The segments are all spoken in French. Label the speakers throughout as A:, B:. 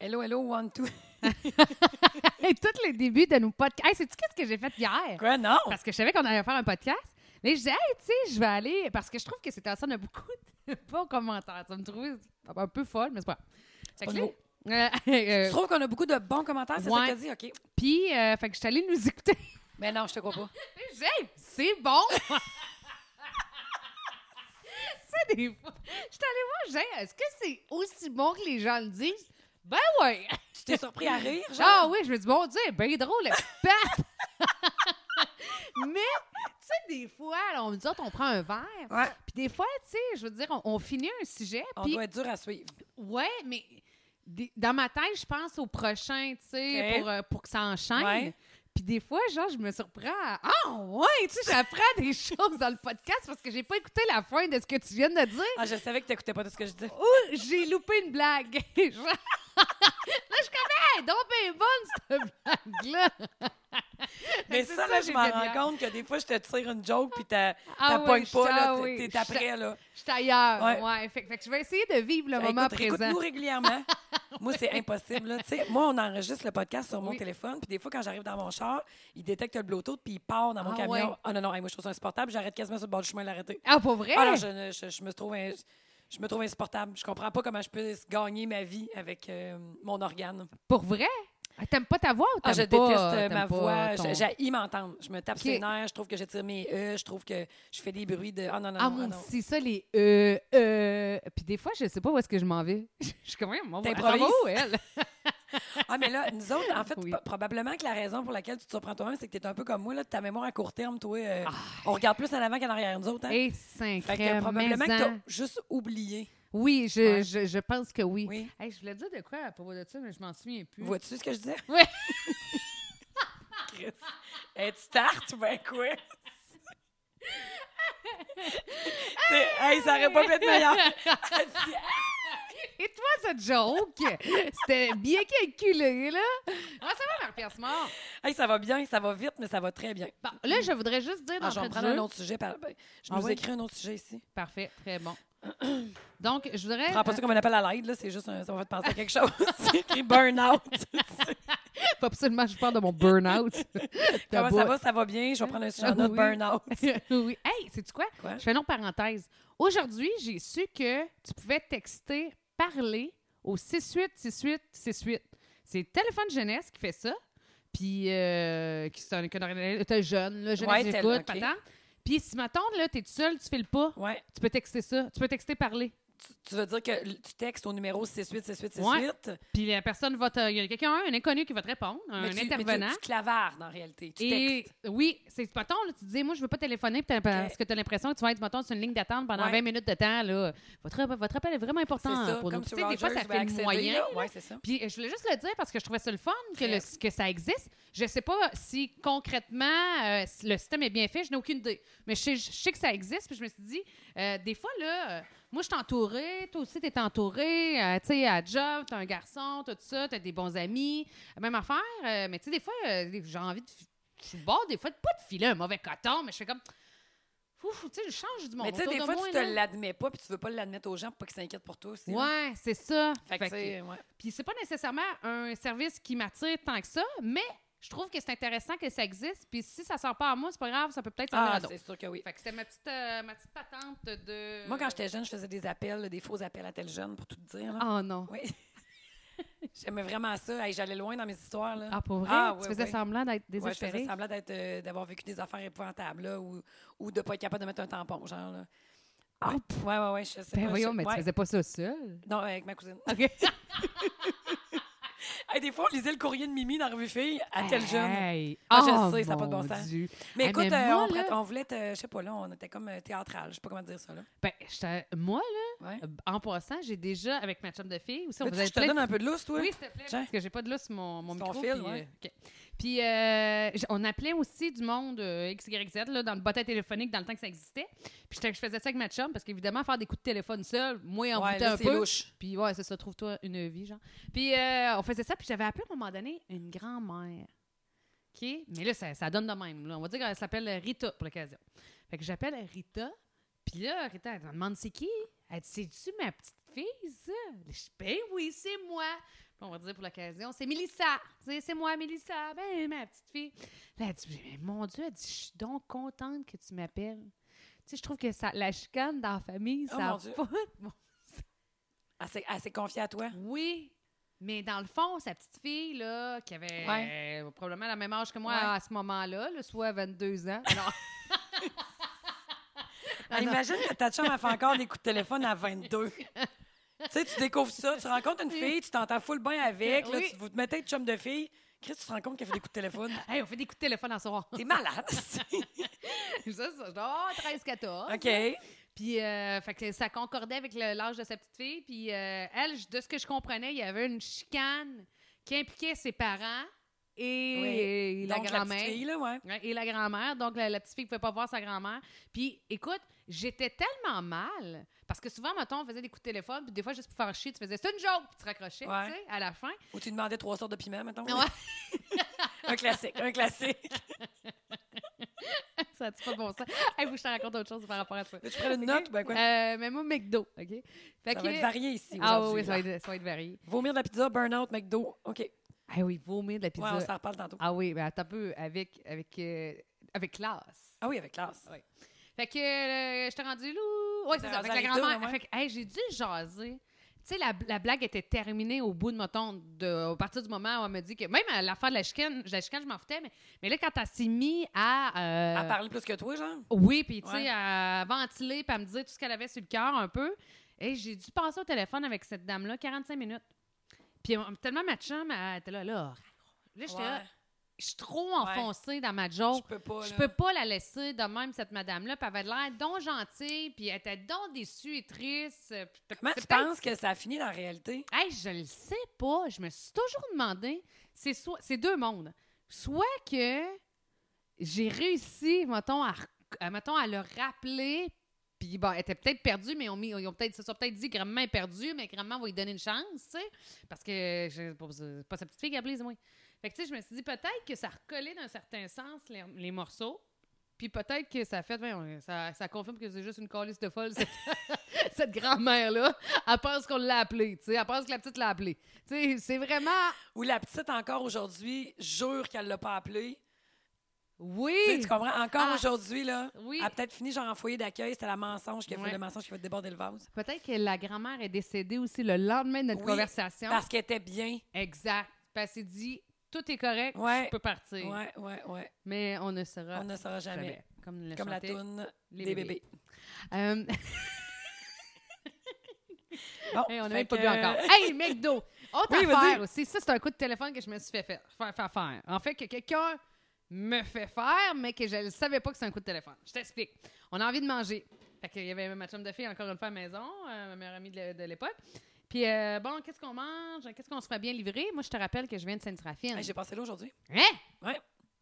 A: Hello, hello, one, two.
B: Et tout le début de nos podcasts. Hey, sais-tu qu'est-ce que j'ai fait hier?
A: Quoi, non?
B: Parce que je savais qu'on allait faire un podcast. Là, je disais, hey, tu sais, je vais aller. Parce que je trouve que c'était ça, on a beaucoup de bons commentaires. Tu me trouves un peu folle, mais c'est pas. Fait
A: pas
B: que là-
A: nouveau.
B: Euh, euh,
A: Tu trouves qu'on a beaucoup de bons commentaires, c'est
B: Ouais.
A: ça que t'as dit? OK.
B: Puis, euh, fait que je suis allée nous écouter.
A: Mais non, je te crois pas.
B: J'ai dit, Hey, c'est bon! c'est des fois. Je suis allée voir, j'ai dit, est-ce que c'est aussi bon que les gens le disent? Ben ouais!
A: Tu t'es surpris à rire, genre?
B: Ah oui, je me dis, mon Dieu, ben drôle, la petite patte! Mais, tu sais, des fois, là, on me dit, on prend un verre.
A: Ouais.
B: Puis des fois, tu sais, je veux dire, on, on finit un sujet.
A: On
B: Puis,
A: doit être dur à suivre.
B: ouais, mais des- dans ma tête, je pense au prochain, tu sais,
A: Ok.
B: pour, euh, pour que ça enchaîne.
A: Ouais.
B: Puis des fois, genre, je me surprends à Ah, ouais, tu sais, j'apprends des choses dans le podcast parce que j'ai pas écouté la fin de ce que tu viens de dire.
A: Ah, je savais que t'écoutais pas tout ce que je disais.
B: Ou j'ai loupé une blague. Genre- là, je suis comme, hey, donc bien bonne, cette blague-là.
A: Mais
B: c'est
A: ça,
B: ça,
A: là, je
B: j'ai
A: m'en
B: fait
A: rends
B: bien.
A: compte que des fois, je te tire une joke puis t'as
B: Ah
A: t'as
B: oui,
A: pognes
B: je-
A: pas,
B: ah
A: là. t'es-
B: oui,
A: T'es
B: je-
A: après, là.
B: Je suis ailleurs. Ouais.
A: Ouais.
B: Fait, fait que je vais essayer de vivre le moment
A: Écoute,
B: présent.
A: Écoute-nous régulièrement. moi, c'est impossible. Là. Tu sais, Moi, on enregistre le podcast sur mon
B: Oui.
A: téléphone. Puis des fois, quand j'arrive dans mon char, il détecte le Bluetooth puis il part dans mon
B: Ah
A: camion.
B: ouais.
A: Ah non, non, hey, moi, je trouve ça insupportable. J'arrête quasiment sur le bord du chemin de l'arrêter.
B: Ah, pour vrai?
A: Ah non, je, ne- je- je me trouve ins- je me trouve insupportable. Je comprends pas comment je peux gagner ma vie avec euh, mon organe.
B: Pour vrai? Ah, T'aimes pas ta voix ou
A: Ah,
B: t'aimes
A: je
B: pas,
A: déteste euh,
B: t'aimes
A: ma
B: pas
A: voix.
B: ton-
A: J'ai- J'ai m'entendre. Je me tape sur les
B: Ok.
A: nerfs. Je trouve que j'étire mes E. Je trouve que je fais des bruits de. Ah non, non,
B: Ah,
A: non.
B: moi
A: non.
B: aussi, ça, les euh, euh. Puis des fois, je sais pas où est-ce que je m'en vais. je suis quand même, elle s'en va
A: T'improvises?
B: où, elle?
A: Ah, mais là, nous autres, en fait,
B: Oui.
A: p- probablement que la raison pour laquelle tu te surprends toi-même, c'est que tu es un peu comme moi, là, de ta mémoire à court terme, toi.
B: Ah,
A: euh, on regarde plus en avant qu'en arrière, nous autres. Hein?
B: Et
A: Fait que probablement que tu
B: s'incrèmement.
A: as juste oublié.
B: Oui, je,
A: Ouais.
B: je, je pense que oui.
A: Oui.
B: Hey, je voulais dire de quoi à propos de ça, mais je m'en souviens plus.
A: Vois-tu ce que je disais?
B: Oui.
A: Chris. Hey, tu tartes, ben quoi? C'est- hey, ça aurait pas pu être meilleur. Elle dit,
B: Et toi, cette joke, c'était bien calculé, là. Ah, ça va, Marc-Pierre Simard?
A: hey, ça va bien, ça va vite, mais ça va très bien.
B: Bon, là, je voudrais juste dire
A: Ah,
B: dans
A: je vais
B: le
A: prendre un autre sujet. par- ben, Je
B: Ah
A: nous
B: oui?
A: écris un autre sujet ici.
B: Parfait, très bon. Donc, je voudrais.
A: Prends pas ça comme un appel à l'aide, là. C'est juste, un- ça m'a fait penser à quelque chose. C'est écrit burn-out.
B: euh, Faut absolument que je parle de mon burn-out.
A: Comment ça va? Ça va bien? Je vais prendre un sujet en note
B: Ah Oui.
A: burn-out.
B: oui. Hey, sais-tu quoi?
A: Quoi?
B: Je fais une longue parenthèse. Aujourd'hui, j'ai su que tu pouvais texter, parler au 686868. C'est Téléphone Jeunesse qui fait ça. Puis, euh, qui c'est un- qu'un organisme- t'es jeune, là,
A: Ouais,
B: jeunesse
A: tel-
B: écoute,
A: ok.
B: patente. Puis, si maintenant, là, t'es tout seul, tu files pas,
A: Ouais.
B: tu peux texter ça. Tu peux texter, parler.
A: Tu, tu veux dire que l- tu textes au numéro 686868,
B: Puis, la personne va te. Il y a quelqu'un, un inconnu qui va te répondre, un
A: mais tu, mais tu-
B: intervenant.
A: tu clavardes en réalité. Tu
B: Et
A: textes.
B: oui, c'est mettons, là, tu disais, moi, je veux pas téléphoner puis t'as- parce que tu as l'impression que tu vas être, mettons, sur une ligne d'attente pendant
A: Ouais.
B: 20 minutes de temps. Là. Votre, votre appel est vraiment
A: C'est
B: important
A: ça,
B: pour nous.
A: comme
B: Puis,
A: sur
B: tu sais, des fois,
A: Rogers
B: ça
A: va
B: fait le
A: accéder,
B: moyen.
A: là.
B: là.
A: Ouais, c'est ça.
B: Puis euh, je voulais juste le dire parce que je trouvais ça le fun que, le-
A: Très.
B: que ça existe. Je sais pas si concrètement euh, si le système est bien fait, je n'ai aucune idée. Mais je sais, je sais que ça existe, puis je me suis dit, euh, des fois, là, euh, moi, je suis entourée, toi aussi, tu es entourée, euh, tu sais, à job, tu as un garçon, tout ça, tu as des bons amis, même affaire. euh, mais tu sais, des fois, euh, j'ai envie de. fi- Je suis bord, des fois, de pas de filer un mauvais coton, mais je fais comme. Ouf, tu sais, je change du monde.
A: Mais tu sais,
B: autour
A: des
B: de
A: fois,
B: moi,
A: tu
B: là.
A: te l'admets pas, puis tu veux pas l'admettre aux gens pour pas qu'ils s'inquiètent pour toi aussi. là.
B: Ouais, c'est ça.
A: Fait que, tu sais, ouais.
B: Puis c'est pas nécessairement un service qui m'attire tant que ça, mais je trouve que c'est intéressant que ça existe. Puis si ça sort pas à moi, c'est pas grave, ça peut peut-être sortir
A: Ah,
B: à d'autres.
A: c'est sûr que oui.
B: Fait que c'était ma petite, euh, ma petite patente de.
A: Moi, quand j'étais jeune, je faisais des appels, des faux appels à tel jeune, pour tout te dire. là.
B: Oh non.
A: Oui. J'aimais vraiment ça. Hey, J'allais loin dans mes histoires. Là.
B: Ah, pour vrai?
A: Ah,
B: tu
A: ouais,
B: faisais
A: ouais.
B: semblant
A: Ouais,
B: d'être
A: je faisais
B: désespérée.
A: semblant d'être, euh, d'avoir vécu des affaires épouvantables là, ou, ou de pas être capable de mettre un tampon, genre. Là.
B: Ah,
A: Ouais. ouais, ouais, ouais, je sais
B: ben
A: pas,
B: voyons,
A: je-
B: mais
A: ouais.
B: tu faisais pas ça seul.
A: Non, euh, avec ma cousine.
B: OK.
A: Hey, des fois, on lisait le courrier de Mimi dans la revue Fille
B: Ah,
A: à tel jeune.
B: Hey.
A: Ah, je
B: oh,
A: sais, ça a pas de bon
B: mon
A: sens.
B: Dieu.
A: Mais
B: Hey,
A: écoute,
B: ah, mais
A: euh,
B: moi,
A: on,
B: là-
A: pr- on voulait être, euh, je sais pas, là, on était comme euh, théâtral. Je sais pas comment dire ça, là.
B: Ben, j'étais- moi,
A: Ouais.
B: là, en passant, j'ai déjà, avec ma chum de fille, aussi, Ah, ben, on
A: Là, tu-
B: faisait
A: je te
B: plein de
A: donne un peu de lousse, toi.
B: Oui, s'il te plaît,
A: Tiens.
B: parce que j'ai pas de là sur mon, mon
A: Sur ton
B: micro.
A: fil,
B: puis,
A: ouais.
B: euh, ok. Puis euh, j- on appelait aussi du monde euh, XYZ là, dans le bottin téléphonique dans le temps que ça existait. Puis j'étais- je faisais ça avec ma chum parce qu'évidemment, faire des coups de téléphone seul, moi, en
A: Ouais,
B: voûtait
A: là,
B: un
A: c'est
B: peu.
A: louche.
B: Puis ouais, c'est ça, trouve-toi une vie, genre. Puis euh, on faisait ça, puis j'avais appelé à un moment donné une grand-mère. OK? Mais là, ça, ça donne de même. là. On va dire qu'elle s'appelle Rita pour l'occasion. Fait que j'appelle Rita, puis là, Rita, elle me demande c'est qui? Elle dit, c'est-tu ma petite fille, ça? Je dis, ben oui, c'est moi. on va dire pour l'occasion, c'est Mélissa. Tu sais, C'est moi, Mélissa. Ben, ma petite fille. Là, elle dit, Mais mon Dieu, elle dit, je suis donc contente que tu m'appelles. Tu sais, je trouve que ça, la chicane dans la famille,
A: Oh,
B: ça
A: mon
B: a
A: Dieu.
B: pas de bon
A: Elle s'est- elle s'est confiée à toi.
B: oui, mais dans le fond, sa petite fille, là, qui avait
A: Ouais.
B: euh, probablement la même âge que moi
A: Ouais.
B: à ce moment-là, là, soit 22 ans. Alors,
A: Ah, imagine que ta chum a fait encore des coups de téléphone à 22. tu sais, tu découvres ça, tu rencontres une fille, tu t'entends full bain avec, là,
B: Oui.
A: tu, vous te mettez avec chum de fille. Chris, tu te rends compte qu'elle fait des coups de téléphone.
B: hey, on fait des coups de téléphone en soir.
A: T'es malade.
B: ça, c'est genre 13-14.
A: OK.
B: Puis, euh, fait que ça concordait avec le- l'âge de sa petite fille. Puis, euh, elle, je- de ce que je comprenais, il y avait une chicane qui impliquait ses parents et, et la
A: Donc, la petite
B: grand-mère.
A: fille, là, ouais.
B: Ouais, Et la grand-mère, donc la, la petite fille ne pouvait pas voir sa grand-mère. Puis, écoute, j'étais tellement mal, parce que souvent, mettons, on faisait des coups de téléphone, puis des fois, juste pour faire chier, tu faisais « c'est une joke », puis tu raccrochais,
A: Ouais.
B: tu sais, à la fin.
A: Ou tu demandais trois sortes de piment, mettons.
B: Ouais.
A: un classique, un classique.
B: ça n'a pas de bon sens. Hey, faut que je te raconte autre chose par rapport à ça.
A: Là, tu prends une note, ben quoi?
B: Euh, mais moi, McDo, OK? Fait
A: ça
B: que-
A: va être varié ici.
B: Ah
A: aujourd'hui,
B: oui, ça
A: là.
B: va, être, ça va être varié.
A: Vomir de la pizza, burn-out, McDo. OK. Ouais,
B: Ah oui, vomir de la pizza.
A: on s'en reparle tantôt.
B: ah oui, ben attends un peu, avec, avec, euh, avec classe.
A: Ah oui, avec classe.
B: Fait que euh, j'étais rendue là. Oui, c'est
A: Ben,
B: ça. Fait
A: rendu
B: que la
A: à
B: grand-mère.
A: l'hôpital, ouais.
B: Fait que hey, j'ai dû jaser. Tu sais, la, la blague était terminée au bout de mon ton. De, à partir du moment où elle me dit que. Même à l'affaire de la chicane, de la chicane, je m'en foutais, mais, mais là, quand elle s'est mise à. euh,
A: À parler plus que toi, genre?
B: oui, puis tu sais,
A: Ouais.
B: à ventiler, puis à me dire tout ce qu'elle avait sur le cœur un peu. Et j'ai dû passer au téléphone avec cette dame-là 45 minutes. Puis euh, tellement ma chum, elle était là, là. Là, j'étais là,
A: Ouais.
B: je suis trop enfoncée dans ma joke.
A: Je peux pas,
B: Je
A: là.
B: peux pas la laisser de même, cette madame-là. Puis elle avait l'air donc gentille, puis elle était donc déçue et triste. euh, puis t'as-
A: Comment
B: c'est
A: tu
B: peut-être-
A: penses que ça a fini dans la réalité?
B: Hey, je le sais pas. Je me suis toujours demandé. C'est soit, c'est deux mondes. Soit que j'ai réussi, mettons, à, rec- à, mettons, à le rappeler, puis bon, elle était peut-être perdue, mais on mis, ils ont peut-être, se sont peut-être dit que grand-maman est perdue, mais grand-maman va lui donner une chance, tu sais, parce que je, pas, c'est pas sa petite fille qui a appelé, c'est moi. Fait que tu sais, je me suis dit peut-être que ça recollait d'un certain sens les, les morceaux. Puis peut-être que ça fait, ben, ça, ça confirme que c'est juste une calice de folle, cette, cette grand-mère-là. Elle pense qu'on l'a appelée, tu sais. Elle pense que la petite l'a appelée. Tu sais, c'est vraiment.
A: Ou la petite, encore aujourd'hui, jure qu'elle l'a pas appelé.
B: Oui!
A: Tu sais, tu comprends? Encore
B: Ah.
A: aujourd'hui, là,
B: Oui.
A: elle a peut-être fini genre en foyer d'accueil. C'était la mensonge qui a fait,
B: Ouais.
A: le mensonge qui a fait déborder le vase.
B: Peut-être que la grand-mère est décédée aussi le lendemain de notre
A: Oui,
B: conversation.
A: Parce qu'elle était bien.
B: Exact. Parce qu'elle s'est dit tout est correct,
A: Ouais.
B: je peux partir.
A: Ouais, ouais, ouais.
B: Mais on ne sera
A: On ne saura jamais.
B: Comme, le
A: Comme la
B: chantait.
A: toune
B: les
A: des
B: bébés.
A: bébés.
B: Euh,
A: Bon,
B: hey, Eh, on n'a
A: fait
B: même pas
A: que-
B: bu encore. Hey, McDo! Autre
A: Oui, vas-y.
B: affaire aussi. Ça, c'est un coup de téléphone que je me suis fait faire. faire, faire, faire. En fait, que quelqu'un me fait faire, mais que je ne savais pas que c'est un coup de téléphone. Je t'explique. On a envie de manger. Fait qu'il y avait ma chambre de fille encore une fois à la maison, euh, ma meilleure amie de l'é- de l'époque. Puis, euh, bon, qu'est-ce qu'on mange? Qu'est-ce qu'on se fait bien livrer? Moi, je te rappelle que je viens de Sainte-Raphine.
A: Hey, J'ai passé là aujourd'hui.
B: Hein?
A: Ouais.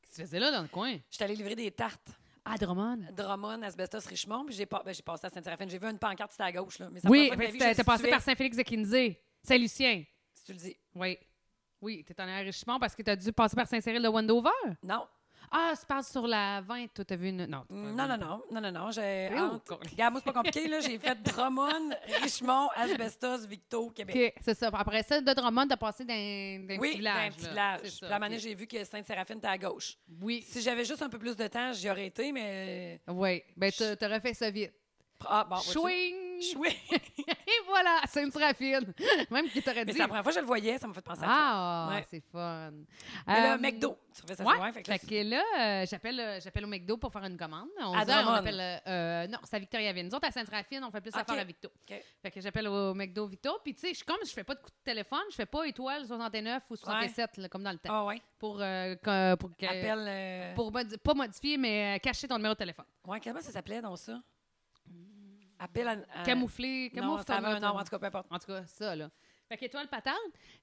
B: Qu'est-ce que tu faisais là dans le coin?
A: Je suis allée livrer des tartes.
B: Ah, Drummond.
A: Drummond, Asbestos, Richemont. Puis j'ai pas... ben, j'ai passé à Sainte-Séraphine. J'ai vu une pancarte, c'était à gauche. Là. Mais ça fait
B: Oui, fait
A: pas
B: que
A: de ma vie que
B: t'es
A: je
B: t'es passé
A: suivais,
B: par Saint-Félix de Quinzé, Saint-Lucien.
A: Si tu le dis.
B: Oui. Oui, t'es en enrichissement parce que t'as dû passer par Saint-Cyril de Wendover.
A: Non.
B: Ah, tu passes sur la 20, toi, t'as vu une. Non, t'as pas vu
A: Non, non,
B: une-
A: non, non, non, non. J'ai.
B: Oh,
A: entre-
B: con-
A: Regarde, moi, c'est pas compliqué, là. J'ai fait Drummond, Richemont, Asbestos, Victo, Québec.
B: OK, c'est ça. Après ça, de Drummond, t'as passé dans, dans un
A: oui,
B: petit village.
A: dans un petit
B: là.
A: village.
B: C'est ça,
A: Puis à un moment donné,
B: OK.
A: j'ai vu que Sainte-Séraphine était à gauche.
B: Oui.
A: Si j'avais juste un peu plus de temps, j'y aurais été, mais.
B: Oui. Ben, t'a- t'aurais fait ça vite.
A: Ah, bon, vois-tu?
B: Chouing!
A: Choué!
B: Et voilà, c'est une raffine. Même qu'il t'aurait
A: Mais
B: dit.
A: c'est la première fois que je le voyais, ça m'a fait penser à toi.
B: Ah,
A: Ouais.
B: c'est fun.
A: Mais là,
B: Euh,
A: McDo, tu fais ça
B: Ouais,
A: loin, fait que là,
B: fait que là, euh, j'appelle, euh, j'appelle au McDo pour faire une commande. On
A: À
B: dit, on
A: Drummond.
B: appelle, euh, euh, non, c'est à Victoriaville. Nous autres, à Sainte-Raphine, on fait plus
A: Ok.
B: affaire à Victo.
A: Ok.
B: Fait que j'appelle au McDo Victo. Puis, tu sais, je suis comme, je fais pas de coup de téléphone, je fais pas étoile 69 ou 67, là, comme dans le temps,
A: Ah, ouais.
B: pour, euh, que- pour, que-
A: Appelle. euh,
B: pour modi- pas modifier, mais euh, cacher ton numéro de téléphone.
A: Ouais, comment ça s'appelait dans ça? Appel à. à-
B: Camoufler,
A: Non,
B: camoufler
A: ça
B: ton
A: avait un
B: numéro
A: nom, en
B: de-
A: tout cas, peu importe.
B: En tout cas, ça, là. Fait que étoile patente,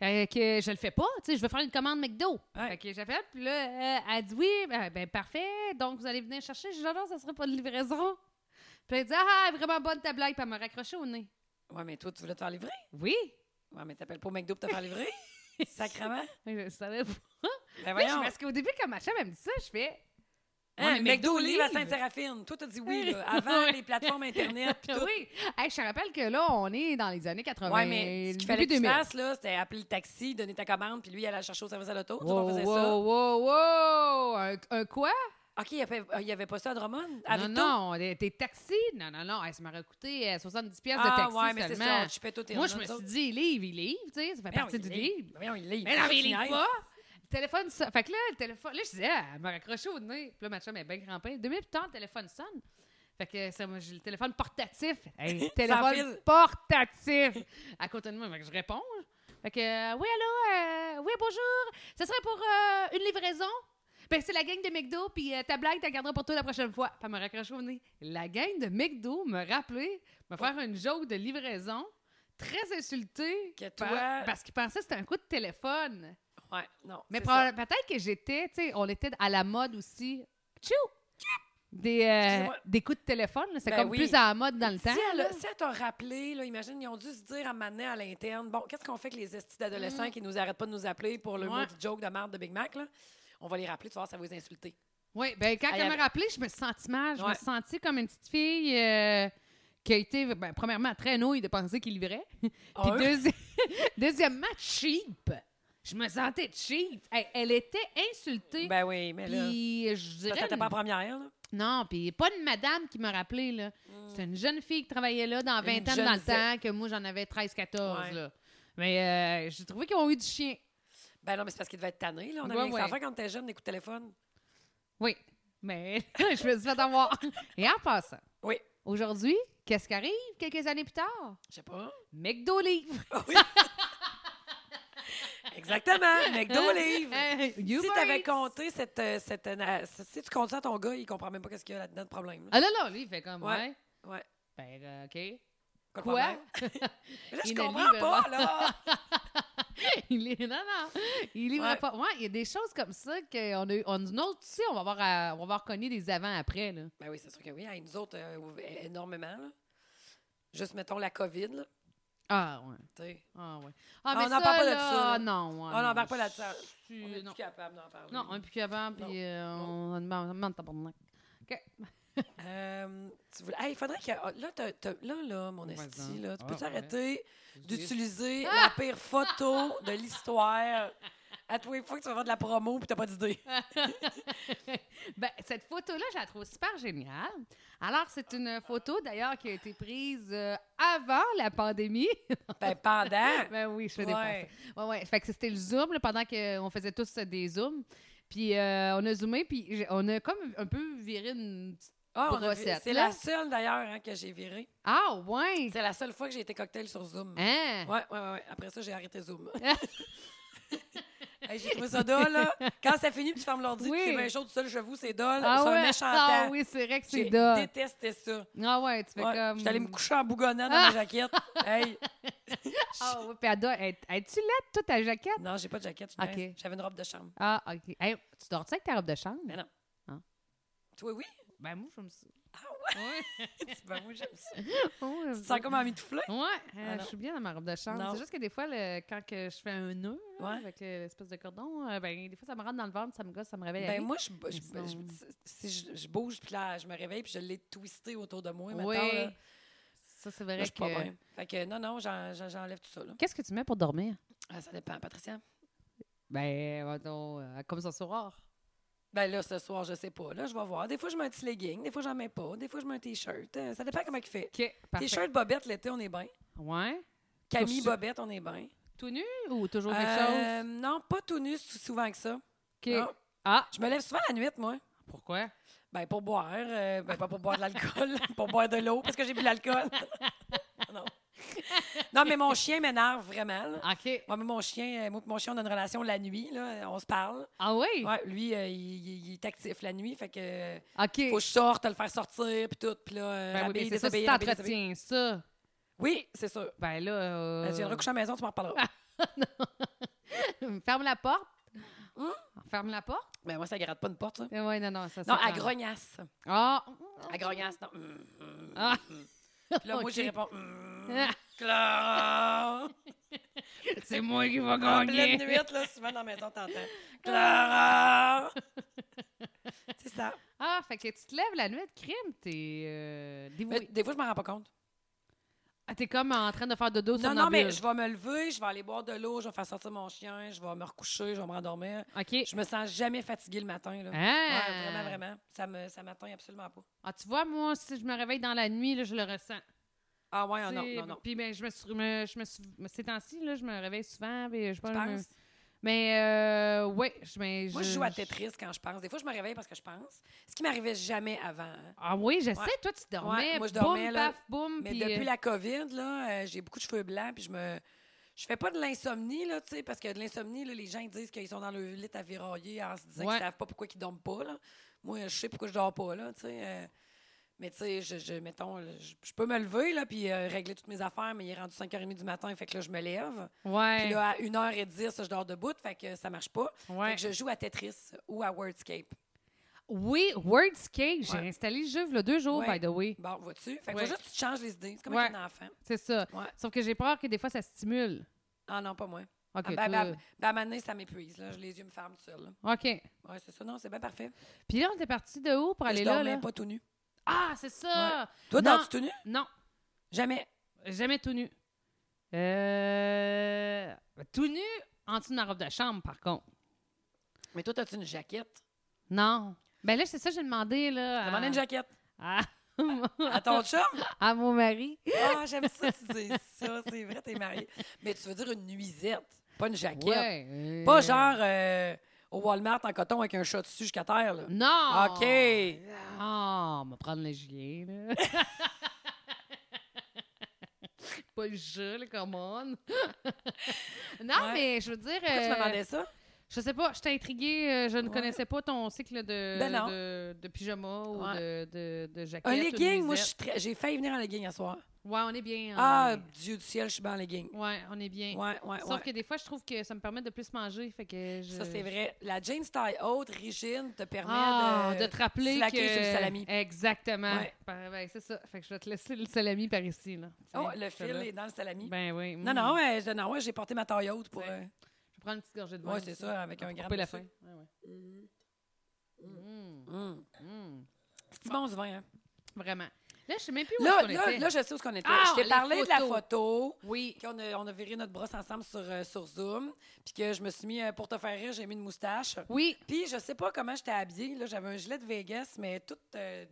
B: euh, que je le fais pas, tu sais, je veux faire une commande McDo.
A: Ouais.
B: Fait que j'appelle, puis là, euh, elle dit oui, ben, ben, parfait, donc vous allez venir chercher. Je dis non, non, ça serait pas de livraison. Puis elle dit ah, vraiment bonne ta blague, puis elle m'a raccroché au nez.
A: Ouais, mais toi, tu voulais te faire livrer?
B: Oui,
A: Ouais, mais t'appelles pas au McDo pour te faire livrer? Sacrement?
B: je savais pas.
A: Ben
B: Mais je-
A: voyons.
B: parce qu'au début, quand ma chum, elle me dit ça, je fais
A: Hein,
B: mais
A: McDo
B: McDo
A: livre à
B: livre.
A: Sainte-Séraphine. Toi, t'as dit oui, là, avant
B: Ouais.
A: les plateformes Internet. puis tout.
B: oui. Hey, je te rappelle que là, on est dans les années 80.
A: Ouais, mais ce qu'il fallait
B: début
A: que tu
B: 2000.
A: fasses, là, c'était appeler le taxi, donner ta commande, puis lui, aller la chercher au service à l'auto. Nous, on
B: Wow,
A: faisait
B: wow, wow, wow! Un, un quoi?
A: ça. OK, il n'y avait, il y avait pas ça à Drummond? À
B: Non,
A: Victo?
B: non, des- des taxis? Non, non, non, hey, ça m'aurait coûté euh, 70 pièces de
A: Ah,
B: taxi
A: ouais, mais c'est ça,
B: seulement.
A: on chipait tout. et
B: Moi,
A: on
B: je me
A: nous
B: suis
A: autres. Ben
B: dit, il livre, il livre, tu sais, ça fait
A: Mais non,
B: partie
A: il
B: du
A: livre.
B: livre.
A: Mais non, il livre.
B: Mais non, mais il
A: Tu
B: livre
A: niaises.
B: pas! Le téléphone sonne. Fait que là, le téléphone. Là, je disais, ah, elle m'a raccroché au nez. Puis là, ma chum est bien crampée. Deux minutes plus tard, le téléphone sonne. Fait que ça, moi, j'ai le téléphone portatif. Hey, téléphone
A: fil.
B: portatif! À côté de moi, fait que je réponds. Fait que, euh, oui, allô, euh, oui, bonjour. Ce serait pour euh, une livraison? Ben, c'est la gang de McDo, puis euh, ta blague, t'as garderas pour toi la prochaine fois. Puis elle me raccroche au nez. La gang de McDo me rappelait, me faire une joke de livraison, très insultée.
A: Que
B: par-
A: toi-
B: Parce qu'il pensait que c'était un coup de téléphone.
A: Ouais, non.
B: Mais
A: c'est
B: probable- peut-être que j'étais, tu sais, on était à la mode aussi. Tchou! Des, euh,
A: Excusez-moi.
B: des coups de téléphone, là, c'est
A: Ben
B: comme
A: oui.
B: plus à la mode dans le
A: ça.
B: temps.
A: Si elle,
B: là.
A: a- si elle t'a rappelé, là, imagine, ils ont dû se dire à Manet à l'interne, bon, qu'est-ce qu'on fait que les estis d'adolescents qui nous arrêtent pas de nous appeler pour le
B: Mm. Ouais.
A: maudit joke de merde de Big Mac, là? On va les rappeler, tu vas voir, ça va les insulter.
B: Oui, ben quand
A: Ah, il y
B: elle
A: avait-
B: m'a rappelé, je me sentis mal. Je me
A: Ouais.
B: sentis comme une petite fille euh, qui a été, ben, premièrement, très nouille de penser qu'il livrait. Puis
A: Un.
B: deuxi- deuxièmement, cheap. Je me sentais cheap. Hey, elle était insultée.
A: Ben oui, mais là,
B: puis je
A: parce que
B: dirais.
A: t'étais pas en première, là.
B: Non, puis pas une madame qui m'a rappelé, là. C'était une jeune fille qui travaillait là dans
A: Hmm. Une
B: 20 ans
A: jeune
B: dans le
A: zette.
B: temps, que moi, j'en avais 13-14,
A: Ouais.
B: là. Mais euh, j'ai trouvé qu'ils ont eu du chien.
A: Ben non, mais c'est parce qu'il devait être tanné, là. On avait
B: Ouais,
A: rien que ça à
B: ouais.
A: faire quand t'étais jeune, des coups de téléphone.
B: Oui, mais je me suis fait avoir. Et en passant,
A: Oui.
B: aujourd'hui, qu'est-ce qui arrive quelques années plus tard?
A: Je sais pas.
B: McDo livre.
A: Ah oui. Exactement. McDo livre.
B: Uber
A: si t'avais
B: Eats.
A: compté cette, euh, cette, euh, si tu comptes ça à ton gars, il comprend même pas qu'est-ce qu'il y a là-dedans de problème. là.
B: Ah non, non, lui, il fait comme,
A: Ouais.
B: ouais.
A: Ouais.
B: Ben, euh, OK.
A: Pas de
B: Quoi?
A: problème. Mais là, je
B: Il ne
A: comprends
B: livre
A: pas,
B: pas.
A: là.
B: il est, non, non, il livre
A: Ouais.
B: pas. Ouais, il y a des choses comme ça qu'on a, on, nous autres, tu sais, on va avoir, à- on va avoir connu des avant-après, là.
A: Ben oui, c'est sûr que oui. Hey, nous autres, euh, ou- é- énormément, là. Juste, mettons, la COVID, là.
B: Ah, ouais.
A: Tu sais,
B: Ah, ouais. Ah,
A: on
B: mais
A: n'en
B: ça,
A: parle pas de
B: là,
A: ça, là. Ah,
B: Non,
A: on
B: ouais, non,
A: n'embarque pas là-dedans.
B: je suis-
A: On est
B: non.
A: plus capable d'en parler.
B: Non, on est plus capable,
A: Non.
B: puis euh, on on demande on demande pas pour moi.
A: Euh, tu voulais- Hey, faudrait que... ah, Là, t'as- t'as- là, là, mon
B: Vas-y.
A: esti, là, tu
B: Ah,
A: peux-tu
B: ouais.
A: arrêter d'utiliser la pire photo de l'histoire à tous les fois que tu vas faire de la promo puis t'as pas d'idée?
B: Ben, cette photo-là, je la trouve super géniale. Alors, c'est une photo, d'ailleurs, qui a été prise euh, avant la pandémie.
A: Ben, pendant...
B: ben oui, je fais des
A: Ouais.
B: passes. Ouais, ouais. Fait que c'était le Zoom, là, pendant qu'on faisait tous euh, des Zooms. Puis euh, on a zoomé, puis j'ai- on a comme un peu viré une... petite-
A: Ah, on a vu-
B: Brossette,
A: c'est
B: là.
A: la seule d'ailleurs hein, que j'ai virée.
B: Ah, ouais!
A: C'est la seule fois que j'ai été cocktail sur Zoom.
B: Hein?
A: Ouais, ouais, ouais, ouais. Après ça, j'ai arrêté Zoom. Hey, j'ai trouvé ça dole, là. Quand ça finit, puis tu fermes l'ordi,
B: Oui.
A: puis c'est bien chaud tout seul chez vous, c'est dole.
B: Ah,
A: c'est
B: ouais.
A: un méchant
B: ah
A: temps.
B: oui, c'est vrai que c'est
A: J'ai
B: dole.
A: détesté ça.
B: Ah ouais, tu fais
A: Ouais,
B: comme...
A: J'étais allée me coucher en bougonnant dans ma jaquette. Hey,
B: Ah ouais, puis elle doit être- Es-tu laide, toi, ta jaquette?
A: non, j'ai pas de jaquette. je
B: Ok.
A: niaise. J'avais une robe de chambre.
B: Ah, OK. Hey, tu dors-tu avec ta robe de chambre?
A: Mais non.
B: Hein?
A: Toi, oui?
B: Ben, moi, je me suis...
A: Ah
B: Ouais.
A: Ben, moi, j'aime ça.
B: Ouais,
A: Tu te sens comme envie de fouler?
B: Ouais, euh,
A: Ah non.
B: je suis bien dans ma robe de chambre.
A: Non.
B: C'est juste que des fois, le- quand que je fais un nœud là,
A: Ouais.
B: avec le- l'espèce de cordon, euh, ben, des fois, ça me rentre dans le ventre, ça me gosse, ça me réveille.
A: Ben, moi, je, je-
B: Ils
A: je-
B: sont-
A: je- si je, je bouge, puis là, je me réveille, puis je l'ai twisté autour de moi.
B: oui,
A: maintenant, là.
B: ça, c'est
A: Là,
B: vrai
A: je suis pas
B: que...
A: bien. Fait que non, non, j'en- j'en- j'enlève tout ça. Là.
B: Qu'est-ce que tu mets pour dormir?
A: Ah, ça dépend, Patricia.
B: Ben, mettons, euh, comme ça, c'est rare.
A: Ben là, ce soir, je sais pas. Là, je vais voir. Des fois, je mets un petit legging, des fois, j'en mets pas, des fois, je mets un t-shirt. Euh, Ça dépend comment il fait.
B: OK, parfait.
A: T-shirt bobette l'été, on est bien.
B: Ouais.
A: Camille
B: Chaussures.
A: bobette, on est bien.
B: Tout nu ou toujours quelque
A: Euh, non, pas tout nu sou- souvent que ça.
B: chose?
A: non.
B: OK. Ah,
A: Je me lève souvent la nuit, moi.
B: pourquoi?
A: Ben pour boire, euh, ben pas pour boire de l'alcool, pour boire de l'eau parce que j'ai bu de l'alcool. non. Non, mais mon chien m'énerve vraiment. là.
B: OK.
A: Moi, mais mon chien, euh, moi, et mon chien, on a une relation la nuit, là, on se parle.
B: Ah oui?
A: Ouais, lui, euh, il, il- il est actif la nuit, fait que euh,
B: OK.
A: faut que je sorte, le faire sortir, puis tout, puis là, euh,
B: Ben oui,
A: rhabiller,
B: mais c'est ça, si
A: déshabiller, rhabiller, déshabiller.
B: t'entretiens ça,
A: Oui, c'est sûr.
B: ben là... euh, Ah.
A: Euh, tu viendras coucher à la maison, tu m'en reparleras.
B: ferme la porte.
A: Hum?
B: Ferme la porte.
A: Mais Ben, moi, ça gratte pas une porte, ça.
B: Eh ouais, non, non, ça, c'est
A: Non, à
B: clair.
A: grognasse.
B: Ah!
A: À grognasse, non. Hum, hum,
B: Ah.
A: hum. Puis là, moi,
B: Ok. Ah.
A: j'y réponds. Hum, Clara!
B: C'est moi qui va
A: En pleine
B: Ah.
A: nuit, là, souvent dans la maison, t'entends. Clara! c'est ça.
B: Ah, fait que tu te lèves la nuit de crime, t'es euh,
A: Mais
B: dévoué.
A: Des fois, je m'en rends pas compte.
B: Ah, t'es comme en train de faire dodo sur
A: Non, non, mais je vais me lever, je vais aller boire de l'eau, je vais faire sortir mon chien, je vais me recoucher, je vais me rendormir.
B: OK.
A: Je me sens jamais fatiguée le matin. Là.
B: Ah!
A: Ouais, vraiment, vraiment. Ça me, ça m'atteint absolument pas.
B: Ah, tu vois, moi, si je me réveille dans la nuit, là, je le ressens.
A: Ah ouais, ah non,
B: Tu sais,
A: non, non.
B: Puis ben, je me suis, me- je me suis- ces temps-ci, là, je me réveille souvent. puis je sais pas,
A: Tu
B: je me-
A: penses?
B: Mais euh, ouais, je, mais
A: Moi, je joue à Tetris quand je pense. Des fois, je me réveille parce que je pense. Ce qui m'arrivait jamais avant. hein.
B: Ah oui, je sais,
A: Ouais.
B: toi, tu dormais.
A: Ouais, moi, je
B: boum,
A: dormais, là.
B: paf, boum.
A: Mais
B: puis,
A: depuis
B: euh,
A: la COVID, là, euh, j'ai beaucoup de cheveux blancs, puis je me. Je fais pas de l'insomnie, là, tu sais, parce que de l'insomnie, là, les gens ils disent qu'ils sont dans le lit à virailler en se disant
B: Ouais.
A: qu'ils savent pas pourquoi ils dorment pas, là. Moi, je sais pourquoi je dors pas, là, tu sais. euh, mais tu sais, je, je- mettons, je, je peux me lever, là, puis euh, régler toutes mes affaires, mais il est rendu 5h30 du matin, fait que là, je me lève. Puis
B: Ouais.
A: là, à 1h10, je dors debout, fait que ça marche pas.
B: ouais.
A: Fait que je joue à Tetris ou à Wordscape.
B: Oui, Wordscape, j'ai
A: Ouais.
B: installé le jeu il y a deux jours,
A: Ouais.
B: by the way.
A: Bon, vois-tu? Fait que
B: Ouais.
A: faut juste que tu te changes les idées. C'est comme
B: Ouais.
A: avec un enfant.
B: C'est ça.
A: Ouais.
B: Sauf que j'ai peur que des fois, ça stimule.
A: Ah non, pas moi.
B: OK.
A: Ah, ben,
B: toi- euh,
A: ben, ben, à un moment donné, ça m'épuise. Là. Je les yeux me ferment tout seul. là.
B: OK.
A: Ouais, c'est ça. Non, c'est bien parfait.
B: Puis là, on était parti de où pour aller
A: je
B: là?
A: dormais
B: là?
A: pas tout nu.
B: Ah, c'est ça!
A: Toi,
B: Non.
A: dors-tu tout nu?
B: Non,
A: Jamais.
B: jamais tout nu. Euh, Tout nu en dessous de ma robe de chambre, par contre.
A: Mais toi, as-tu une jaquette?
B: Non. Ben là, c'est ça que j'ai demandé, là.
A: Demandez une jaquette.
B: à,
A: À ton chum?
B: à mon mari.
A: Ah, j'aime ça, tu dis ça. C'est vrai, t'es marié. Mais tu veux dire une nuisette, pas une jaquette.
B: Ouais.
A: Pas genre euh, au Walmart en coton avec un chat dessus jusqu'à terre. Là.
B: Non!
A: OK.
B: Non, on va prendre le gilet, là. Pas le jeu, là, come on. non,
A: Ouais.
B: mais je veux dire.
A: Pourquoi tu
B: euh,
A: me demandais ça?
B: Je sais pas, j'étais intriguée. euh, Je ne
A: Ouais.
B: connaissais pas ton cycle de,
A: Ben non.
B: de, de pyjama ou
A: Ouais.
B: de, de, de jaquette.
A: Un
B: ou de
A: legging, moi, je
B: nuisette.
A: suis très- j'ai failli venir en legging à soir.
B: Ouais, on est bien. on
A: Ah,
B: est bien.
A: Dieu du ciel, je suis bien en legging.
B: Ouais, on est bien.
A: Ouais, ouais, ouais.
B: Sauf que des fois, je trouve que ça me permet de plus manger. Fait que je...
A: Ça, c'est vrai. La jeans taille haute, rigide, te permet
B: Ah,
A: de...
B: de, te rappeler
A: slacker
B: que...
A: sur le salami.
B: Exactement.
A: Ouais.
B: Par- ben, c'est ça. Fait que je vais te laisser le salami par ici. Là.
A: Oh,
B: Tiens,
A: le
B: ça
A: fil
B: là.
A: est dans le salami.
B: Ben oui.
A: non,
B: mm.
A: non, euh, je- non ouais, j'ai porté ma taille haute pour...
B: Ouais.
A: euh,
B: Je vais prendre une petite gorgée de
A: ouais,
B: vin.
A: c'est ça, avec un gramme.
B: Couper la
A: dessus.
B: fin. Ouais, ouais. Mm,
A: Mm.
B: mm.
A: C'est bon, du vin. hein.
B: Vraiment. Là, je sais même plus où
A: Là,
B: est-ce qu'on
A: là,
B: était.
A: là, je sais où on était.
B: Ah,
A: je t'ai
B: les
A: parlé de la
B: photos.
A: photo,
B: Oui.
A: qu'on a, on a viré notre brosse ensemble sur, euh, sur Zoom, puis que je me suis mis, euh, pour te faire rire, j'ai mis une moustache.
B: Oui.
A: Puis je sais pas comment j'étais habillée. Là, j'avais un gilet de Vegas, mais tout, euh,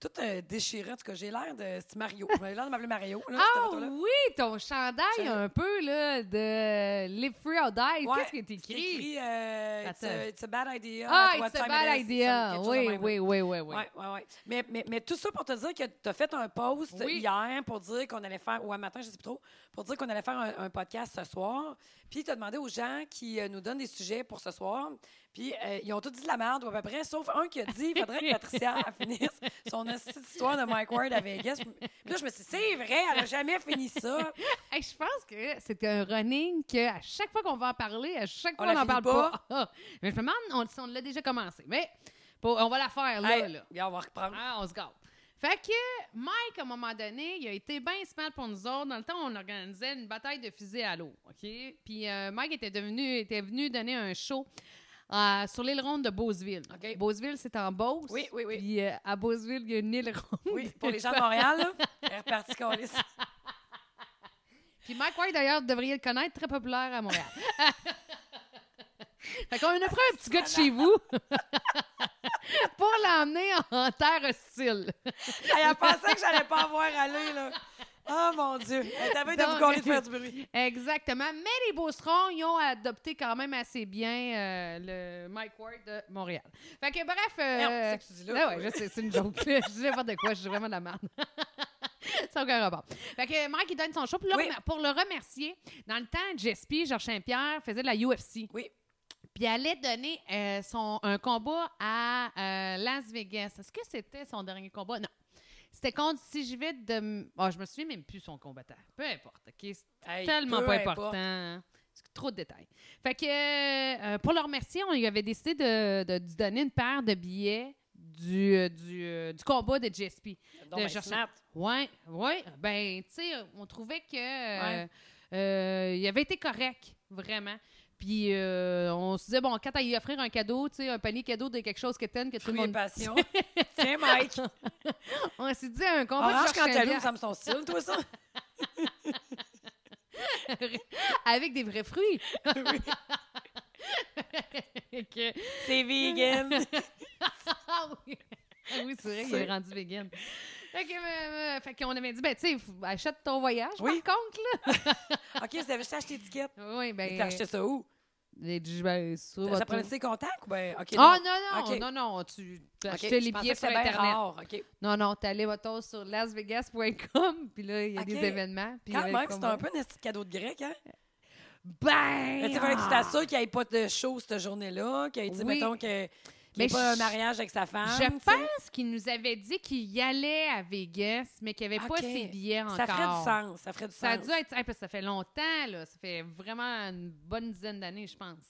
A: tout euh, déchiré. En tout cas, j'ai l'air de c'est Mario. J'avais l'air de m'appeler Mario. Là, cette
B: Ah
A: photo-là.
B: oui, ton chandail
A: J'avais-
B: un peu là, de Live Free or Die.
A: Ouais,
B: Qu'est-ce qui est
A: C'est
B: écrit?
A: écrit euh, it's, a,
B: Attends.
A: it's a bad idea.
B: Ah,
A: at what
B: it's a
A: time
B: bad
A: it is.
B: idea.
A: Quelque chose de
B: Oui,
A: même,
B: oui, oui, oui,
A: Oui,
B: oui.
A: ouais, ouais, ouais. Mais, mais, mais tout ça pour te dire que tu as fait un post
B: Oui.
A: hier pour dire qu'on allait faire, ou un matin, je ne sais plus trop, pour dire qu'on allait faire un, un podcast ce soir. Puis tu as demandé aux gens qui euh, nous donnent des sujets pour ce soir. Puis euh, ils ont tous dit de la merde, ou à peu près, sauf un qui a dit il faudrait que Patricia elle finisse son esti histoire de Mike Ward à Vegas. Puis là, je me suis dit c'est vrai, elle n'a jamais fini ça.
B: Hey, je pense que c'est un running que à chaque fois qu'on va en parler, à chaque
A: On
B: fois
A: la
B: qu'on n'en
A: finit
B: parle pas. Mais je me demande on- si on l'a déjà commencé. Mais pour- on va la faire là.
A: Hey,
B: là.
A: Bien, on va reprendre.
B: Ah, on se gâte. Fait que Mike, à un moment donné, il a été bien smart pour nous autres. Dans le temps, on organisait une bataille de fusées à l'eau, OK? Puis euh, Mike était, devenu, était venu donner un show euh, sur l'île ronde de Beauceville.
A: OK.
B: Beauceville, c'est en Beauce.
A: Oui, oui, oui.
B: Puis euh, à Beauceville, il y a une île ronde.
A: Oui, pour les gens de Montréal, là, elle est repartie coller ça.
B: Puis Mike White, d'ailleurs, devriez le connaître, très populaire à Montréal. fait qu'on a pris un petit gars de chez vous pour l'emmener en terre hostile.
A: Elle pensait que j'allais pas avoir allé, là. Oh mon Dieu. Elle t'avait de vous
B: Donc-
A: coller de faire du bruit.
B: Exactement. Mais les Beaucerons, ils ont adopté quand même assez bien euh, le Mike Ward de Montréal. Fait que bref. euh,
A: Merde, c'est que tu dis là,
B: ah
A: toi.
B: ouais, je sais, c'est une joke. là. je dis n'importe quoi, je dis vraiment de la merde. Ça n'a aucun rapport. Fait que Mike, il donne son show. Puis là,
A: Oui.
B: pour le remercier, dans le temps, Jespy, Georges Saint-Pierre, faisait de la UFC.
A: Oui.
B: Puis elle allait donner euh, son, un combat à euh, Las Vegas. Est-ce que c'était son dernier combat? Non. C'était contre si je vais de. M- Ah, je me souviens même plus son combattant. Peu importe. OK? C'est
A: Hey,
B: tellement
A: peu
B: pas
A: importe.
B: important. hein. C'est Trop de détails. Fait que euh, pour le remercier, on lui avait décidé de, de, lui donner une paire de billets du, euh, du, euh, du combat de GSP.
A: Donc, ben,
B: chercher-
A: snap.
B: Ouais, ouais. Ben, tu sais, on trouvait que euh,
A: Ouais.
B: euh, il avait été correct. Vraiment. Puis euh, on se disait, bon, quand à y offrir un cadeau, tu sais, un panier cadeau de quelque chose que t'aimes, que tout le
A: Fruits et
B: monde.
A: passion. Tiens, Mike.
B: On s'est dit, un combat de
A: Orange
B: Georges Saint-Pierre.
A: cantaloupe, ça me son style, toi, ça?
B: avec des vrais fruits.
A: Oui.
B: Que-
A: C'est vegan.
B: Ah oui. Ah oui, c'est vrai, il
A: C'est-
B: est rendu vegan. Fait que, euh, euh, fait qu'on avait dit, ben, tu sais, f- achète ton voyage,
A: Oui.
B: par contre,
A: OK, vous avez juste acheté l'étiquette.
B: là. Oui,
A: Et
B: ben.
A: T'as acheté ça où?
B: les- ben, sur
A: Ça
B: votre-
A: prenait ses contacts ou bien? OK.
B: Ah non, non,
A: Ok.
B: non, non, tu tu
A: OK,
B: achetais
A: je
B: les
A: pensais
B: billets
A: que
B: sur
A: c'était bien
B: Internet.
A: rare, OK.
B: Non, non, t'allais, mettons, sur lasvegas.com, puis là, il y a
A: Ok.
B: des événements. puis il y
A: Quand
B: avait
A: même,
B: comme-
A: c'était un peu un petit cadeau de grec, hein?
B: Ben!
A: Mais tu sais, fallait que tu
B: ah!
A: t'assures qu'il n'y ait pas de show cette journée-là, qu'il y ait, tu sais,
B: Oui.
A: mettons, que- qu'il n'y
B: Mais
A: ait pas un
B: je-
A: mariage avec sa femme.
B: Je
A: tu sais.
B: pense qu'il nous avait dit qu'il y allait à Vegas, mais qu'il n'y avait
A: Ok.
B: pas ses billets encore.
A: Ça ferait du sens, ça ferait du
B: Ça a
A: sens.
B: dû être. hey, parce que ça fait longtemps, là. Ça fait vraiment une bonne dizaine d'années, je pense.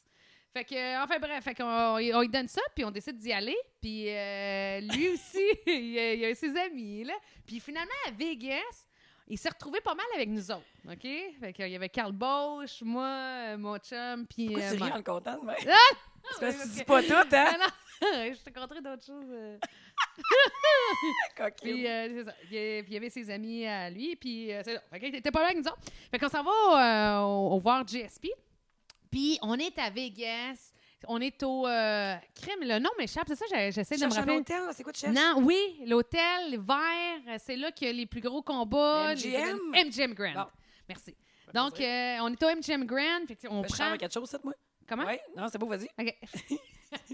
B: Fait que, euh, enfin bref, fait qu'on, on lui donne ça, puis on décide d'y aller. Puis euh, lui aussi, il, a, il a ses amis, là. Puis finalement, à Vegas, il s'est retrouvé pas mal avec nous autres, OK? Fait qu'il y avait Carl Bosch, moi, euh, mon chum, puis...
A: Pourquoi
B: euh,
A: tu
B: Ah,
A: ris
B: Mike.
A: en le content de même? C'est parce que
B: parce
A: tu dis
B: que-
A: pas tout, hein?
B: Ah non, je te conterai d'autres choses. euh.
A: Coquille.
B: Puis, euh, c'est ça. Il y a- puis il y avait ses amis à lui, puis euh, c'est ça. Fait qu'il était pas mal avec nous autres. Fait qu'on s'en va euh, au, au voir GSP. Puis on est à Vegas. On est au... euh, crime, le nom m'échappe. C'est ça, j'ai- j'essaie de me
A: Cherche un
B: rappeler.
A: hôtel, c'est quoi tu cherches? Ben,
B: Non, oui, l'hôtel, vert, c'est là qu'il y a les plus gros combats.
A: Le
B: les
A: MGM?
B: événements- MGM Grand.
A: Bon.
B: Merci.
A: Pas de
B: Donc,
A: plaisir.
B: euh, on est au MGM Grand. Fait on
A: Ben, je
B: prend...
A: charme à quelque chose, ça, de moi?
B: Comment?
A: Oui, non, c'est beau, vas-y.
B: OK.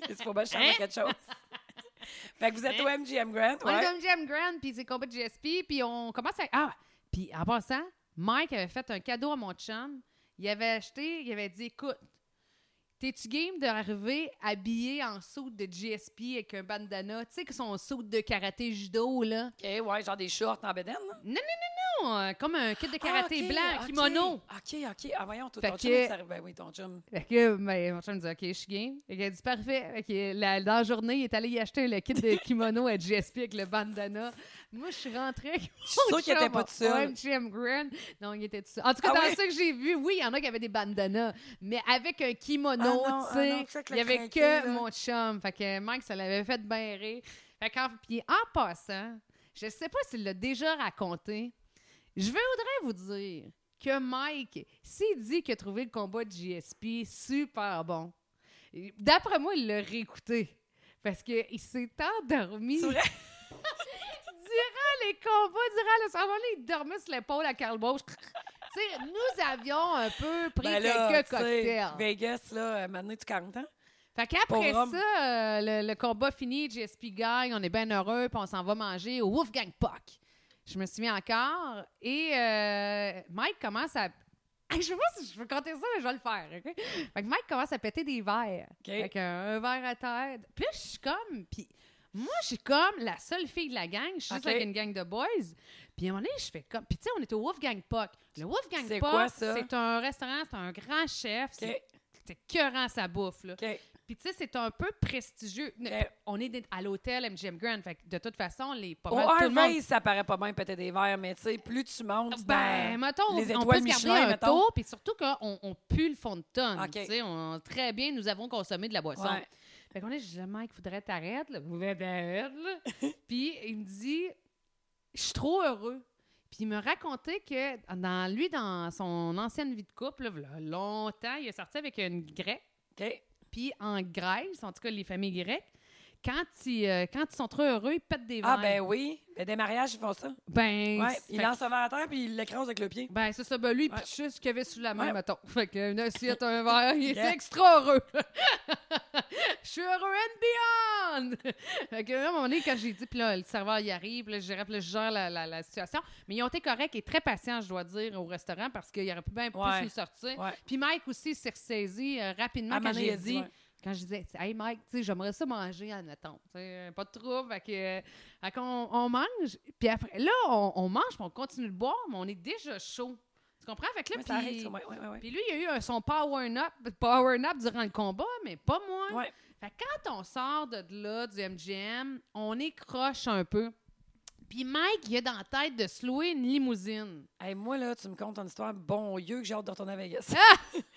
A: C'est pas mal, je charme à
B: Hein?
A: quelque chose. fait que vous êtes au MGM Grant,
B: On est
A: ouais.
B: comme Jam Grand, puis c'est combat de GSP, puis on commence à... Ah! Puis en passant, Mike avait fait un cadeau à mon chum. Il avait acheté, il avait dit, écoute, t'es-tu game d'arriver habillé en saut de GSP avec un bandana? Tu sais que son saut de karaté judo, là.
A: OK, ouais, genre des shorts en bedaine, là.
B: Non, euh, comme un kit de karaté
A: Ah, ok,
B: blanc,
A: ok.
B: kimono.
A: OK, OK. Ah, voyons, toi,
B: Fait
A: ton
B: que-
A: chum, il s'arrive- Ben oui, ton chum.
B: Fait que ben, mon chum me dit, OK, je suis game. Fait qu'il a dit, parfait. Fait que la- dans la journée, il est allé y acheter le kit de kimono à GSP avec le bandana. Moi, je suis rentrée avec
A: Je suis sûre qu'il était pas tout seul.
B: Ouais, Jim Grant. Non, il était tout seul. En tout cas,
A: Ah
B: dans
A: oui?
B: ceux que j'ai vu, oui, il y en a qui avaient des bandanas, mais avec un kimono,
A: Ah non, ah
B: tu sais.
A: non, tu sais, avec
B: il
A: le
B: n'y avait
A: crinqué,
B: que
A: là.
B: mon chum. Fait que Mike, ça l'avait fait bairrer. Fait qu'en puis en passant, je sais pas s'il l'a déjà raconté. Je voudrais vous dire que Mike, s'il dit qu'il a trouvé le combat de GSP super bon, d'après moi, il l'a réécouté. Parce qu'il s'est endormi.
A: C'est vrai?
B: durant les combats, durant le soir, il dormait sur l'épaule à Carl Bosch. tu sais, nous avions un peu pris
A: Ben là,
B: quelques
A: tu sais, ben
B: cocktails.
A: Vegas, là, euh, maintenant, tu 40 ans.
B: Fait qu'après ça,
A: Pauvre homme.
B: euh, le, le combat fini, GSP gagne, on est bien heureux, puis on s'en va manger au Wolfgang Puck. Je me souviens encore. Et euh, Mike commence à. Je sais pas si je veux compter ça, mais je vais le faire. ok? Fait que Mike commence à péter des verres.
A: OK.
B: Fait qu'un verre à terre. Puis là, je suis comme. Puis moi, je suis comme la seule fille de la gang. Je suis juste
A: OK.
B: avec une gang de boys. Puis à un moment donné, je fais comme. Puis tu sais, on était au Wolfgang Puck. Le Wolfgang
A: C'est
B: Puck,
A: quoi, ça?
B: c'est un restaurant, c'est un grand chef.
A: OK,
B: C'est C'est écœurant sa bouffe, là.
A: OK.
B: Puis tu sais, c'est un peu prestigieux. Ne-
A: Mais-
B: On est des- à l'hôtel MGM Grand, fait que de toute façon, les pas
A: Au
B: mal tout le monde.
A: Harvey, ça paraît pas bien péter des verres, mais tu sais, plus tu montes
B: Ben,
A: dans
B: mettons, on-
A: les
B: on
A: étoiles
B: peut se garder
A: Michelin,
B: un
A: mettons.
B: tour, puis surtout qu'on on pue le fond de tonne.
A: OK.
B: Tu sais, on- très bien, nous avons consommé de la boisson.
A: Ouais.
B: Fait qu'on est, je dis, Mike, faudrait t'arrêter, là. Vous êtes là. Puis il me dit, je suis trop heureux. Puis il me racontait que dans lui, dans son ancienne vie de couple, là, v'là longtemps, il est sorti avec une grecque.
A: OK.
B: Puis en Grèce, en tout cas les familles grecques, quand ils, euh, quand ils sont trop heureux, ils pètent des verres.
A: Ah, ben oui. Ben, des mariages, ils font ça.
B: Ben,
A: Ouais,
B: c'est-
A: il
B: fait-
A: lance un verre à terre puis il l'écrase avec le pied.
B: ben, c'est ça. Ben, lui, il
A: Ouais.
B: pitchait ce qu'il y avait sous la main,
A: Ouais.
B: mettons. Fait que une assiette, un verre, il était
A: Yeah.
B: extra heureux. Je suis heureux and beyond! fait que, à un moment donné, quand j'ai dit, puis là, le serveur, il arrive, puis là, je dirais, puis là, je gère la, la- la situation. Mais ils ont été corrects et très patients, je dois dire, au restaurant, parce qu'il aurait pu bien plus
A: Ouais.
B: nous sortir.
A: Ouais.
B: Puis Mike aussi s'est ressaisi euh, rapidement
A: À un
B: quand
A: moment donné, il
B: j'ai
A: a
B: dit,
A: dit, ouais.
B: quand je disais, hey Mike, tu sais, j'aimerais ça manger, admettons. Tu sais, Pas de trouble. Fait que, euh, fait qu'on- on, mange, puis après, là, on, on mange, puis on continue de boire, mais on est déjà chaud. Tu comprends? Fait que là,
A: Ouais,
B: puis,
A: ça arrive, ça, ouais, ouais, ouais, ouais.
B: puis lui, il a eu un- son power nap, power nap durant le combat, mais pas moi.
A: Ouais.
B: Fait que quand on sort de là, du MGM, on écroche un peu. Puis Mike, il a dans la tête de se louer une limousine.
A: Hey, moi, là, tu me comptes ton histoire, bon Dieu, que j'ai hâte de retourner à Vegas.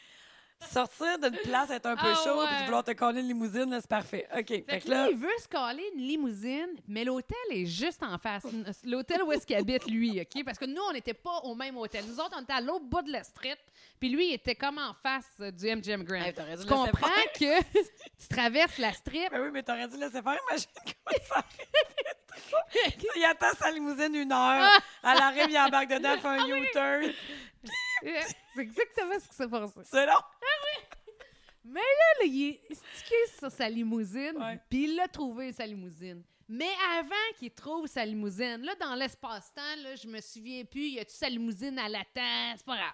A: Sortir d'une place, être un peu
B: Ah
A: chaud, puis
B: ouais.
A: vouloir te coller une limousine, là, c'est parfait. OK. Fait,
B: Fait
A: que
B: que
A: là,
B: lui, il veut se caler une limousine, mais l'hôtel est juste en face. euh, L'hôtel où est-ce qu'il habite, lui, OK? Parce que nous, on n'était pas au même hôtel. Nous autres, on était à l'autre bout de la street, puis lui, il était comme en face euh, du MGM Grand.
A: Hey, t'aurais dû
B: tu
A: le laisser
B: comprends que tu traverses la strip.
A: Ben oui, mais t'aurais dû le laisser faire. Imagine comment ça arrive. il attend sa limousine une heure.
B: Ah!
A: Elle arrive, il embarque dedans, fait un U-turn.
B: Euh, C'est exactement ce qui s'est passé.
A: C'est long.
B: Mais là, là, il est stické sur sa limousine,
A: Ouais.
B: puis il l'a trouvé, sa limousine. Mais avant qu'il trouve sa limousine, là, dans l'espace-temps, là, je me souviens plus, y a-tu sa limousine à l'attente? C'est pas grave.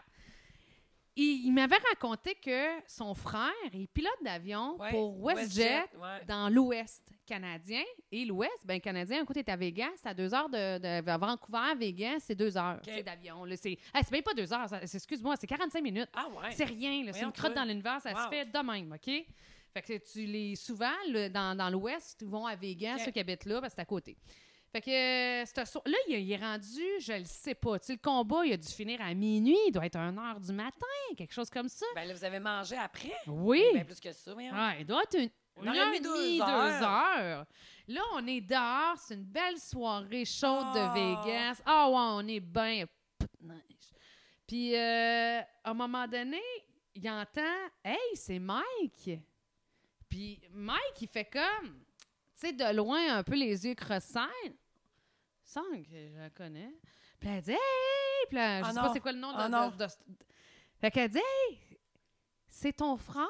B: Il, il m'avait raconté que son frère est pilote d'avion
A: Ouais,
B: pour WestJet
A: ouais.
B: dans l'Ouest canadien. Et l'Ouest, ben canadien, écoute, est à Vegas, c'est à deux heures de, de- de Vancouver à Vegas, c'est deux heures tu sais, d'avion. là, C'est ah, c'est même pas deux heures, ça- c'est- excuse-moi, c'est 45 minutes.
A: Ah ouais.
B: C'est rien, là. c'est
A: Voyons,
B: une crotte
A: toi.
B: dans l'univers, ça se
A: Wow.
B: fait de même, OK? Fait que tu les souvent le- dans, dans l'ouest, ils vont à Vegas,
A: OK.
B: ceux qui habitent là parce que c'est à côté. Fait que euh, c'est un soir- là il, il est rendu, je le sais pas, tu sais le combat, il a dû finir à minuit, il doit être à 1h du matin, quelque chose comme ça.
A: Ben là, vous avez mangé après.
B: Oui.
A: Ben plus que ça, voyons.
B: Ah, il doit être une,
A: Une
B: une
A: heure et
B: heure
A: demie,
B: et demie, deux
A: deux heures.
B: heures. Là, on est dehors, c'est une belle soirée chaude
A: Ah.
B: de Vegas. Ah ouais, on est bien. pout de neige. Puis, euh, à un moment donné, il entend Hey, c'est Mike. Puis, Mike, il fait comme, tu sais, de loin, un peu les yeux croissants. Sans que je la connais. Puis, elle dit Hey, hey! Puis là, je
A: Ah
B: sais
A: non.
B: pas c'est quoi le nom de-
A: Ah
B: de-
A: non.
B: de, de- Fait qu'elle dit Hey, c'est ton frère.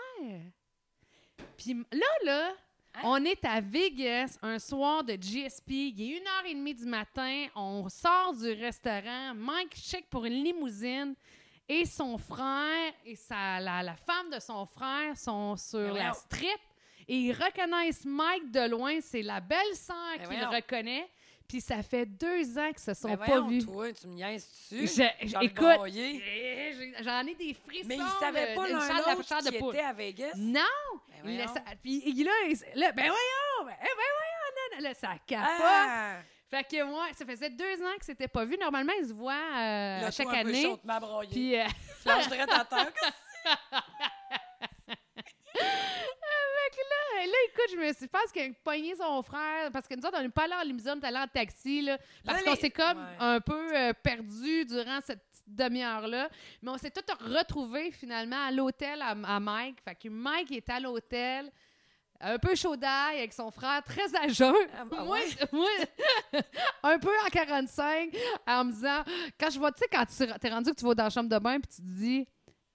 B: Puis m- là, là,
A: Hein?
B: on est à Vegas un soir de GSP. Il est 1h30 du matin. On sort du restaurant. Mike check pour une limousine. Et son frère et sa, la, la femme de son frère sont
A: Mais
B: sur
A: Ben voyons.
B: la strip. Et ils reconnaissent Mike de loin. C'est la belle-sœur
A: Mais
B: qui le
A: Ben voyons.
B: reconnaît. Puis ça fait deux ans qu'ils se sont
A: Ben
B: pas
A: voyons,
B: vus.
A: toi, tu me niaises-tu?
B: Je-
A: J'ai
B: je-
A: envie de
B: écoute,
A: broyer.
B: eh, j'ai- j'en ai des frissons.
A: Mais ils savaient
B: de-
A: pas
B: d'une
A: l'un
B: chair de la-
A: l'autre
B: chair de
A: qui
B: poule.
A: était à Vegas.
B: Non!
A: Ben
B: il
A: voyons.
B: laisse- puis il- là, il- là, ben voyons! Ben, eh, ben voyons! Là, là, ça capote!
A: Ah!
B: Fait que moi, ça faisait deux ans que c'était pas vu. Normalement, ils se voient euh,
A: Là,
B: chaque
A: toi, un peu
B: année.
A: chaud, tu m'as broyé.
B: Puis, euh,
A: Flanche droite à terre.
B: Fait que là, là, écoute, je me suis, je pense qu'il a pogné son frère, parce que nous autres, on n'est pas allés en limousine, on est allés en taxi, là, parce
A: Là,
B: qu'on
A: les-
B: s'est comme
A: Ouais.
B: un peu euh, perdu durant cette petite demi-heure-là. Mais on s'est tous retrouvés, finalement, à l'hôtel à, à Mike. Fait que Mike est à l'hôtel, un peu chaud d'ail, avec son frère, très à jeun.
A: Ah, bah
B: moi,
A: ouais.
B: moi, un peu en 45, en me disant, quand je vois, tu sais, quand tu t'es rendu que tu vas dans la chambre de bain, puis tu te dis...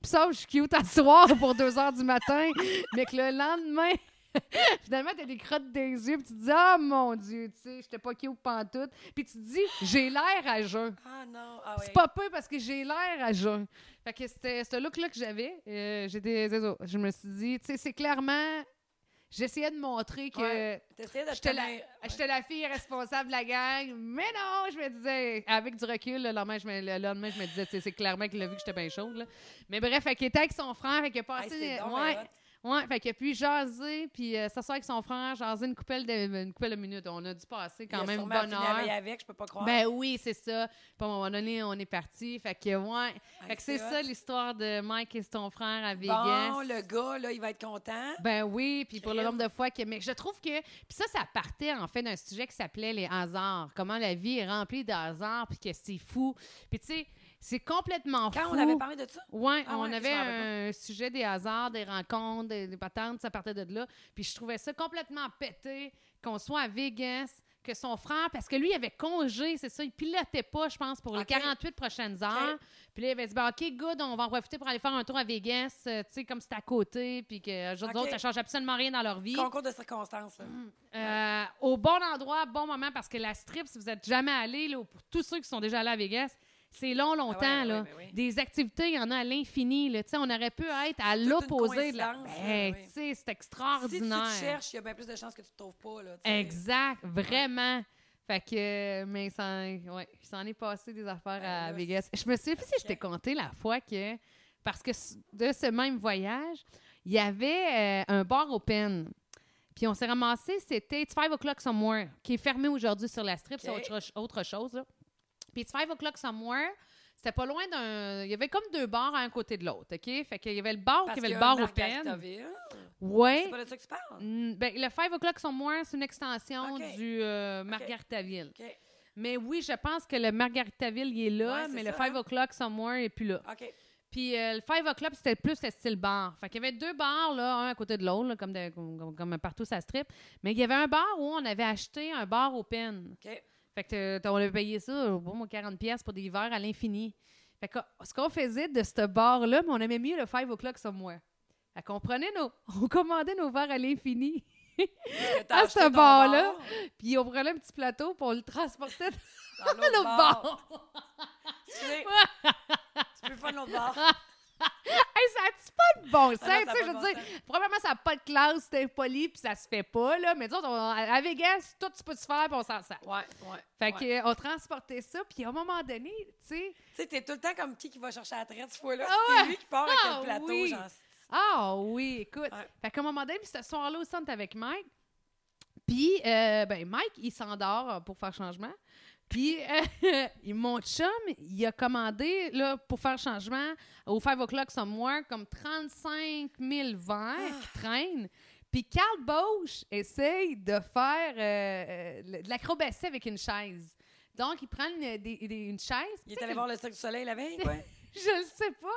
B: Pis ça, je suis cute à soir pour 2 heures du matin, mais que le lendemain, finalement, t'as des crottes des yeux, puis tu te dis, ah mon Dieu, tu sais, j'étais pas cute pantoute. Puis tu te dis, j'ai l'air à jeun.
A: Ah non, ah
B: C'est
A: ouais.
B: pas peu parce que j'ai l'air à jeun. Fait que c'était ce look-là que j'avais. euh, j'étais, désolé, je me suis dit, tu sais, c'est clairement, j'essayais de montrer que.
A: Ouais. T'essayais de te
B: J'étais la,
A: tenir-
B: j'étais la fille responsable de la gang, mais non, je me disais, avec du recul, le lendemain, je me, le lendemain, je me disais, tu sais, c'est clairement qu'il a vu que j'étais bien chaude. là. Mais bref, il était avec son frère, fait qu'il a
A: Hey,
B: passé.
A: c'est donc
B: ouais,
A: bien hot.
B: ouais, fait qu'il a pu jaser, puis euh, s'asseoir avec son frère, jaser une coupelle de, une coupelle de minutes. On a dû passer
A: Il
B: quand
A: a
B: même une
A: sûrement
B: bonne
A: fini la
B: heure.
A: veille avec, je peux pas croire.
B: Ben oui, c'est ça. Puis à un moment donné, on est parti. Fait que, ouais.
A: Hey,
B: Fait que c'est
A: c'est hot.
B: ça l'histoire de Mike et ton frère à Vegas.
A: Bon, le gars, là, il va être content.
B: Ben oui, puis pour le
A: Crime.
B: nombre de fois que. Mais je trouve que. Puis ça, ça partait en fait d'un sujet qui s'appelait les hasards. Comment la vie est remplie de hasards, puis que c'est fou. Puis tu sais, c'est complètement
A: Quand
B: fou.
A: on avait parlé de ça?
B: Ouais,
A: Ah
B: on
A: ouais,
B: avait
A: je m'en rappelle
B: un sujet des hasards, des rencontres, des, des patentes, ça partait de là. Puis je trouvais ça complètement pété qu'on soit à Vegas, que son frère, parce que lui, il avait congé, c'est ça, il pilotait pas, je pense, pour
A: OK.
B: les 48 prochaines heures. Puis là, il avait dit, ben, OK, good, on va en profiter pour aller faire un tour à Vegas, euh, tu sais, comme c'est à côté, puis que euh, je veux dire,
A: OK.
B: ça change absolument rien dans leur vie.
A: Concours de circonstances, là.
B: Euh, au bon endroit, bon moment, parce que la strip, si vous n'êtes jamais allé, là, pour tous ceux qui sont déjà allés à Vegas, c'est long, longtemps.
A: Ah ouais,
B: là.
A: ouais, ouais, ouais.
B: Des activités, il y en a à l'infini. là. Tu sais, On aurait pu être à
A: toute une
B: l'opposé de la.
A: coïncidence,
B: Ben,
A: là, oui.
B: tu sais, C'est
A: Si tu
B: extraordinaire.
A: te cherches, il y a bien plus de chances que tu te trouves pas, là. tu sais.
B: exact, vraiment. Fait que, euh, mais il s'en ouais, il s'en est passé des affaires
A: Ben,
B: à
A: là,
B: Vegas. Je me souviens plus si je t'ai compté la fois que, parce que s- de ce même voyage, il y avait euh, un bar open. Puis on s'est ramassé, c'était It's 5 O'Clock Somewhere, qui est fermé aujourd'hui sur la strip, c'est
A: OK.
B: autre, autre chose. là. Puis It's 5 O'Clock Somewhere, C'était pas loin d'un. Il y avait comme deux bars à un côté de l'autre, OK? Fait qu'il y avait le bar,
A: Parce
B: puis il
A: que
B: y avait le bar
A: Marc
B: open.
A: Altaville,
B: Ouais.
A: C'est pas de ça que tu parles?
B: Mm, Ben, le 5 o'clock sur moi, c'est une extension
A: OK.
B: du euh, Margaritaville.
A: OK.
B: Mais oui, je pense que le Margaritaville, il est là,
A: Ouais, c'est
B: mais le
A: ça,
B: 5
A: hein?
B: o'clock somewhere n'est plus là.
A: OK.
B: Puis euh, le 5 o'clock, c'était plus le style bar. Fait qu'il y avait deux bars, là, un à côté de l'autre, là, comme, de- comme, comme partout ça strip. Mais il y avait un bar où on avait acheté un bar open.
A: OK.
B: Fait que euh, on avait payé ça, euh, bon, 40 pièces pour des verres à l'infini. Fait que euh, ce qu'on faisait de ce bar-là, mais on aimait mieux le 5 o'clock somewhere. Fait qu'on prenait nos... On commandait nos verres à l'infini.
A: Est-ce que t'as
B: À
A: acheté
B: ce
A: ton
B: bar-là, Puis on prenait un petit plateau, puis on le transportait dans
A: Dans
B: le
A: l'autre bar.
B: bar.
A: Excusez. C'est plus fun l'autre bar.
B: Hey, ça a-tu pas de bon sens?
A: Ah non, ça a
B: tu sais,
A: pas
B: je veux
A: de bon
B: dire, probablement, ça n'a pas de classe, c'est impoli, puis ça se fait pas, là. Mais disons, on- à Vegas, tout, tu peux te faire, puis on s'en sert.
A: Ouais, ouais.
B: Fait
A: ouais.
B: que, euh, on transportait ça, puis à un moment donné, tu sais,
A: Tu sais, t'es tout le temps comme qui qui va chercher la traite, ce fois-là.
B: Ah
A: c'est
B: ouais.
A: lui qui part avec
B: Ah
A: le plateau,
B: oui.
A: genre.
B: ah oui, écoute.
A: Ouais.
B: Fait qu'à un moment donné, puis ce soir-là aussi, on était avec Mike. Puis, euh, ben, Mike, il s'endort euh, pour faire changement. Puis, euh, il- mon chum, il a commandé, là, pour faire changement, au 5 o'clock somewhere, comme 35 000 verres qui
A: Ah.
B: traînent. Puis, Carl Bausch essaye de faire euh, euh, le- de l'acrobatie avec une chaise. Donc, il prend une, des- des- une chaise.
A: Il
B: Tu sais,
A: est allé voir le Cirque du Soleil la veille, quoi. Il
B: Je le sais pas.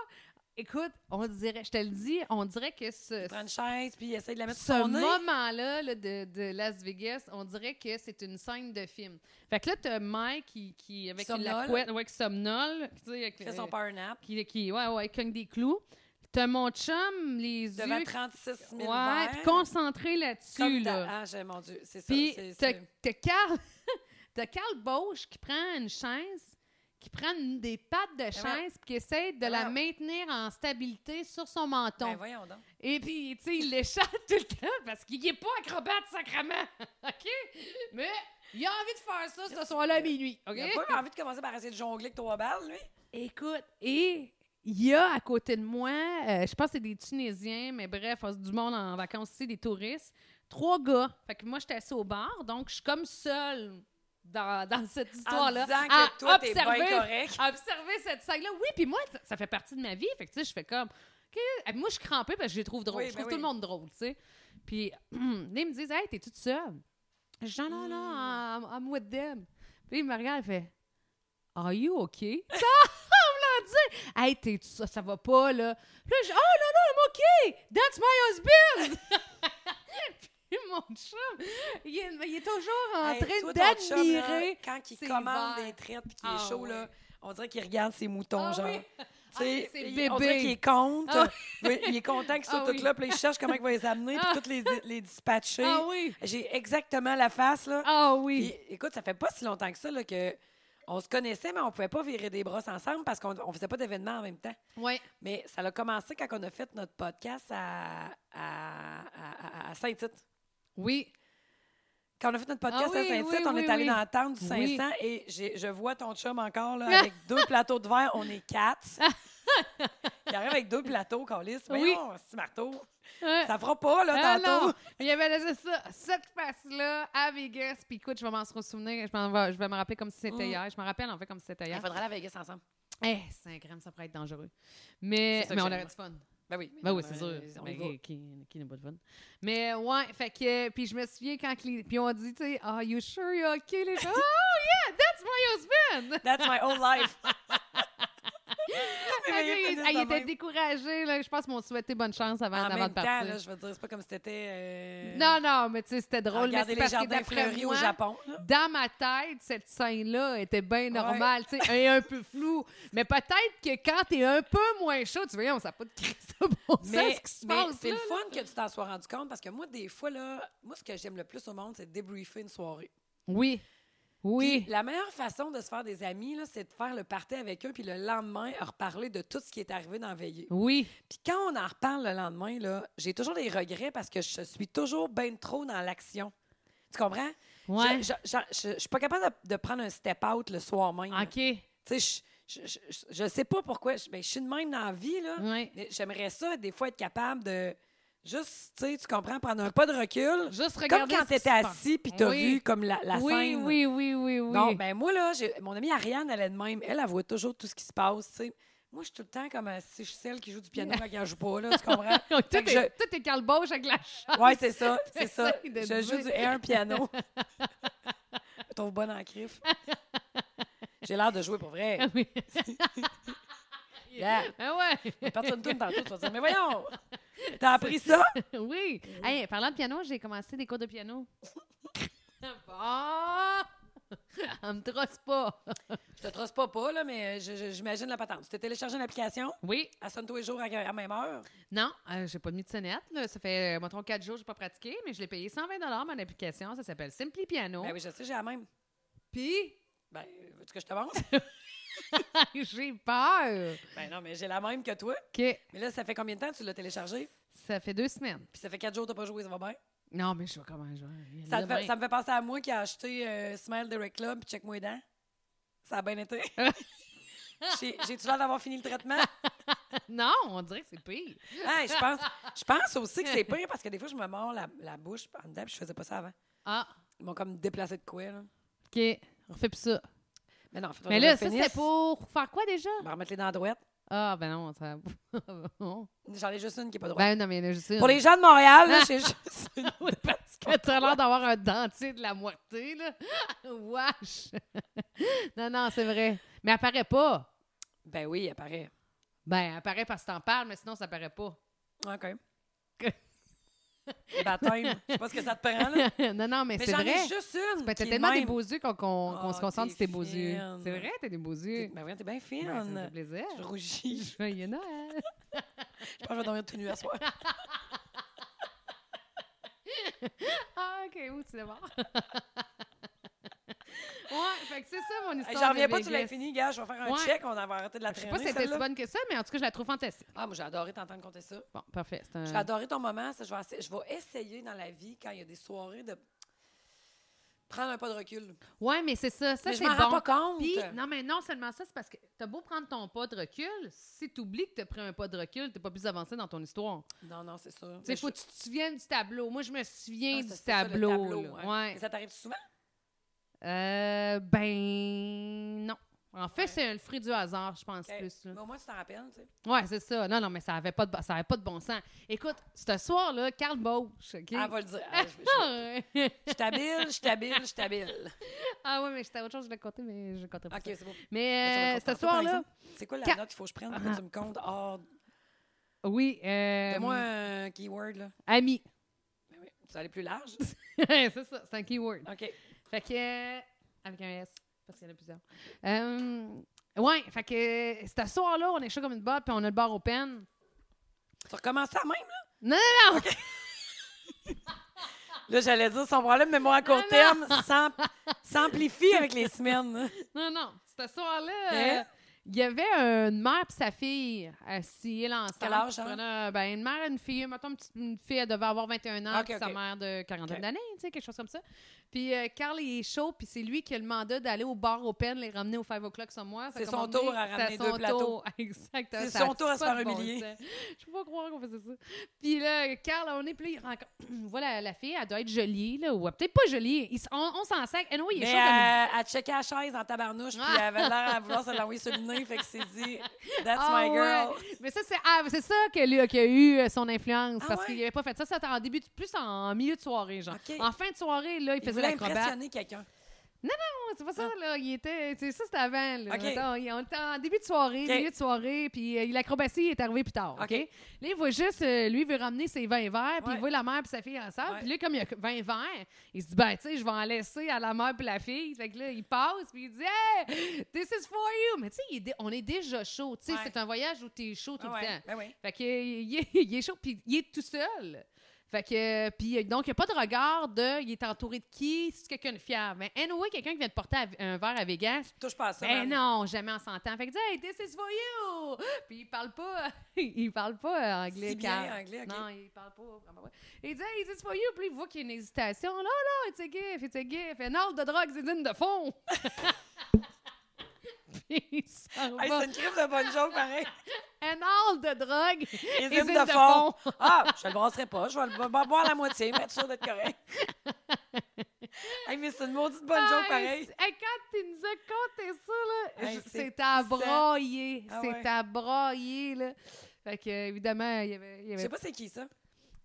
B: Écoute, on dirait, je te le dis, on dirait que ce,
A: prend une chaise, puis il essaie de la mettre sur
B: ce
A: son nez.
B: moment-là là, de, de Las Vegas, on dirait que c'est une scène de film. Fait que là, t'as Mike qui, qui avec la
A: Somnole.
B: couette, ouais, qui somnole, tu sais, avec,
A: Il fait
B: euh,
A: son power nap.
B: qui, qui, ouais, ouais, cogne des clous. T'as mon chum, les
A: Devant
B: yeux,
A: 36 000
B: ouais, puis
A: verres.
B: concentré
A: Comme
B: là-dessus,
A: ta-
B: là.
A: Ah, j'ai- mon Dieu, c'est ça.
B: Puis
A: c'est-
B: t'as
A: c'est-
B: t'as Carl, t'as Carl Bauche qui prend une chaise, qui prend une des pattes
A: Eh
B: de chaise, puis qui essaie de la
A: Wow.
B: maintenir en stabilité sur son menton.
A: Eh Ben, voyons donc.
B: Et puis, tu sais, il l'échappe tout le temps parce qu'il n'est pas acrobate sacrament. OK? Mais il a envie de faire ça ce soir-là à minuit. OK?
A: Il a pas eu envie de commencer par essayer de jongler avec trois balles, lui.
B: Écoute, et il y a à côté de moi, euh, je pense que c'est des Tunisiens, mais bref, du monde en vacances ici, des touristes, trois gars. Fait que moi, j'étais assise au bar, donc je suis comme seule dans, dans cette histoire-là.
A: En disant que
B: à
A: toi, t'es bien correct.
B: à observer cette scène-là. Oui, puis moi, ça- ça fait partie de ma vie. Fait que, tu sais, je fais comme. OK. Et Moi, je suis crampée parce que je les trouve drôles.
A: Oui,
B: je
A: ben
B: trouve tout
A: oui.
B: le monde drôle, tu sais. Puis, là, ils me disent, Hey, t'es toute seule? Je dis, non, non, non,
A: Hmm.
B: I'm, I'm with them. Puis, ils me regardent, ils fait Are you OK? Ça, on me l'a dit. Hey, t'es toute seule, ça va pas, là. Puis là, je dis, Oh, non, non, I'm OK. That's my husband. Puis, mon chum, il est, il est toujours en
A: Hey,
B: train
A: toi, ton chum, là,
B: d'admirer.
A: Quand il
B: ses
A: commande
B: verres.
A: des traites puis qu'il
B: Ah,
A: est chaud,
B: oui.
A: là, on dirait qu'il regarde ses moutons,
B: Ah,
A: genre.
B: oui.
A: Tu sais,
B: Ah, c'est
A: il- On dirait
B: bébé.
A: qu'il est contre.
B: Ah,
A: mais Il est content qu'ils soient
B: Ah,
A: tous
B: oui.
A: là, puis là, il cherche comment il va les amener, puis
B: Ah.
A: toutes les, les dispatcher.
B: Ah oui.
A: J'ai exactement la face, là.
B: Ah oui.
A: Puis, écoute, ça fait pas si longtemps que ça, là, que on se connaissait, mais on pouvait pas virer des brosses ensemble parce qu'on on faisait pas d'événements en même temps.
B: Ouais.
A: Mais ça a commencé quand on a fait notre podcast à, à, à- à- à Saint-Tite.
B: Oui.
A: Quand on a fait notre podcast
B: Ah oui,
A: à Saint-Tite,
B: oui,
A: on
B: oui,
A: est allé
B: oui.
A: dans la tente du 500
B: Oui.
A: et j'ai- je vois ton chum encore là, avec deux plateaux de verre. On est quatre. Il arrive avec deux plateaux, Calis.
B: Oui.
A: Oui. C'est marteau.
B: Ouais.
A: Ça fera pas, là,
B: Ah
A: tantôt.
B: non! Il y avait laissé ça, cette face-là à Vegas. Puis écoute, je vais m'en souvenir. Je, m'en vais, je vais me rappeler comme si c'était
A: Mm.
B: hier. Je me rappelle en fait comme si c'était
A: Il
B: hier.
A: faudra aller à Vegas ensemble.
B: Eh, 5 grammes, ça pourrait être dangereux. Mais,
A: C'est ça
B: Eh,
A: que
B: mais on
A: j'aime.
B: aurait du fun.
A: Ben oui.
B: Ben oui,
A: On-
B: c'est sûr.
A: On
B: Mais
A: y va.
B: qui, qui- qui n'a pas de fun? Mais ouais, fait que. Puis je me souviens quand. que les- Puis on dit, tu sais, Are you sure you're OK? Les gens, Oh yeah, that's my husband!
A: That's my whole life.
B: Ah,
A: Mais il
B: il,
A: finit
B: ah, il
A: de
B: était
A: même.
B: découragé. Là. Je pense qu'on souhaitait bonne chance avant,
A: En
B: avant
A: même
B: de
A: temps,
B: partir.
A: là, je veux dire, c'est pas comme si t'étais. euh,
B: Non, non, mais tu sais, c'était
A: à
B: drôle. mais
A: Regarder
B: c'est
A: les
B: parce que
A: jardins
B: d'après
A: fleuris au
B: moi,
A: Japon. là.
B: dans ma tête, cette scène-là était bien normale, tu sais, et un peu floue. Mais peut-être que quand t'es un peu moins chaud, tu vois, on sait pas de crise de bon sens
A: Mais,
B: ce qui se
A: mais
B: passe.
A: c'est
B: là.
A: le fun que tu t'en sois rendu compte parce que moi, des fois, là, moi, ce que j'aime le plus au monde, c'est de débriefer une soirée.
B: Oui. Oui.
A: Puis la meilleure façon de se faire des amis, là, c'est de faire le party avec eux, puis le lendemain, reparler de tout ce qui est arrivé dans la veillée.
B: Oui.
A: Puis quand on en reparle le lendemain, là, j'ai toujours des regrets parce que je suis toujours bien trop dans l'action. Tu comprends?
B: Ouais.
A: Je, je, je- je- je suis pas capable de, de prendre un step out le soir même. là.
B: OK.
A: Tu sais, je, je, je- je sais pas pourquoi. Je, ben, je suis de même dans la vie, là.
B: Ouais.
A: Mais J'aimerais ça, des fois, être capable de, Juste, tu sais, tu comprends, prendre un pas de recul.
B: Juste
A: Comme
B: regarder
A: quand
B: ce qui
A: t'étais
B: se passe.
A: assis puis t'as
B: Oui.
A: vu comme la, la
B: oui,
A: scène.
B: Oui, oui, oui, oui.
A: Non, ben moi, là, j'ai- mon amie Ariane, elle est de même. Elle, elle voit toujours tout ce qui se passe, tu sais. Moi, je suis tout le temps comme euh, si je suis celle qui joue du piano quand elle joue pas, là, tu comprends?
B: tout,
A: Fait que
B: est, tout est calboche avec la chatte.
A: Ouais, c'est ça, c'est ça.
B: T'essayes de
A: Je joue
B: dire.
A: du air piano. Je trouve bonne en crif. J'ai l'air de jouer pour vrai.
B: Oui.
A: Yeah.
B: Ah ouais.
A: Personne tourne tantôt, tu vas dire, mais voyons, t'as appris ça?
B: Oui.
A: Mm-hmm.
B: Hey, parlant de piano, j'ai commencé des cours de piano. bon. On me trosse pas.
A: Je te trosse pas pas, là, mais euh, je- je- j'imagine la patente. Tu t'es téléchargé une application,
B: Oui.
A: elle sonne tous les jours à la même heure.
B: Non, euh, j'ai pas mis de sonnette. là. Ça fait, euh, mettons, quatre jours que j'ai pas pratiqué, mais je l'ai payé 120 mon application. Ça s'appelle Simply Piano.
A: Ben oui, je sais, j'ai la même.
B: Puis,
A: Ben, veux-tu que je te montre?
B: j'ai peur.
A: ben non, mais j'ai la même que toi.
B: OK.
A: Mais là, ça fait combien de temps que tu l'as téléchargé?
B: Ça fait deux semaines.
A: Puis ça fait quatre jours que t'as pas joué, ça va bien?
B: Non, mais je vois comment je vais.
A: Ça, te
B: Demain.
A: fait, ça me fait penser à moi qui a acheté euh, Smile Direct Club puis Check Moi les dents. Ça a bien été. J'ai- J'ai-tu l'air d'avoir fini le traitement?
B: Non, on dirait que c'est pire.
A: Hein, je, pense, je pense aussi que c'est pire parce que des fois, je me mords la, la bouche en dedans puis je faisais pas ça avant.
B: Ah,
A: Ils m'ont comme déplacé de quoi, là.
B: OK. On refait plus ça.
A: Mais non, en fait,
B: Mais
A: faudrait
B: là,
A: que
B: ça,
A: je finisse.
B: c'était pour faire quoi déjà?
A: Je vais remettre les dents droites.
B: Ah, ben non, ça.
A: J'en ai juste une qui est pas droite.
B: ben non, mais là, je sais.
A: Pour les gens de Montréal, là, j'ai juste une.
B: Oui, parce que t'as l'air d'avoir un dentier de la moitié, là. Wesh! non, non, c'est vrai. Mais elle paraît pas.
A: Ben oui, elle paraît.
B: Ben, elle paraît parce que t'en parles, mais sinon, ça paraît pas.
A: OK.
B: Que-
A: Baptême. Je sais pas ce que ça te prend, là.
B: non, non, mais,
A: Mais
B: c'est
A: j'en
B: vrai.
A: ai juste une.
B: Ben,
A: qui
B: t'as
A: est
B: tellement
A: de
B: des
A: même.
B: beaux yeux qu'on qu'on- qu'on
A: Oh,
B: se concentre
A: t'es
B: sur tes beaux yeux.
A: fine.
B: C'est vrai, t'as des beaux yeux.
A: Ben voyons, t'es bien fine.
B: Ben, ça me fait plaisir.
A: Je rougis.
B: Joyeux Noël!
A: Je pense que je vais dormir tout nu à soir.
B: Ah, OK, où tu mort? ouais, fait que c'est ça mon
A: Hey,
B: histoire.
A: J'en reviens
B: de
A: pas, tu l'as
B: Vegas.
A: fini, gars. Je vais faire un
B: Ouais.
A: check. On avait arrêté de la
B: Je sais pas
A: traîner.
B: si c'était si
A: celle-là.
B: bonne que ça, mais en tout cas, je la trouve fantastique.
A: Ah, moi, j'ai adoré t'entendre compter ça.
B: Bon, parfait. C'est un...
A: J'ai adoré ton moment. Ça, je, vais essa- je vais essayer dans la vie, quand il y a des soirées, de prendre un pas de recul.
B: Ouais, mais c'est ça. Ça,
A: Mais je
B: c'est
A: m'en rends
B: bon.
A: pas compte.
B: Puis, non, mais non seulement ça, c'est parce que t'as beau prendre ton pas de recul, si t'oublies que t'as pris un pas de recul, t'es pas plus avancé dans ton histoire.
A: Non, non, c'est ça.
B: Tu sais,
A: Mais
B: faut
A: je-
B: que tu te souviennes du tableau. Moi, je me souviens
A: Ah,
B: du
A: c'est ça, le
B: tableau. là.
A: ouais.
B: Ouais.
A: Mais Ça t'arrive souvent?
B: Euh, ben, non. En fait,
A: Ouais.
B: c'est le fruit du hasard, je pense
A: Eh,
B: plus. là.
A: Mais au moins, tu t'en rappelles, tu sais.
B: Ouais, c'est ça. Non, non, mais ça avait pas de, bon- ça avait pas de bon sens. Écoute, ce soir-là, Carl Bauch, OK?
A: Elle va le dire. Ah, je- je-
B: Ah,
A: Je suis habile, je suis habile, je suis habile.
B: ah ouais, mais j'étais à autre chose, je l'ai compté, mais je le comptais pas.
A: OK,
B: ça.
A: c'est beau.
B: Mais euh,
A: Ça, on va
B: ce
A: le comprendre, par
B: soir-là, Ah. Euh,
A: exemple. C'est quoi la
B: Ca-
A: note qu'il faut que je prenne pour que tu me comptes? hors
B: oui, euh,
A: Donne-moi un keyword, là.
B: ami.
A: Ben oui, Tu vas aller plus large?
B: c'est ça, c'est un keyword.
A: OK.
B: Fait que. euh, Avec un S, parce qu'il y en a plusieurs. Euh, ouais, fait que euh, ce soir-là, on est chaud comme une botte, puis on a le bar open.
A: Tu recommences ça même, là?
B: Non, non, non!
A: Là, j'allais dire son problème, mais moi, à court
B: non.
A: terme, s'am- s'amplifie avec les semaines.
B: Non, non! Ce soir-là, euh,
A: Hein?
B: il y avait une mère et sa fille assises ensemble.
A: Quel âge,
B: Ils
A: hein?
B: prenaient, ben, une mère et une fille. Mettons, une, petite- une fille, elle devait avoir 21 ans,
A: Ok,
B: puis sa
A: ok.
B: mère de 40
A: Ok.
B: d'années, tu sais, quelque chose comme ça. Puis euh, Carl, il est chaud, puis c'est lui qui a le mandat d'aller au bar open, les ramener au 5 o'clock sur moi.
A: C'est son tour à ramener deux plateaux.
B: Exactement.
A: C'est
B: ça
A: son
B: a
A: tour à se
B: pas
A: faire
B: de bon
A: humilier.
B: sens. Je peux pas croire qu'on faisait ça. Puis là, Carl, on est, puis là, il rencontre. Voilà, la fille, elle doit être jolie, là, ou peut-être pas jolie. Il s- on on s'en sac. Anyway, il est
A: Mais
B: chaud comme une
A: elle, elle checkait la chaise en tabarnouche, puis elle avait l'air à vouloir se l'envoyer sur le nez, fait que c'est dit, « That's
B: Ah
A: my girl
B: ouais. Mais ça, c'est ah, c'est ça que lui- qu'il a eu euh, son influence.
A: Ah
B: parce
A: ouais?
B: qu'il n'avait pas fait ça. C'était en début, de- plus en milieu de soirée, genre.
A: OK.
B: En fin de soirée, là, il
A: Il
B: faisait
A: voulait
B: l'acrobat.
A: impressionner quelqu'un.
B: Non, C'est pas ça, là. Il était. tu sais, Ça, c'était avant, là.
A: Ah. OK.
B: Mettons, il- on était en début de soirée,
A: OK.
B: milieu de soirée, puis euh, l'acrobatie est arrivée plus tard. OK?
A: OK.
B: Là, il voit juste. euh, lui, il veut ramener ses 20 verres, puis
A: Ouais.
B: il voit la mère puis sa fille ensemble.
A: Ouais.
B: Puis là, comme il y a que 20 verres, il se dit, ben, tu sais, je vais en laisser à la mère puis la fille. Fait que là, il passe, puis il dit, hey, this is for you. Mais tu sais, il est dé- on est déjà chaud. Tu sais,
A: Ouais.
B: c'est un voyage où t'es chaud tout
A: Ah
B: le temps.
A: ouais, ben oui.
B: Fait que euh, il est, il est chaud, puis il est tout seul. Fait que, euh, puis euh, donc, il n'y a pas de regard de il est entouré de qui, si c'est quelqu'un de fier. Mais anyway, quelqu'un qui vient de porter à- un verre à Vegas,
A: Touche pas à ça,
B: ben
A: man.
B: non, jamais en s'entend. Fait que, il dit, hey, this is for you! Puis il parle pas, il parle pas euh, anglais.
A: Si bien
B: Carl.
A: anglais, ok.
B: Non, il parle pas. vraiment pas. Il dit, hey, this is for you! Puis il voit qu'il y a une hésitation. Non, non, it's a gift, it's a gift. And all the drugs is in the fond! il s'en
A: Hey,
B: va.
A: c'est une crève de bonne joke, pareil.
B: An all de drogue
A: Les
B: is
A: hymnes
B: in
A: de
B: the
A: fond.
B: fond.
A: Ah, je le brasserai pas. Je vais le bo- bo- boire la moitié, mais être sûr d'être correct. hey, mais c'est une maudite bonne joke,
B: Hey,
A: pareil.
B: c'est- hey, quand tu nous as conté ça, là,
A: Hey,
B: je-
A: c'est
B: c'est à
A: puissant.
B: broyer.
A: Ah
B: c'est
A: ouais.
B: à broyer, là. Fait que, euh, évidemment, il y avait. il y
A: Je
B: avait-
A: sais pas c'est qui, ça.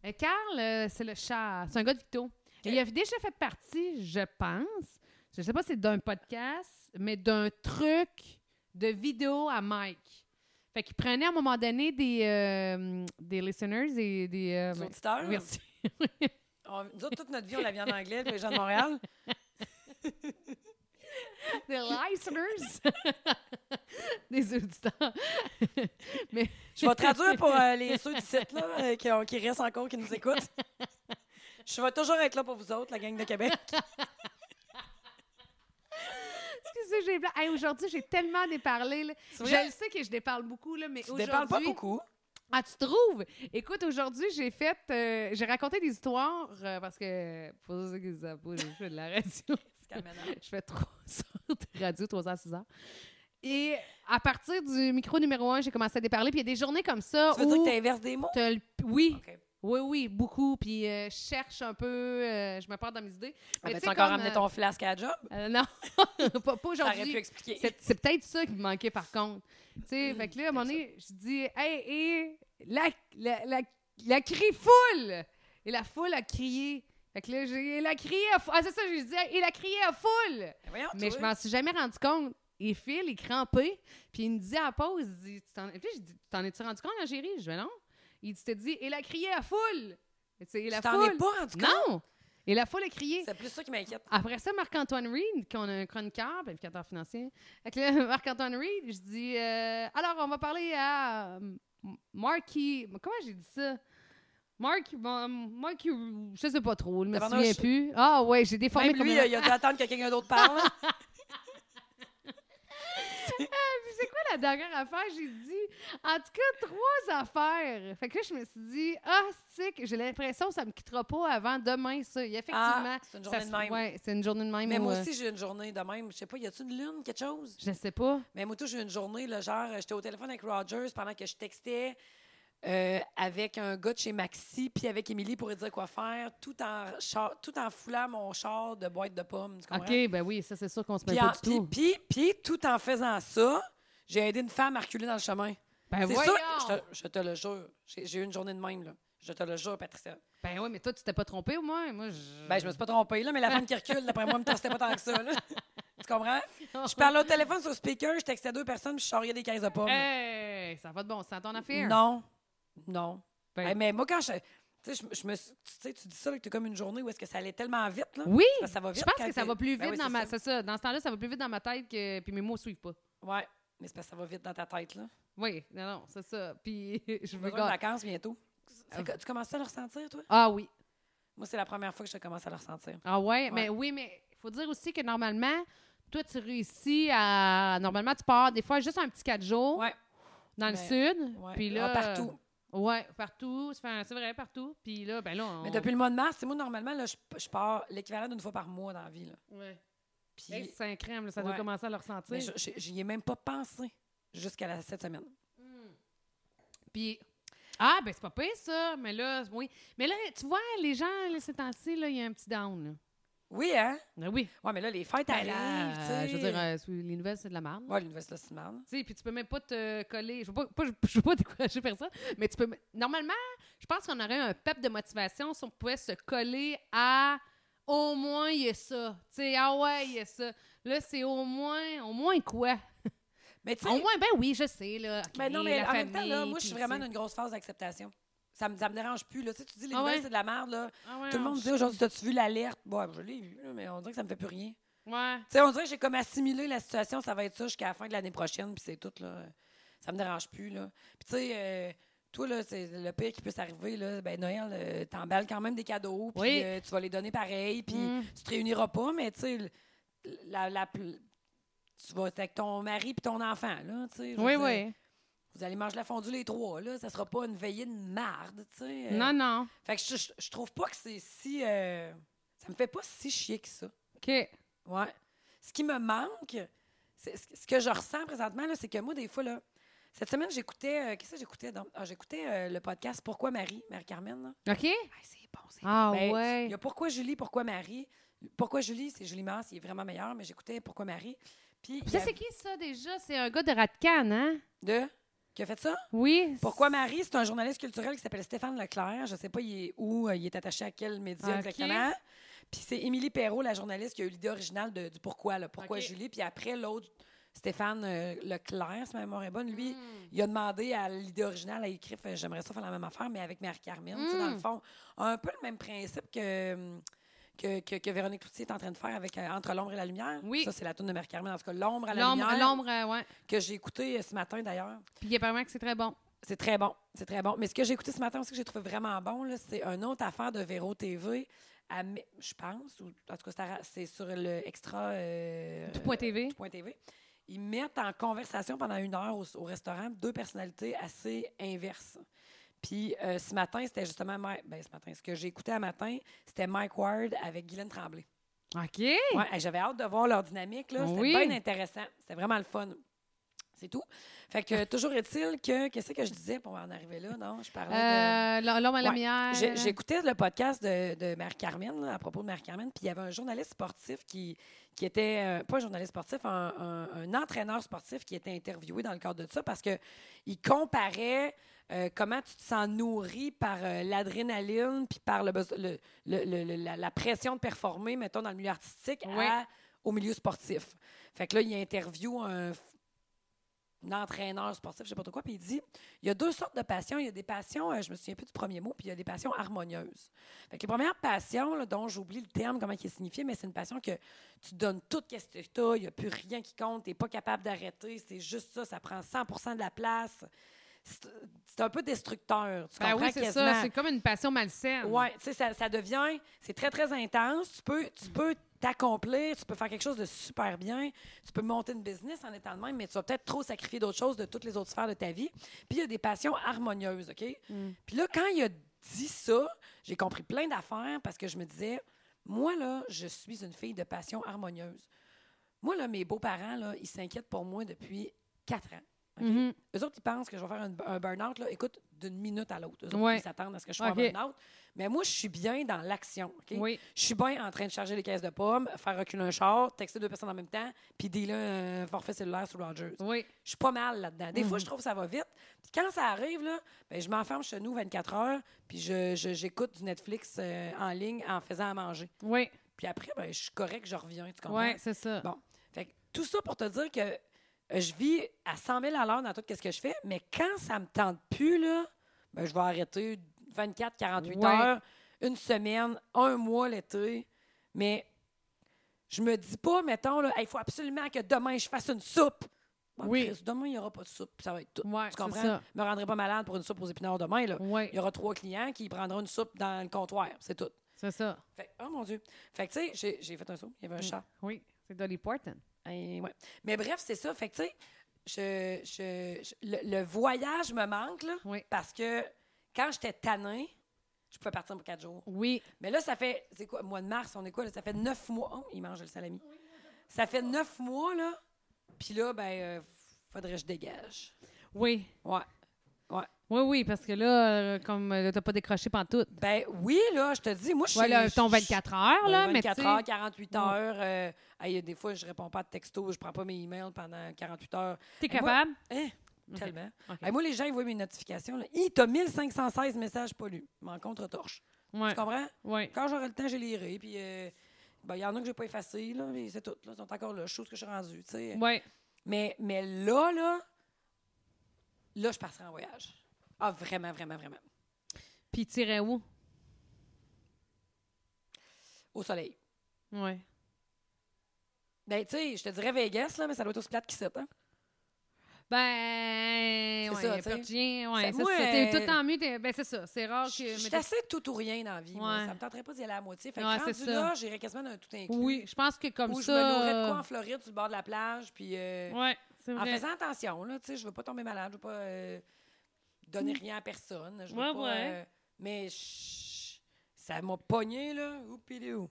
B: Euh, Carl, euh, c'est le chat. C'est un gars de Victo. Et Il a déjà fait partie, je pense, je sais pas si c'est d'un podcast, mais d'un truc de vidéo à Mike. Fait qu'il prenait à un moment donné des, euh, des listeners et des. euh,
A: Les auditeurs.
B: merci.
A: On- nous autres, toute notre vie, on la vient en anglais, les gens de Montréal.
B: des listeners. des auditeurs. mais
A: Je vais traduire pour euh, les, ceux du site là, euh, qui, ont- qui restent encore, qui nous écoutent. Je vais toujours être là pour vous autres, la gang de Québec.
B: excusez, j'ai bla- Hey, aujourd'hui, j'ai tellement déparlé. là.
A: C'est vrai?
B: Je le sais que je déparle beaucoup, là, mais
A: Tu déparles pas
B: aujourd'hui,
A: beaucoup.
B: Ah, tu trouves? Écoute, aujourd'hui, j'ai fait. euh, j'ai raconté des histoires euh, parce que, pour ceux qui ne savent pas, je fais de la radio.
A: C'est quand même énorme.
B: je fais 3 heures de radio, 3 heures, 6 heures. Et à partir du micro numéro 1, j'ai commencé à déparler. Puis il y a des journées comme ça
A: Tu veux dire
B: où.
A: que tu inverses des mots?
B: t'as le- Oui,
A: OK.
B: oui, oui, beaucoup. Puis euh, je cherche un peu, euh, je me perds dans mes idées.
A: Ah, ben,
B: tu
A: tu
B: sais,
A: as encore
B: comme,
A: amené
B: euh,
A: ton flasque à la job?
B: euh, non, pas, pas
A: T'aurais pu
B: aujourd'hui.
A: expliquer.
B: C'est, c'est peut-être ça qui me manquait par contre. Tu sais, fait que là, à un moment donné, je dis Hey, hé, la, la, la, la crie foule! Et la foule a crié. Fait que là, j'ai la crié à foule. Ah, c'est ça, j'ai dit Hey, Il a crié à foule!
A: Voyons,
B: Mais je
A: Ah, toi.
B: m'en suis jamais rendu compte. Et Phil, il crampé, puis il me dit à la pause, il dit, tu t'en... Puis je dis, t'en es-tu rendu compte, Angérie? Je dis, ben non. Il dit, t'es dit, il a crié à foule! Tu sais, et la
A: Tu t'en
B: foule.
A: es pas rendu compte?
B: non! Et la foule a crié.
A: C'est plus ça qui m'inquiète.
B: Après ça, Marc-Antoine Reed, qu'on a un chroniqueur, planificateur financier. Fait que là, Marc-Antoine Reed, je dis euh, Alors, on va parler à euh, M- Marky. Comment j'ai dit ça Marky, M- Marky, je sais pas trop, je me
A: Tabarnouche.
B: souviens plus. Ah ouais, j'ai déformé
A: Même lui,
B: complètement.
A: il a dû attendre que quelqu'un d'autre parle.
B: Puis c'est quoi la dernière affaire? J'ai dit, en tout cas, trois affaires. Fait que là, je me suis dit, ah, c'est que j'ai l'impression que ça me quittera pas avant demain, ça. Et effectivement.
A: Ah, c'est une journée
B: ça
A: de
B: se-
A: même.
B: Ouais, c'est une journée de même.
A: Mais
B: où,
A: moi
B: euh,
A: aussi, j'ai une journée de même. Je sais pas, y a-tu une lune, quelque chose?
B: Je sais pas.
A: Mais moi, tout, j'ai eu une journée, là, genre, euh, j'étais au téléphone avec Rogers pendant que je textais euh, avec un gars de chez Maxi, puis avec Émilie pour lui dire quoi faire, tout en, char- tout en foulant mon char de boîte de pommes. Tu comprends?
B: OK, ben oui, ça, c'est sûr qu'on se met
A: Puis,
B: pas
A: en-
B: du
A: puis-
B: tout.
A: puis- puis tout en faisant ça, j'ai aidé une femme à reculer dans le chemin.
B: Ben
A: C'est
B: voyons!
A: sûr, je te, je te le jure. J'ai j'ai eu une journée de même, là. Je te le jure, Patricia.
B: Ben oui, mais toi, tu t'es pas trompé au moins. Moi, je...
A: Ben, je me suis pas trompée, là, mais la femme qui recule, d'après moi, me testait pas tant que ça, là. Tu comprends? Je parlais au téléphone sur speaker, je textais deux personnes, puis je charriais des caisses de pommes.
B: Hey, ça va de bon sens, ton affaire.
A: Non. Non.
B: Ben-
A: Hey, mais moi, quand je. Tu sais, je, je me suis- tu sais, tu dis ça, là, que t'es comme une journée où est-ce que ça allait tellement vite, là.
B: Oui,
A: Parce que ça va
B: je
A: vite
B: pense
A: quand
B: que ça
A: t'es-
B: va plus vite
A: Ben oui,
B: dans
A: c'est
B: ma...
A: ça.
B: C'est ça, dans ce temps-là, ça va plus vite dans ma tête que... Puis mes mots suivent pas.
A: Ouais. Mais c'est parce que ça va vite dans ta tête, là.
B: Oui, non, non, c'est ça. Puis je
A: Tu
B: veux...
A: vas en vacances bientôt.
B: Oh.
A: C'est que- Tu commences à le ressentir, toi?
B: Ah oui,
A: Moi, c'est la première fois que je commence à le ressentir.
B: Ah ouais, mais oui, mais il faut dire aussi que normalement, toi, tu réussis à. Normalement, tu pars des fois juste un petit quatre jours
A: Ouais.
B: dans le
A: mais-
B: sud.
A: ouais.
B: Oh. Puis
A: Ah,
B: là.
A: partout.
B: Ouais, partout. C'est fait- c'est vrai, partout. Puis là, ben là. On...
A: Mais depuis le mois de mars, c'est moi, normalement, là, je, je pars l'équivalent d'une fois par mois dans la vie, là.
B: Ouais.
A: Puis,
B: Hey, c'est un crème, là, ça
A: Ouais.
B: doit commencer à le
A: mais
B: ressentir.
A: je- je- j'y ai même pas pensé jusqu'à la, cette semaine.
B: Puis. Ah, ben c'est pas pire, ça. Mais là, oui. Mais là, tu vois, les gens, là, ces temps-ci, là, il y a un petit down. là.
A: Oui, hein?
B: Ben oui.
A: Ouais, mais là, les fêtes arrivent,
B: Ben là,
A: tu sais.
B: euh, je veux dire, euh, c'est- les nouvelles, c'est de la merde.
A: Ouais, l'université, c'est une merde.
B: Tu sais, puis tu peux même pas te coller. Je veux pas, pas- je veux pas décourager personne, mais tu peux. m- Normalement, je pense qu'on aurait un pep de motivation si on pouvait se coller à au moins il y a ça. Tu sais, ah ouais, il y a ça. Là, c'est au moins, au moins quoi?
A: Mais tu sais,
B: Au moins, ben oui, je sais, là. OK,
A: Mais non, mais
B: la
A: en même temps, là,
B: famille,
A: moi, je suis
B: puis
A: vraiment
B: tu
A: dans
B: sais.
A: une grosse phase d'acceptation. Ça me, ça me dérange plus. Là. Tu, sais, tu dis, les
B: Ah
A: nouvelles,
B: ouais?
A: c'est de la merde. Là.
B: Ah ouais,
A: Tout le
B: non,
A: monde dit aujourd'hui, as-tu vu l'alerte? Bon, je l'ai vu, là, mais on dirait que ça me fait plus rien. Tu
B: je- Ouais.
A: sais, on dirait que j'ai comme assimilé la situation, ça va être ça jusqu'à la fin de l'année prochaine, puis c'est tout. Là. Ça me dérange plus. Là. Puis tu sais, euh, toi, là, c'est le pire qui puisse arriver. Là, ben, Noël, euh, t'emballes quand même des cadeaux, puis
B: Oui.
A: euh, tu vas les donner pareil, puis
B: Mm.
A: tu te réuniras pas, mais tu sais, l- la, la, pl- tu vas être avec ton mari puis ton enfant. Là, tu sais, je veux
B: Oui,
A: dire.
B: oui.
A: Vous allez manger la fondue les trois, là. Ça sera pas une veillée de marde, tu sais. Euh,
B: Non, non.
A: Fait que je, je- je trouve pas que c'est si... euh, ça me fait pas si chier que ça.
B: OK.
A: Ouais. Ce qui me manque, c'est- ce ce que je ressens présentement, là, c'est que moi, des fois, là, cette semaine, j'écoutais. euh, Qu'est-ce que j'écoutais? donc? Ah, j'écoutais euh, le podcast Pourquoi Marie, Marie-Carmen. là.
B: OK?
A: Ah, c'est bon, c'est
B: Ah
A: Ben, Il
B: ouais.
A: y a Pourquoi Julie, Pourquoi Marie. Pourquoi Julie, c'est Julie Mars, il est vraiment meilleur, mais j'écoutais Pourquoi Marie. Puis, il y
B: Ça,
A: a-
B: c'est qui ça déjà? C'est un gars de Radcan, hein?
A: de qui a fait ça?
B: Oui.
A: Pourquoi Marie? C'est un journaliste culturel qui s'appelle Stéphane Leclerc. Je ne sais pas il est où, euh, il est attaché à quel média
B: Ah, ok.
A: exactement. Puis c'est Émilie Perrault, la journaliste, qui a eu l'idée originale de- du pourquoi, là, pourquoi
B: Ok.
A: Julie. Puis après, l'autre, Stéphane euh, Leclerc, si ma mémoire est bonne, lui,
B: Mm.
A: il a demandé à l'idée originale à écrire fait, J'aimerais ça faire la même affaire, mais avec Marie-Carmine. Tu sais, Dans le
B: Mm.
A: fond, un peu le même principe que. hum, Que, que- que Véronique Cloutier est en train de faire avec euh, Entre l'ombre et la lumière.
B: Oui.
A: Ça, c'est la tune de Marie-Carmine. En tout cas, L'ombre à la
B: L'ombre,
A: lumière,
B: l'ombre, euh, ouais.
A: que j'ai écoutée euh, ce matin d'ailleurs.
B: Puis apparemment que c'est très bon.
A: C'est très bon, c'est très bon. Mais ce que j'ai écouté ce matin aussi que j'ai trouvé vraiment bon, là, c'est une autre affaire de Véro TV, à Mi- je pense, ou en tout cas, c'est à- c'est sur le extra. euh,
B: Tout point TV.
A: Point TV. Ils mettent en conversation pendant une heure au, au restaurant deux personnalités assez inverses. Puis euh, ce matin, c'était justement. Mi- Ben, ce matin, ce que j'ai écouté à matin, c'était Mike Ward avec Guylaine Tremblay.
B: Euh, OK.
A: Ouais, hey, j'avais hâte de voir leur dynamique. là. C'était
B: Oui.
A: bien intéressant. C'était vraiment le fun. C'est tout. Fait que euh, toujours est-il que. Qu'est-ce que je disais pour en arriver là? Non, je parlais de.
B: Euh, l'ombre à la
A: Ouais.
B: lumière.
A: J'ai- J'écoutais le podcast de, de Marie-Carmen, là, à propos de Marie-Carmen, puis il y avait un journaliste sportif qui, qui était, euh, pas un journaliste sportif, un, un- un entraîneur sportif qui était interviewé dans le cadre de ça parce qu'il comparait euh, comment tu te sens nourri par euh, l'adrénaline puis par le, beso- le- le- le- le- la, la pression de performer, mettons, dans le milieu artistique à-
B: Oui.
A: au milieu sportif. Fait que là, il interview un, f- un entraîneur sportif, je sais pas trop quoi, puis il dit il y a deux sortes de passions. Il y a des passions, euh, je me souviens plus du premier mot, puis il y a des passions harmonieuses. Fait que les premières passions, là, dont j'oublie le terme, comment il est signifié, mais c'est une passion que tu donnes tout ce que tu as, il n'y a plus rien qui compte, tu n'es pas capable d'arrêter, c'est juste ça, ça prend 100 de la place. C'est c'est un peu destructeur. Tu
B: Ben
A: comprends
B: oui, c'est ça.
A: quasiment.
B: C'est comme une passion malsaine.
A: Ouais, tu sais, ça, ça devient, c'est très, très intense. Tu peux, tu peux t'accomplir, tu peux faire quelque chose de super bien, tu peux monter une business en étant de même, mais tu vas peut-être trop sacrifier d'autres choses de toutes les autres sphères de ta vie. Puis il y a des passions harmonieuses, OK? Puis là, quand il a dit ça, j'ai compris plein d'affaires parce que je me disais, moi, là, je suis une fille de passion harmonieuse. Moi, là, mes beaux-parents, là, ils s'inquiètent pour moi depuis quatre ans. OK?
B: Mhm.
A: Eux autres, ils pensent que je vais faire un, un burn-out, là, écoute, d'une minute à l'autre. Eux autres,
B: Ouais.
A: ils s'attendent à ce que je sois
B: Ok.
A: un burn-out. Mais moi, je suis bien dans l'action. OK?
B: Oui.
A: Je suis bien en train de charger les caisses de pommes, faire reculer un char, texter deux personnes en même temps, puis dealer un forfait cellulaire sous Rogers.
B: Oui. Mhm.
A: Je suis pas mal là-dedans. Des fois, je trouve que ça va vite. Puis quand ça arrive, là, ben, je m'enferme chez nous 24 heures, puis je- je- j'écoute du Netflix euh, en ligne en faisant à manger.
B: Oui.
A: Puis après, ben, je suis correct, je reviens. Tu comprends?
B: Oui, c'est ça.
A: Bon. Fait que tout ça pour te dire que euh, je vis à 100 000 à l'heure dans tout ce que je fais, mais quand ça me tente plus, là, ben, je vais arrêter 24, 48
B: Ouais.
A: heures, une semaine, un mois l'été. Mais je me dis pas, mettons, il faut absolument que demain je fasse une soupe. Bon,
B: Oui.
A: Chris, demain, il n'y aura pas de soupe, puis ça va être tout.
B: Ouais,
A: tu
B: c'est
A: comprends?
B: ça.
A: Je me rendrai pas malade pour une soupe aux épinards demain. Là.
B: Oui,
A: Il y aura trois clients qui prendront une soupe dans le comptoir. C'est tout.
B: c'est ça.
A: Fait, que, oh mon Dieu. Fait que, tu sais, j'ai- j'ai fait un saut. Il y avait un
B: Mm.
A: chat.
B: Oui, c'est Dolly Parton.
A: Et ouais. Mais bref, c'est ça. Fait que, tu sais, je- je- je- le, le voyage me manque, là,
B: Oui.
A: parce que quand j'étais tannée, je pouvais partir pour quatre jours.
B: Oui.
A: Mais là, ça fait, c'est quoi, mois de mars, on est quoi, là? Ça fait neuf mois. Oh, il mange le salami. Ça fait neuf mois, là. Puis là, ben, euh, faudrait que je dégage.
B: Oui.
A: Ouais.
B: Oui, oui, parce que là, euh, comme euh, t'as pas décroché pantoute.
A: Ben oui, là, je te dis, moi, je suis...
B: Ouais, là, ton
A: je-
B: 24 heures,
A: Ben,
B: là, mais
A: 24
B: tu sais-
A: heures, 48
B: Ouais.
A: heures. euh, hey, des fois, je réponds pas de texto, je prends pas mes emails pendant 48 heures.
B: T'es
A: Ben, moi-
B: capable?
A: Hein?
B: Ok. ben,
A: Tellement.
B: Ok.
A: Hey, moi, les gens, ils voient mes notifications. Là. Hi, t'as 1516 messages pas lus. M'en contre-torche.
B: Oui.
A: Tu comprends?
B: Oui.
A: Quand j'aurai le temps, je les lirai. Puis, euh, ben, il y en a que j'ai pas effacé, là, mais c'est tout. Là. Ils sont encore là. Je sais où est-ce que je suis rendue, tu sais.
B: Oui.
A: Mais, mais là, là, là, je partirai en voyage. Ah, vraiment, vraiment, vraiment.
B: Puis t'irais où?
A: Au soleil.
B: Oui.
A: Ben, tu sais, je te dirais Vegas, là, mais ça doit être aussi plate qu'ici, hein?
B: Ben,
A: ça,
B: ouais,
A: tu sais.
B: Pertien, ouais,
A: Ça-
B: c'est ça.
A: moi,
B: T'es
A: euh,
B: tout en mieux. t'es- Ben, c'est ça. C'est rare que.
A: Je
B: mais
A: suis
B: t'es-
A: assez tout ou rien dans la vie. moi.
B: Ouais.
A: Ça me tenterait pas d'y aller à moitié. Fait que
B: Ouais,
A: rendu
B: c'est ça.
A: là, j'irais quasiment d'un tout inclus.
B: Oui, je pense que comme
A: Ou je
B: ça.
A: me nourrais de quoi en
B: euh,
A: Floride, sur le bord de la plage, puis... euh,
B: Ouais, c'est
A: En
B: vrai.
A: faisant attention, là, tu sais, je veux pas tomber malade, je veux pas euh, donner rien à personne. Je veux
B: Ouais,
A: pas,
B: ouais.
A: euh, mais je- ça m'a pogné, là. Oupidiou.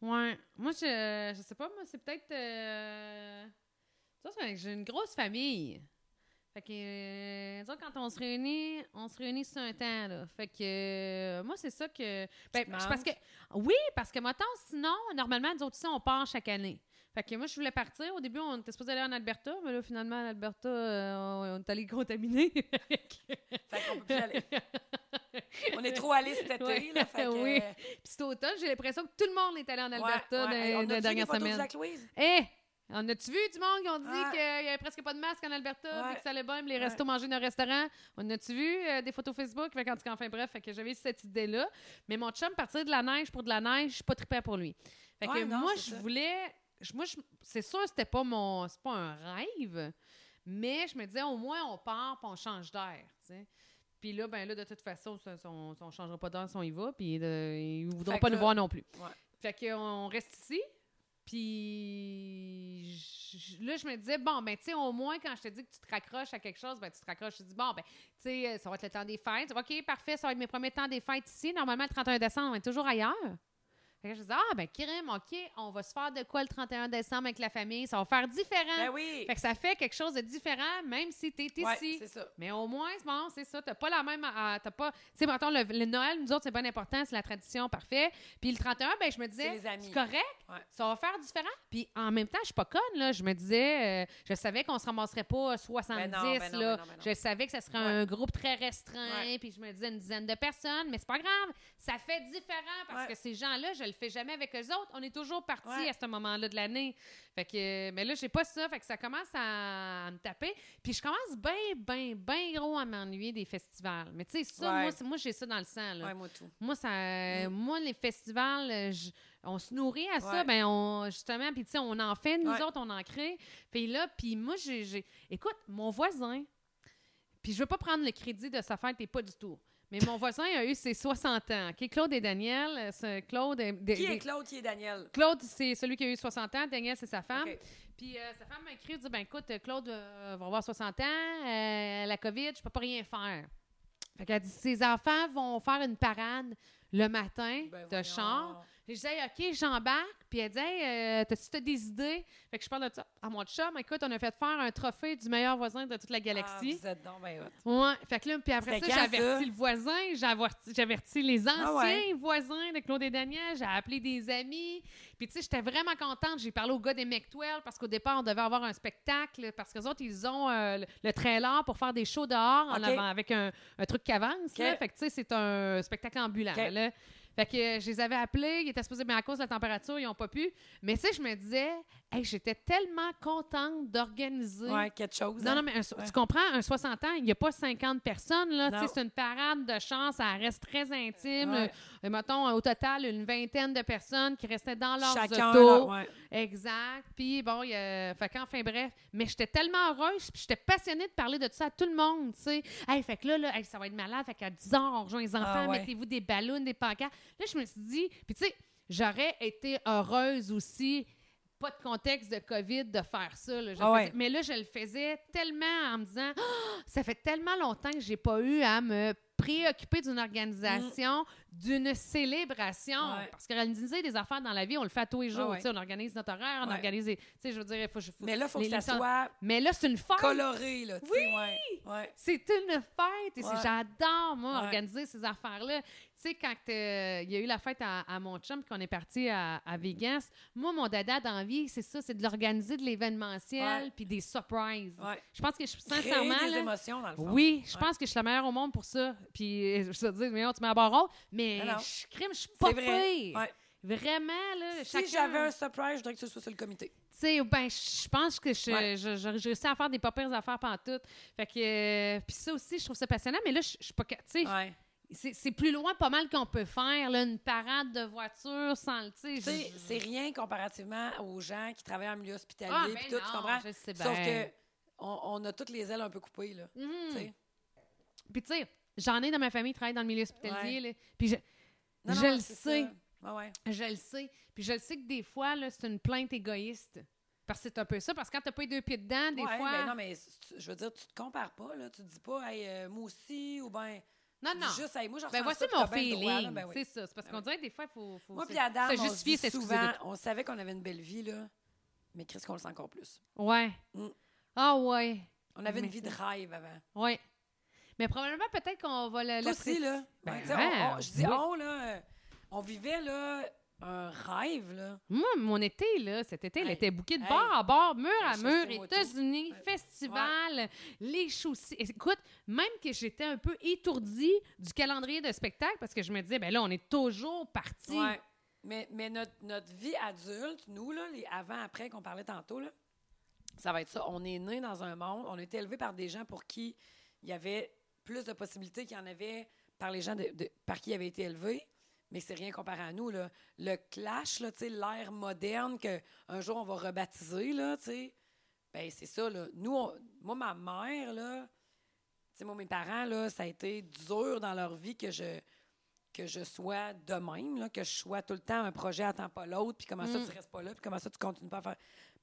B: Ouais. Moi, je, je sais pas, moi, c'est peut-être. euh, Ça, c'est que j'ai une grosse famille. Fait que, euh, disons, quand on se réunit, on se réunit sur un temps, là. Fait que, euh, moi, c'est ça que. Ben,
A: te
B: je- parce que, oui, parce que, maintenant, sinon, normalement, nous autres, ici, on part chaque année. Fait que moi, je voulais partir. Au début, on était supposé aller en Alberta, mais là, finalement, en Alberta, euh, on on est allé contaminer.
A: Fait qu'on peut plus y aller. On est trop allés cet été, là. Fait que,
B: Oui.
A: euh,
B: Puis cet automne, j'ai l'impression que tout le monde est allé en Alberta
A: ouais, ouais.
B: dans-
A: Hey, on
B: dans
A: a-tu
B: la
A: vu
B: dernière
A: les photos du
B: semaine.
A: lac Louise?
B: Hé! Eh, On a-tu vu du monde qui ont dit
A: Ouais.
B: qu'il y avait presque pas de masque en Alberta, puis
A: Ouais.
B: que ça allait bien, puis les restos manger dans un restaurant? On a-tu vu euh, des photos Facebook? Fait qu'en tout cas, enfin bref, fait que j'avais cette idée-là. Mais mon chum, partir de la neige pour de la neige, je suis pas trippée pour lui. Fait que
A: Ouais, non,
B: moi,
A: c'est
B: je
A: ça.
B: voulais. je- moi, je- c'est sûr, c'était pas mon. C'est pas un rêve, mais je me disais, au moins, on part puis on change d'air, tu sais. Puis là, ben là, de toute façon, ça- ça- on, on changera pas d'air si on y va, puis euh, ils voudront
A: Fait
B: pas
A: que
B: nous
A: là-
B: voir non plus.
A: Ouais.
B: Fait qu'on reste ici. Puis je- là, je me disais, bon, ben, tu sais, au moins, quand je te dis que tu te raccroches à quelque chose, ben, tu te raccroches. Je dis, bon, ben, tu sais, ça va être le temps des fêtes. OK, parfait, ça va être mes premiers temps des fêtes ici. Normalement, le 31 décembre, on est toujours ailleurs. Fait que je dis, ah, ben, Kirim, OK, on va se faire de quoi le 31 décembre avec la famille? Ça va faire différent.
A: Ben oui.
B: Ah, Fait que ça fait quelque chose de différent, même si t'es
A: Ouais,
B: ici.
A: c'est ça.
B: Mais au moins, bon, c'est ça. T'as pas la même. ah, T'as pas. Tu sais, mettons, le, le Noël, nous autres, c'est pas important, c'est la tradition, parfait. Puis le 31, ben, je me
A: C'est
B: disais,
A: les amis.
B: c'est correct,
A: Ouais.
B: ça va faire différent. Puis en même temps, je suis pas conne, là. Je me disais, euh, je savais qu'on se ramasserait pas à 70,
A: Ben non, ben non,
B: là.
A: ben non, ben non.
B: Je savais que ça serait
A: Ouais.
B: un groupe très restreint,
A: Ouais.
B: puis je me disais une dizaine de personnes, mais c'est pas grave. Ça fait différent parce
A: Ouais.
B: que ces gens-là, je le fais jamais avec eux autres. On est toujours partis
A: Ouais.
B: à ce moment-là de l'année. Fait que, euh, mais là, j'ai pas ça. Fait que ça commence à, à me taper. Puis je commence bien, bien, bien gros à m'ennuyer des festivals. Mais tu sais, ça,
A: Ouais.
B: moi, c'est- moi, j'ai ça dans le sang, là.
A: Ouais, moi tout.
B: Moi, ça, moi, les festivals, euh, je- on se nourrit à ça,
A: Ouais.
B: ben on, justement, puis tu sais, on en fait, nous
A: Ouais.
B: autres, on en crée. Puis là, puis moi, j'ai, j'ai- écoute, mon voisin, puis je veux pas prendre le crédit de sa fête, et pas du tout, mais mon voisin a eu ses 60 ans, OK? Claude et Daniel, euh, c'est Claude... euh, des-
A: Qui est
B: des-
A: Claude, qui est Daniel?
B: Claude, c'est celui qui a eu 60 ans, Daniel, c'est sa femme.
A: OK.
B: Puis euh, sa femme m'a écrit, dit ben écoute, euh, Claude euh, va avoir 60 ans, euh, la COVID, je peux pas rien faire. Fait qu'elle dit ses enfants vont faire une parade le matin
A: Ben
B: de
A: voyons.
B: char. Et Je disais OK, j'embarque. Puis elle dit Hey, euh, t'as-tu t'as des idées Fait que je parle de ça à mon chum. Écoute, on a fait faire un trophée du meilleur voisin de toute la galaxie.
A: Ah, vous êtes donc ben hot.
B: Ouais, fait que là, puis après ça,
A: C'était
B: j'ai
A: quand,
B: averti
A: ça?
B: le voisin, j'ai averti, j'ai averti les anciens
A: Ah ouais.
B: voisins de Claude et Daniel, j'ai appelé des amis. Puis tu sais, j'étais vraiment contente, j'ai parlé au gars des McTwell parce qu'au départ, on devait avoir un spectacle parce qu'eux autres, ils ont euh, le- le trailer pour faire des shows dehors en
A: OK.
B: avant, avec un, un truc qui avance.
A: OK.
B: là. Fait que tu sais, c'est un spectacle ambulant.
A: OK.
B: là. Fait que euh, je les avais appelés, ils étaient supposés, mais à cause de la température, ils n'ont pas pu. Mais tu sais, je me disais, hey, j'étais tellement contente d'organiser
A: Ouais, quelque chose.
B: non,
A: hein?
B: non, mais un so-
A: Ouais.
B: tu comprends, un 60 ans, il n'y a pas 50 personnes, là. Tu
A: Non.
B: sais, c'est une parade de chance, ça reste très intime.
A: Ouais.
B: Euh, mettons, euh, au total, une vingtaine de personnes qui restaient dans leur
A: Chacun, là,
B: auto.
A: ouais.
B: Exact. Puis bon, il y a... fait qu'enfin, bref. Mais j'étais tellement heureuse, puis j'étais passionnée de parler de ça à tout le monde, tu sais. Hey, fait que là, là hey, ça va être malade. Fait qu'à 10 ans, on rejoint les enfants,
A: Ah ouais.
B: mettez-vous des ballons, des pancartes. Là, je me suis dit, puis tu sais, j'aurais été heureuse aussi, pas de contexte de COVID, de faire ça. là. Je
A: Ah
B: le
A: ouais.
B: faisais- Mais là, je le faisais tellement en me disant, Ah, ça fait tellement longtemps que j'ai pas eu à me préoccuper d'une organisation, d'une célébration.
A: Mm. Ah Ouais.
B: Parce que réaliser des affaires dans la vie, on le fait à tous les jours.
A: Ah ouais.
B: tu sais, On organise notre horaire, on
A: Ouais.
B: organise... Tu sais, je veux dire, il faut... faut-
A: Mais là, il faut
B: les-
A: que ça
B: les temps-
A: soit
B: Mais là, c'est une fête.
A: coloré, là. Oui! Ouais. Ouais.
B: C'est une fête. Et c'est-
A: Ouais.
B: j'adore, moi,
A: Ouais.
B: organiser ces affaires-là. Tu sais, quand t'es- il y a eu la fête à, à mon chum, qu'on est parti à, à Vegas, moi, mon dada d'envie, c'est ça, c'est de l'organiser de l'événementiel
A: Ouais.
B: puis des surprises.
A: Ouais.
B: Je pense que je suis
A: Créer
B: sincèrement...
A: des
B: là,
A: émotions, dans le fond.
B: oui, je
A: Ouais.
B: pense que je suis la meilleure au monde pour ça. Puis euh, je te dis, mais non, tu mets à barre haute, mais
A: Non, non.
B: je crime, je suis pas
A: c'est vrai.
B: pire.
A: Ouais.
B: Vraiment, là,
A: Si
B: chacun-
A: j'avais un surprise, je voudrais que ce soit sur le comité.
B: tu sais, ben, je pense que je,
A: Ouais.
B: je, je- j'ai réussi à faire des pas pires affaires pantoute. Fait que, euh, puis ça aussi, je trouve ça passionnant, mais là, je je suis pas, ca- tu sais,
A: Ouais.
B: c'est, c'est plus loin pas mal qu'on peut faire, là, une parade de voiture sans le, tu
A: Tu
B: sais,
A: sais,
B: je-
A: c'est rien comparativement aux gens qui travaillent en milieu hospitalier.
B: Ah,
A: puis
B: ben
A: tout,
B: non,
A: tu comprends?
B: je sais
A: Sauf
B: bien.
A: que on, on a toutes les ailes un peu coupées, là.
B: Mhm.
A: tu sais.
B: Puis tu sais, j'en ai dans ma famille qui travaille dans le milieu hospitalier, là. Puis je,
A: Non,
B: je
A: non,
B: le
A: c'est
B: sais.
A: ça. Ouais, ouais.
B: Je le sais. Puis je le sais que des fois, là, c'est une plainte égoïste. Parce que c'est un peu ça. Parce que quand t'as pas les deux pieds dedans, des
A: Ouais,
B: fois.
A: ben non, mais tu- je veux dire, tu te compares pas, là. Tu te dis pas, hey, euh, moi aussi, ou ben.
B: non,
A: tu
B: non.
A: dis Juste, hey, moi, je
B: Ben
A: ressens
B: voici
A: ça, puis
B: mon
A: t'as bien le droit, là.
B: feeling.
A: Ben oui.
B: C'est ça. C'est parce qu'on dirait que des fois, il faut, faut
A: Moi
B: se,
A: puis Adam,
B: se
A: on se
B: justifier
A: dit
B: s'excuser
A: souvent,
B: de tout.
A: on savait qu'on avait une belle vie, là. Mais Chris, qu'on le sent encore plus.
B: Ouais.
A: Mm.
B: Ah, ouais.
A: On avait
B: Mais
A: une vie de rêve avant.
B: Ouais. Mais probablement, peut-être qu'on va le.
A: Toi aussi,
B: l'apprécier.
A: là.
B: Ben,
A: Ouais, tu sais, on-
B: ouais,
A: on- je dis
B: oui.
A: on, là. euh, On vivait, là, un rêve, là.
B: Moi, mon été, là, cet été, il
A: Hey.
B: était bouqué de
A: Hey.
B: bord à bord, mur à
A: Je
B: mur,
A: sais, moi, tout.
B: États-Unis,
A: Ouais.
B: festival, les chaussées. Écoute, même que j'étais un peu étourdie du calendrier de spectacle parce que je me disais, ben là, on est toujours parti.
A: Ouais. Mais, mais notre, notre vie adulte, nous, là, les avant-après qu'on parlait tantôt, là, ça va être ça. On est né dans un monde, on a été élevé par des gens pour qui il y avait plus de possibilités qu'il y en avait par les gens de- de- par qui ils avaient été élevés. Mais c'est rien comparé à nous. Là. Le clash, là, tu sais, l'ère moderne qu'un jour on va rebaptiser, là, tu sais, ben c'est ça. Là. Nous, on- moi, ma mère, là, tu sais, moi, mes parents, là, ça a été dur dans leur vie que je, que je sois de même, là, que je sois tout le temps un projet, attends pas l'autre, puis comment ça
B: Mm.
A: tu restes pas là, puis comment ça tu continues pas à faire.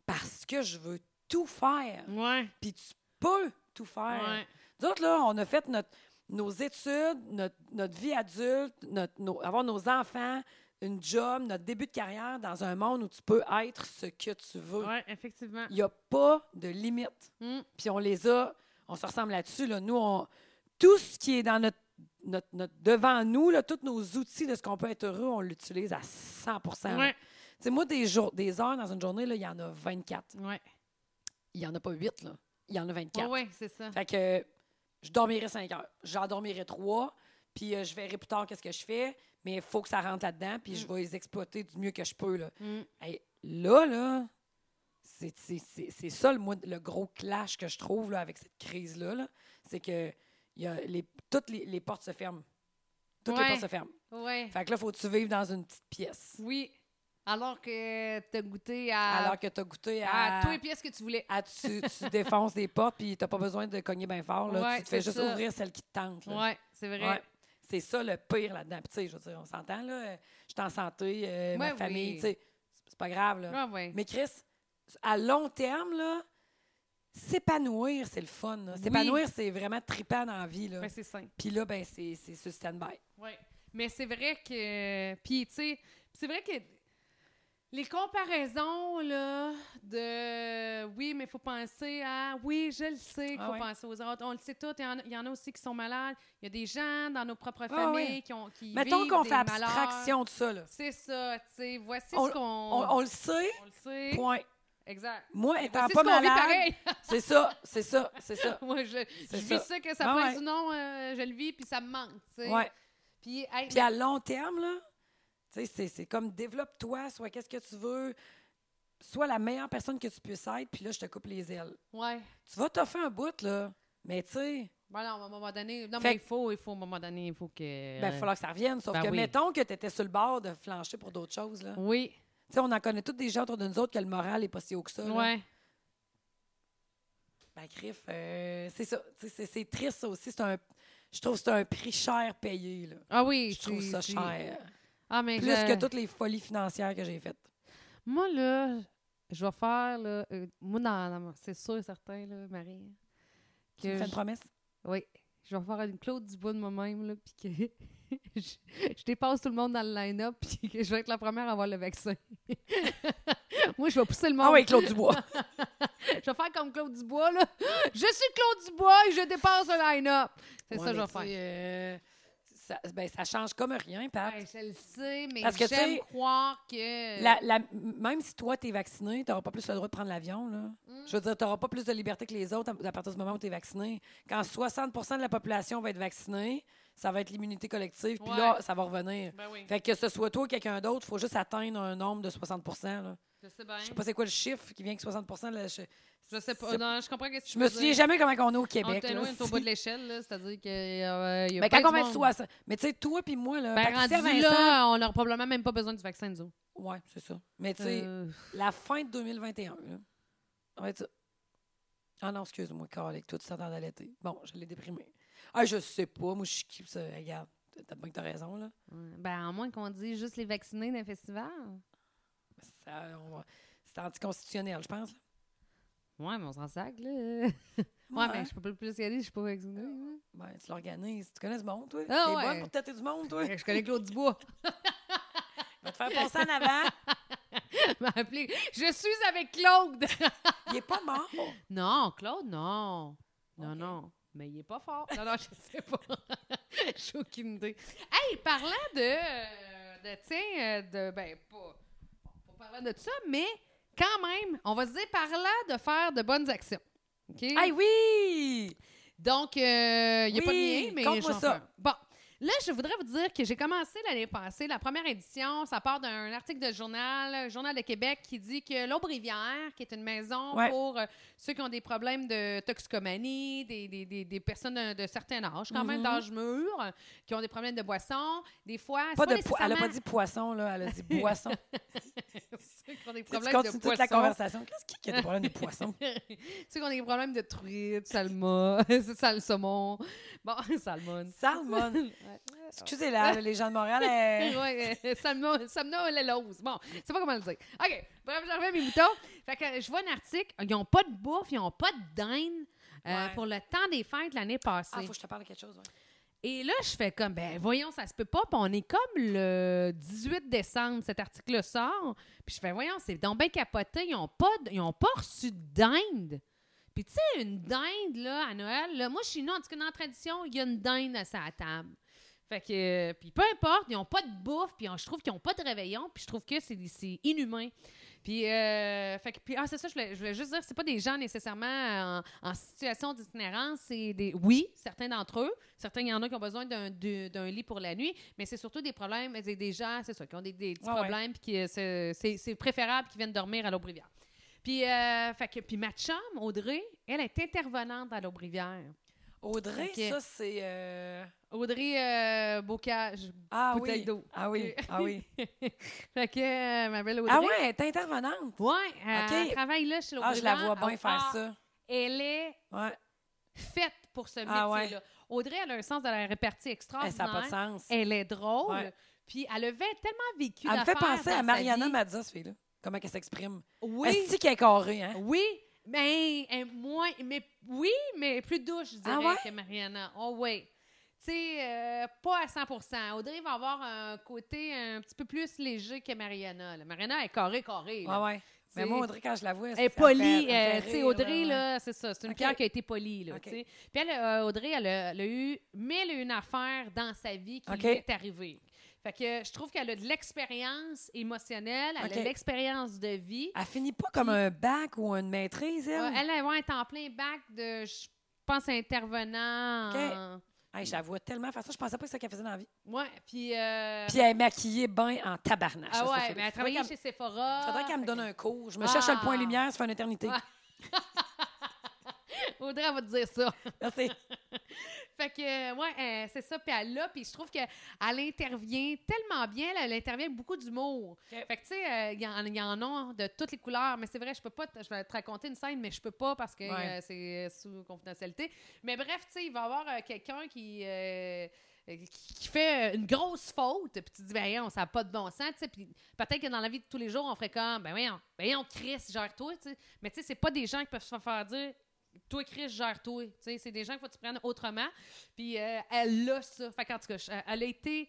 A: Parce que je veux tout faire,
B: Ouais.
A: puis tu peux tout faire.
B: Ouais.
A: Nous autres, là, on a fait notre, nos études, notre, notre vie adulte, notre, nos- avoir nos enfants, une job, notre début de carrière dans un monde où tu peux être ce que tu veux.
B: Ouais, effectivement.
A: Il n'y a pas de limite.
B: Mm.
A: Puis on les a, on se ressemble là-dessus. Là. Nous, on, tout ce qui est dans notre, notre, notre- devant nous, là, tous nos outils de ce qu'on peut être heureux, on l'utilise à 100 là.
B: Ouais.
A: Tu sais, Moi, des, jours, des heures dans une journée, là, il y en a 24.
B: Ouais.
A: Il n'y en a pas 8, là. il y en a 24.
B: Ouais, ouais, c'est ça.
A: Fait que je dormirai 5 heures. J'en dormirai 3. Puis euh, je verrai plus tard qu'est-ce que je fais. Mais il faut que ça rentre là-dedans. Puis je vais les exploiter du mieux que je peux. Là,
B: Mm.
A: Hey, là, là, c'est- c'est c'est- c'est ça le, moi, le gros clash que je trouve là, avec cette crise-là. là. C'est que il y a les, toutes les, les portes se ferment. Toutes
B: Ouais.
A: les portes se ferment.
B: Ouais.
A: Fait que là, faut que tu vives dans une petite pièce.
B: Oui. Alors que t'as goûté à,
A: Alors que tu as goûté
B: à
A: à.
B: tous les pièces que tu voulais.
A: à- tu, tu défonces des portes, puis t'as pas besoin de cogner bien fort. là.
B: Ouais,
A: tu te fais
B: c'est
A: juste
B: ça.
A: ouvrir celle qui te tente. là.
B: Ouais, c'est vrai.
A: Ouais. C'est ça le pire là-dedans. Puis, tu sais, je veux dire, on s'entend, là. euh, Je suis en santé, euh,
B: Ouais,
A: ma
B: oui.
A: famille, tu sais, c'est pas grave, là.
B: Ouais, Ah ouais.
A: Mais Chris, à long terme, là, s'épanouir, c'est le fun. là.
B: Oui.
A: S'épanouir, c'est vraiment tripant dans la vie, là.
B: Ouais, c'est simple.
A: Puis là, ben, c'est c'est sur stand-by.
B: Ouais. Mais c'est vrai que. Puis, tu sais, c'est vrai que les comparaisons, là, de oui, mais il faut penser à oui, je le sais, qu'il
A: Ah
B: faut
A: ouais.
B: penser aux autres. On le sait tout. Il y en a- il y, en a aussi qui sont malades. Il y a des gens dans nos propres
A: Ah
B: familles
A: ouais.
B: qui ont. Qui
A: Mettons
B: vivent
A: qu'on
B: des
A: fait
B: malheurs.
A: abstraction de ça, là.
B: C'est ça, tu sais. Voici
A: On-
B: ce qu'on.
A: On, on le sait,
B: on le sait.
A: point.
B: Exact.
A: Moi,
B: Et
A: étant
B: voici
A: pas
B: ce qu'on vit
A: malade,
B: pareil.
A: c'est ça, c'est ça, c'est ça.
B: Moi, je, je
A: C'est
B: vis
A: ça.
B: ça, que ça
A: Ah
B: plaise
A: ouais.
B: ou non, euh, je le vis, puis ça me manque, tu sais.
A: Ouais.
B: Puis, hey,
A: Puis à long terme, là, tu sais, c'est, c'est comme développe-toi, sois qu'est-ce que tu veux, sois la meilleure personne que tu puisses être, puis là, je te coupe les ailes.
B: ouais.
A: Tu vas t'offrir un bout, là, mais tu sais,
B: Ben non, à un moment donné. Non,
A: Fait
B: mais il
A: que-
B: faut, il faut, à un moment donné, il faut que.
A: ben, il va falloir que ça revienne. Sauf
B: Ben
A: que,
B: oui.
A: mettons que tu étais sur le bord de flancher pour d'autres choses, là.
B: euh, Oui,
A: Tu sais, on en connaît toutes des gens autour de nous autres que le moral est pas si haut que ça. là.
B: ouais.
A: Ben, crif, euh, c'est ça. Tu sais, C'est, c'est triste, ça aussi. C'est un, je trouve que c'est un prix cher payé, là.
B: Ah oui,
A: Je trouve
B: tu-
A: ça
B: tu-
A: cher.
B: Ah, mais
A: Plus
B: je-
A: que toutes les folies financières que j'ai faites.
B: Moi, là, je vais faire, là. euh, moi, dans, dans mon- c'est sûr et certain, là, Marie.
A: Tu me
B: Que
A: fais une
B: je,
A: promesse?
B: oui, je vais faire une Claude Dubois de moi-même, là, puis que je, je dépasse tout le monde dans le line-up, puis que je vais être la première à avoir le vaccin. moi, je vais pousser le monde.
A: Ah oui, Claude Dubois.
B: Je vais faire comme Claude Dubois, là. Je suis Claude Dubois et je dépasse le line-up. C'est
A: Ouais,
B: ça que je
A: mais
B: vais faire.
A: tu sais, euh, ça, ben, ça change comme rien, Pat.
B: Ouais, euh. je le sais, mais
A: Parce que, tu
B: j'aime
A: sais,
B: croire que.
A: La- la- même si toi, t'es vacciné, t'auras pas plus le droit de prendre l'avion. là.
B: Mm.
A: Je veux dire, t'auras pas plus de liberté que les autres à, à partir du moment où t'es vacciné. Quand 60 de la population va être vaccinée, ça va être l'immunité collective, puis
B: Ouais.
A: là, ça va revenir.
B: Ben oui,
A: Fait que ce soit toi ou quelqu'un d'autre, faut juste atteindre un nombre de 60 là.
B: je sais bien.
A: Je sais pas c'est quoi le chiffre qui vient avec 60 là, je,
B: Je sais pas.
A: c'est-
B: Non, je comprends que
A: je me souviens jamais comment on est au
B: On
A: Québec.
B: est
A: là.
B: loin, on est au bas de l'échelle, là. C'est-à-dire qu'il y a. euh, il y a
A: Ben,
B: bien
A: quand on
B: du
A: va être
B: monde.
A: 60. Mais tu sais, toi puis moi, là,
B: Ben,
A: Patricia
B: rendu
A: Vincent-
B: là, on n'aura probablement même pas besoin du vaccin, nous autres.
A: Ouais, c'est ça. Mais tu sais,
B: Euh,
A: La fin de 2021. Là. On va être ça. Ah non, excuse-moi, Carl, tout ça à l'été. Bon, je l'ai déprimé. Ah, je sais pas, moi, je suis qui, ça. Regarde, t'as pas que t'as raison, là.
B: ouais. Ben, à moins qu'on dise juste les vaccinés d'un festival.
A: Ça, on va- C'est anticonstitutionnel, je pense. là.
B: Ouais, mais on s'en sac, là. ouais, mais je peux pas plus y aller, je suis pas vaccinée. hein. là.
A: Ouais, tu l'organises. Tu connais ce monde, toi?
B: Ah,
A: T'es
B: ouais.
A: bonne pour tâter du monde, toi?
B: Je connais Claude Dubois.
A: va te faire penser en avant.
B: m'a appelé. Je suis avec Claude.
A: Il est pas mort.
B: Non, Claude, non. Non,
A: Ok.
B: non. Mais il est pas fort. Non, non, je sais pas. J'ai aucune idée. Hey, parlant de. euh, de tiens, euh, de. Ben, pas. Pas parlant de ça, mais quand même, on va se dire par là de faire de bonnes actions. OK?
A: Ah oui!
B: Donc, euh, il n'y a pas de
A: Oui,
B: lien, mais
A: compte-moi
B: j'en
A: ça.
B: fais un. Bon, là, je voudrais vous dire que j'ai commencé l'année passée, la première édition, ça part d'un article de journal, Journal de Québec, qui dit que l'Aube-Rivière, qui est une maison
A: Ouais.
B: pour euh, ceux qui ont des problèmes de toxicomanie, des, des- des- des personnes de, de certains âges, quand même
A: Mhm.
B: d'âge mûr, euh, qui ont des problèmes de boisson, des fois... c'est
A: Pas de po- Elle n'a
B: nécessairement-
A: pas dit poisson, là. Elle a dit boisson.
B: ceux qui ont des
A: Tu sais, tu
B: problèmes de
A: continues toute la
B: boisson.
A: conversation. Qu'est-ce qui qui a des problèmes de poisson?
B: ceux qui ont des problèmes de truite, salma, sale saumon, bon, salmon.
A: Salmon.
B: Ouais.
A: Excusez-la, là, les gens de Montréal. euh,
B: ouais, euh, Salmo- salmonellose. Bon, je sais pas comment le dire. OK, bref, j'arrive à mes moutons. Fait que euh, je vois un article, ils n'ont pas de bouffe, ils n'ont pas de dinde euh,
A: Ouais.
B: pour le temps des fêtes l'année passée.
A: Ah, faut que je te parle de quelque chose. ouais.
B: Et là, je fais comme, ben voyons, ça se peut pas. Puis on est comme le 18 décembre, cet article sort. Puis je fais, voyons, c'est donc bien capoté. Ils n'ont pas, de- ils ont pas reçu de dinde. Puis tu sais, une dinde, là, à Noël, là, moi, chez nous, en tout cas, dans la tradition, il y a une dinde à sa table. Fait que, euh, puis peu importe, ils n'ont pas de bouffe, puis on- je trouve qu'ils n'ont pas de réveillon, puis je trouve que c'est c'est inhumain. Puis, euh, fait que, puis ah, c'est ça, je voulais, je voulais juste dire, c'est pas des gens nécessairement en, en situation d'itinérance, c'est des, oui, certains d'entre eux, certains, il y en a qui ont besoin d'un de- d'un lit pour la nuit, mais c'est surtout des problèmes, c'est des gens, c'est ça, qui ont des, des petits
A: Ouais, ouais.
B: problèmes, puis qui, euh, c'est c'est- c'est préférable qu'ils viennent dormir à l'Aubrivière. Puis, euh, fait que, puis ma chum, Audrey, elle est intervenante à l'Aubrivière.
A: Audrey,
B: Ok.
A: ça, c'est. euh,
B: Audrey euh, Bocage,
A: Ah
B: Bouteille
A: oui.
B: d'eau.
A: Ah oui, ah oui.
B: fait que euh, ma belle Audrey.
A: Ah ouais, elle est intervenante.
B: Ouais, elle,
A: Ok.
B: elle travaille là chez
A: Ah, je la
B: l'Aubrivière,
A: vois
B: à
A: bien faire
B: Haut-Fort.
A: ça.
B: Elle est
A: Ouais.
B: faite pour ce métier-là.
A: Ah
B: Audrey, elle a un sens de la répartie
A: Eh, Ça
B: extraordinaire.
A: n'a pas de sens.
B: Ah, Elle est drôle.
A: Ouais.
B: Puis elle avait tellement vécu
A: Elle me fait
B: d'affaires
A: penser
B: dans
A: à
B: sa
A: Mariana
B: vie.
A: Mazza, ce fille-là. Comment elle s'exprime.
B: Oui, Ah
A: Est-ce qu'elle est carrée, hein?
B: oui, mais, elle est moins, mais oui, mais plus douce, je
A: Ah
B: dirais,
A: ouais?
B: que Mariana. Oh oui. Tu sais, euh, pas à 100 Audrey va avoir un côté un petit peu plus léger que Mariana. là. Mariana est carrée, carrée. là.
A: Ah Ouais, ouais. Mais
B: T'sais,
A: moi, Audrey, quand je la vois,
B: Elle est
A: ça me fait-
B: polie.
A: ça me fait
B: euh, tu sais,
A: rire,
B: Audrey,
A: ouais, ouais.
B: là, c'est ça. C'est une
A: OK.
B: pierre qui a été polie, là,
A: OK.
B: tu sais. Puis elle, euh, Audrey, elle a, elle a eu mille et une affaires dans sa vie qui
A: OK.
B: lui est arrivée. Fait que je trouve qu'elle a de l'expérience émotionnelle, elle
A: OK.
B: a de l'expérience de vie.
A: Elle finit pas comme un bac ou une maîtrise,
B: Euh,
A: elle.
B: elle, elle va être en plein bac de, je pense, intervenant.
A: OK.
B: en-
A: Hey, je la vois tellement faire ça. Je pensais pas que c'est ça qu'elle faisait dans la vie.
B: Ouais, puis... euh,
A: Puis elle est maquillée bien en tabarnache.
B: ah
A: ça, cette
B: ouais,
A: fille-là.
B: mais elle
A: Faudrait
B: travaillait
A: qu'elle-
B: chez Sephora.
A: Faudrait qu'elle me
B: Fait
A: donne
B: que-
A: un cours. Je me
B: Ah.
A: cherche à le point lumière, ça fait une éternité.
B: Ouais. Audrey, elle va te dire ça.
A: Là, c'est-
B: Fait que, euh, ouais, euh, c'est ça. Puis elle l'a. Puis je trouve qu'elle intervient tellement bien. Elle, elle intervient avec beaucoup d'humour.
A: Ok.
B: Fait que, tu sais, il y, en- y en a de toutes les couleurs. Mais c'est vrai, je peux pas. te- Je vais te raconter une scène, mais je peux pas parce que
A: Ouais.
B: euh, c'est euh, sous confidentialité. Mais bref, tu sais, il va y avoir euh, quelqu'un qui. euh, euh, qui qui fait euh, une grosse faute, puis tu te dis, ben, voyons, ça n'a pas de bon sens, tu sais. Puis peut-être que dans la vie de tous les jours, on ferait comme, ben, voyons, ben, voyons, Chris, gère-toi, tu sais. Mais tu sais, c'est pas des gens qui peuvent se faire dire, toi, Chris, gère-toi, tu sais. C'est des gens qu'il faut que tu prennes autrement. Puis euh, elle a ça. Fait qu'en tout cas, je- elle a été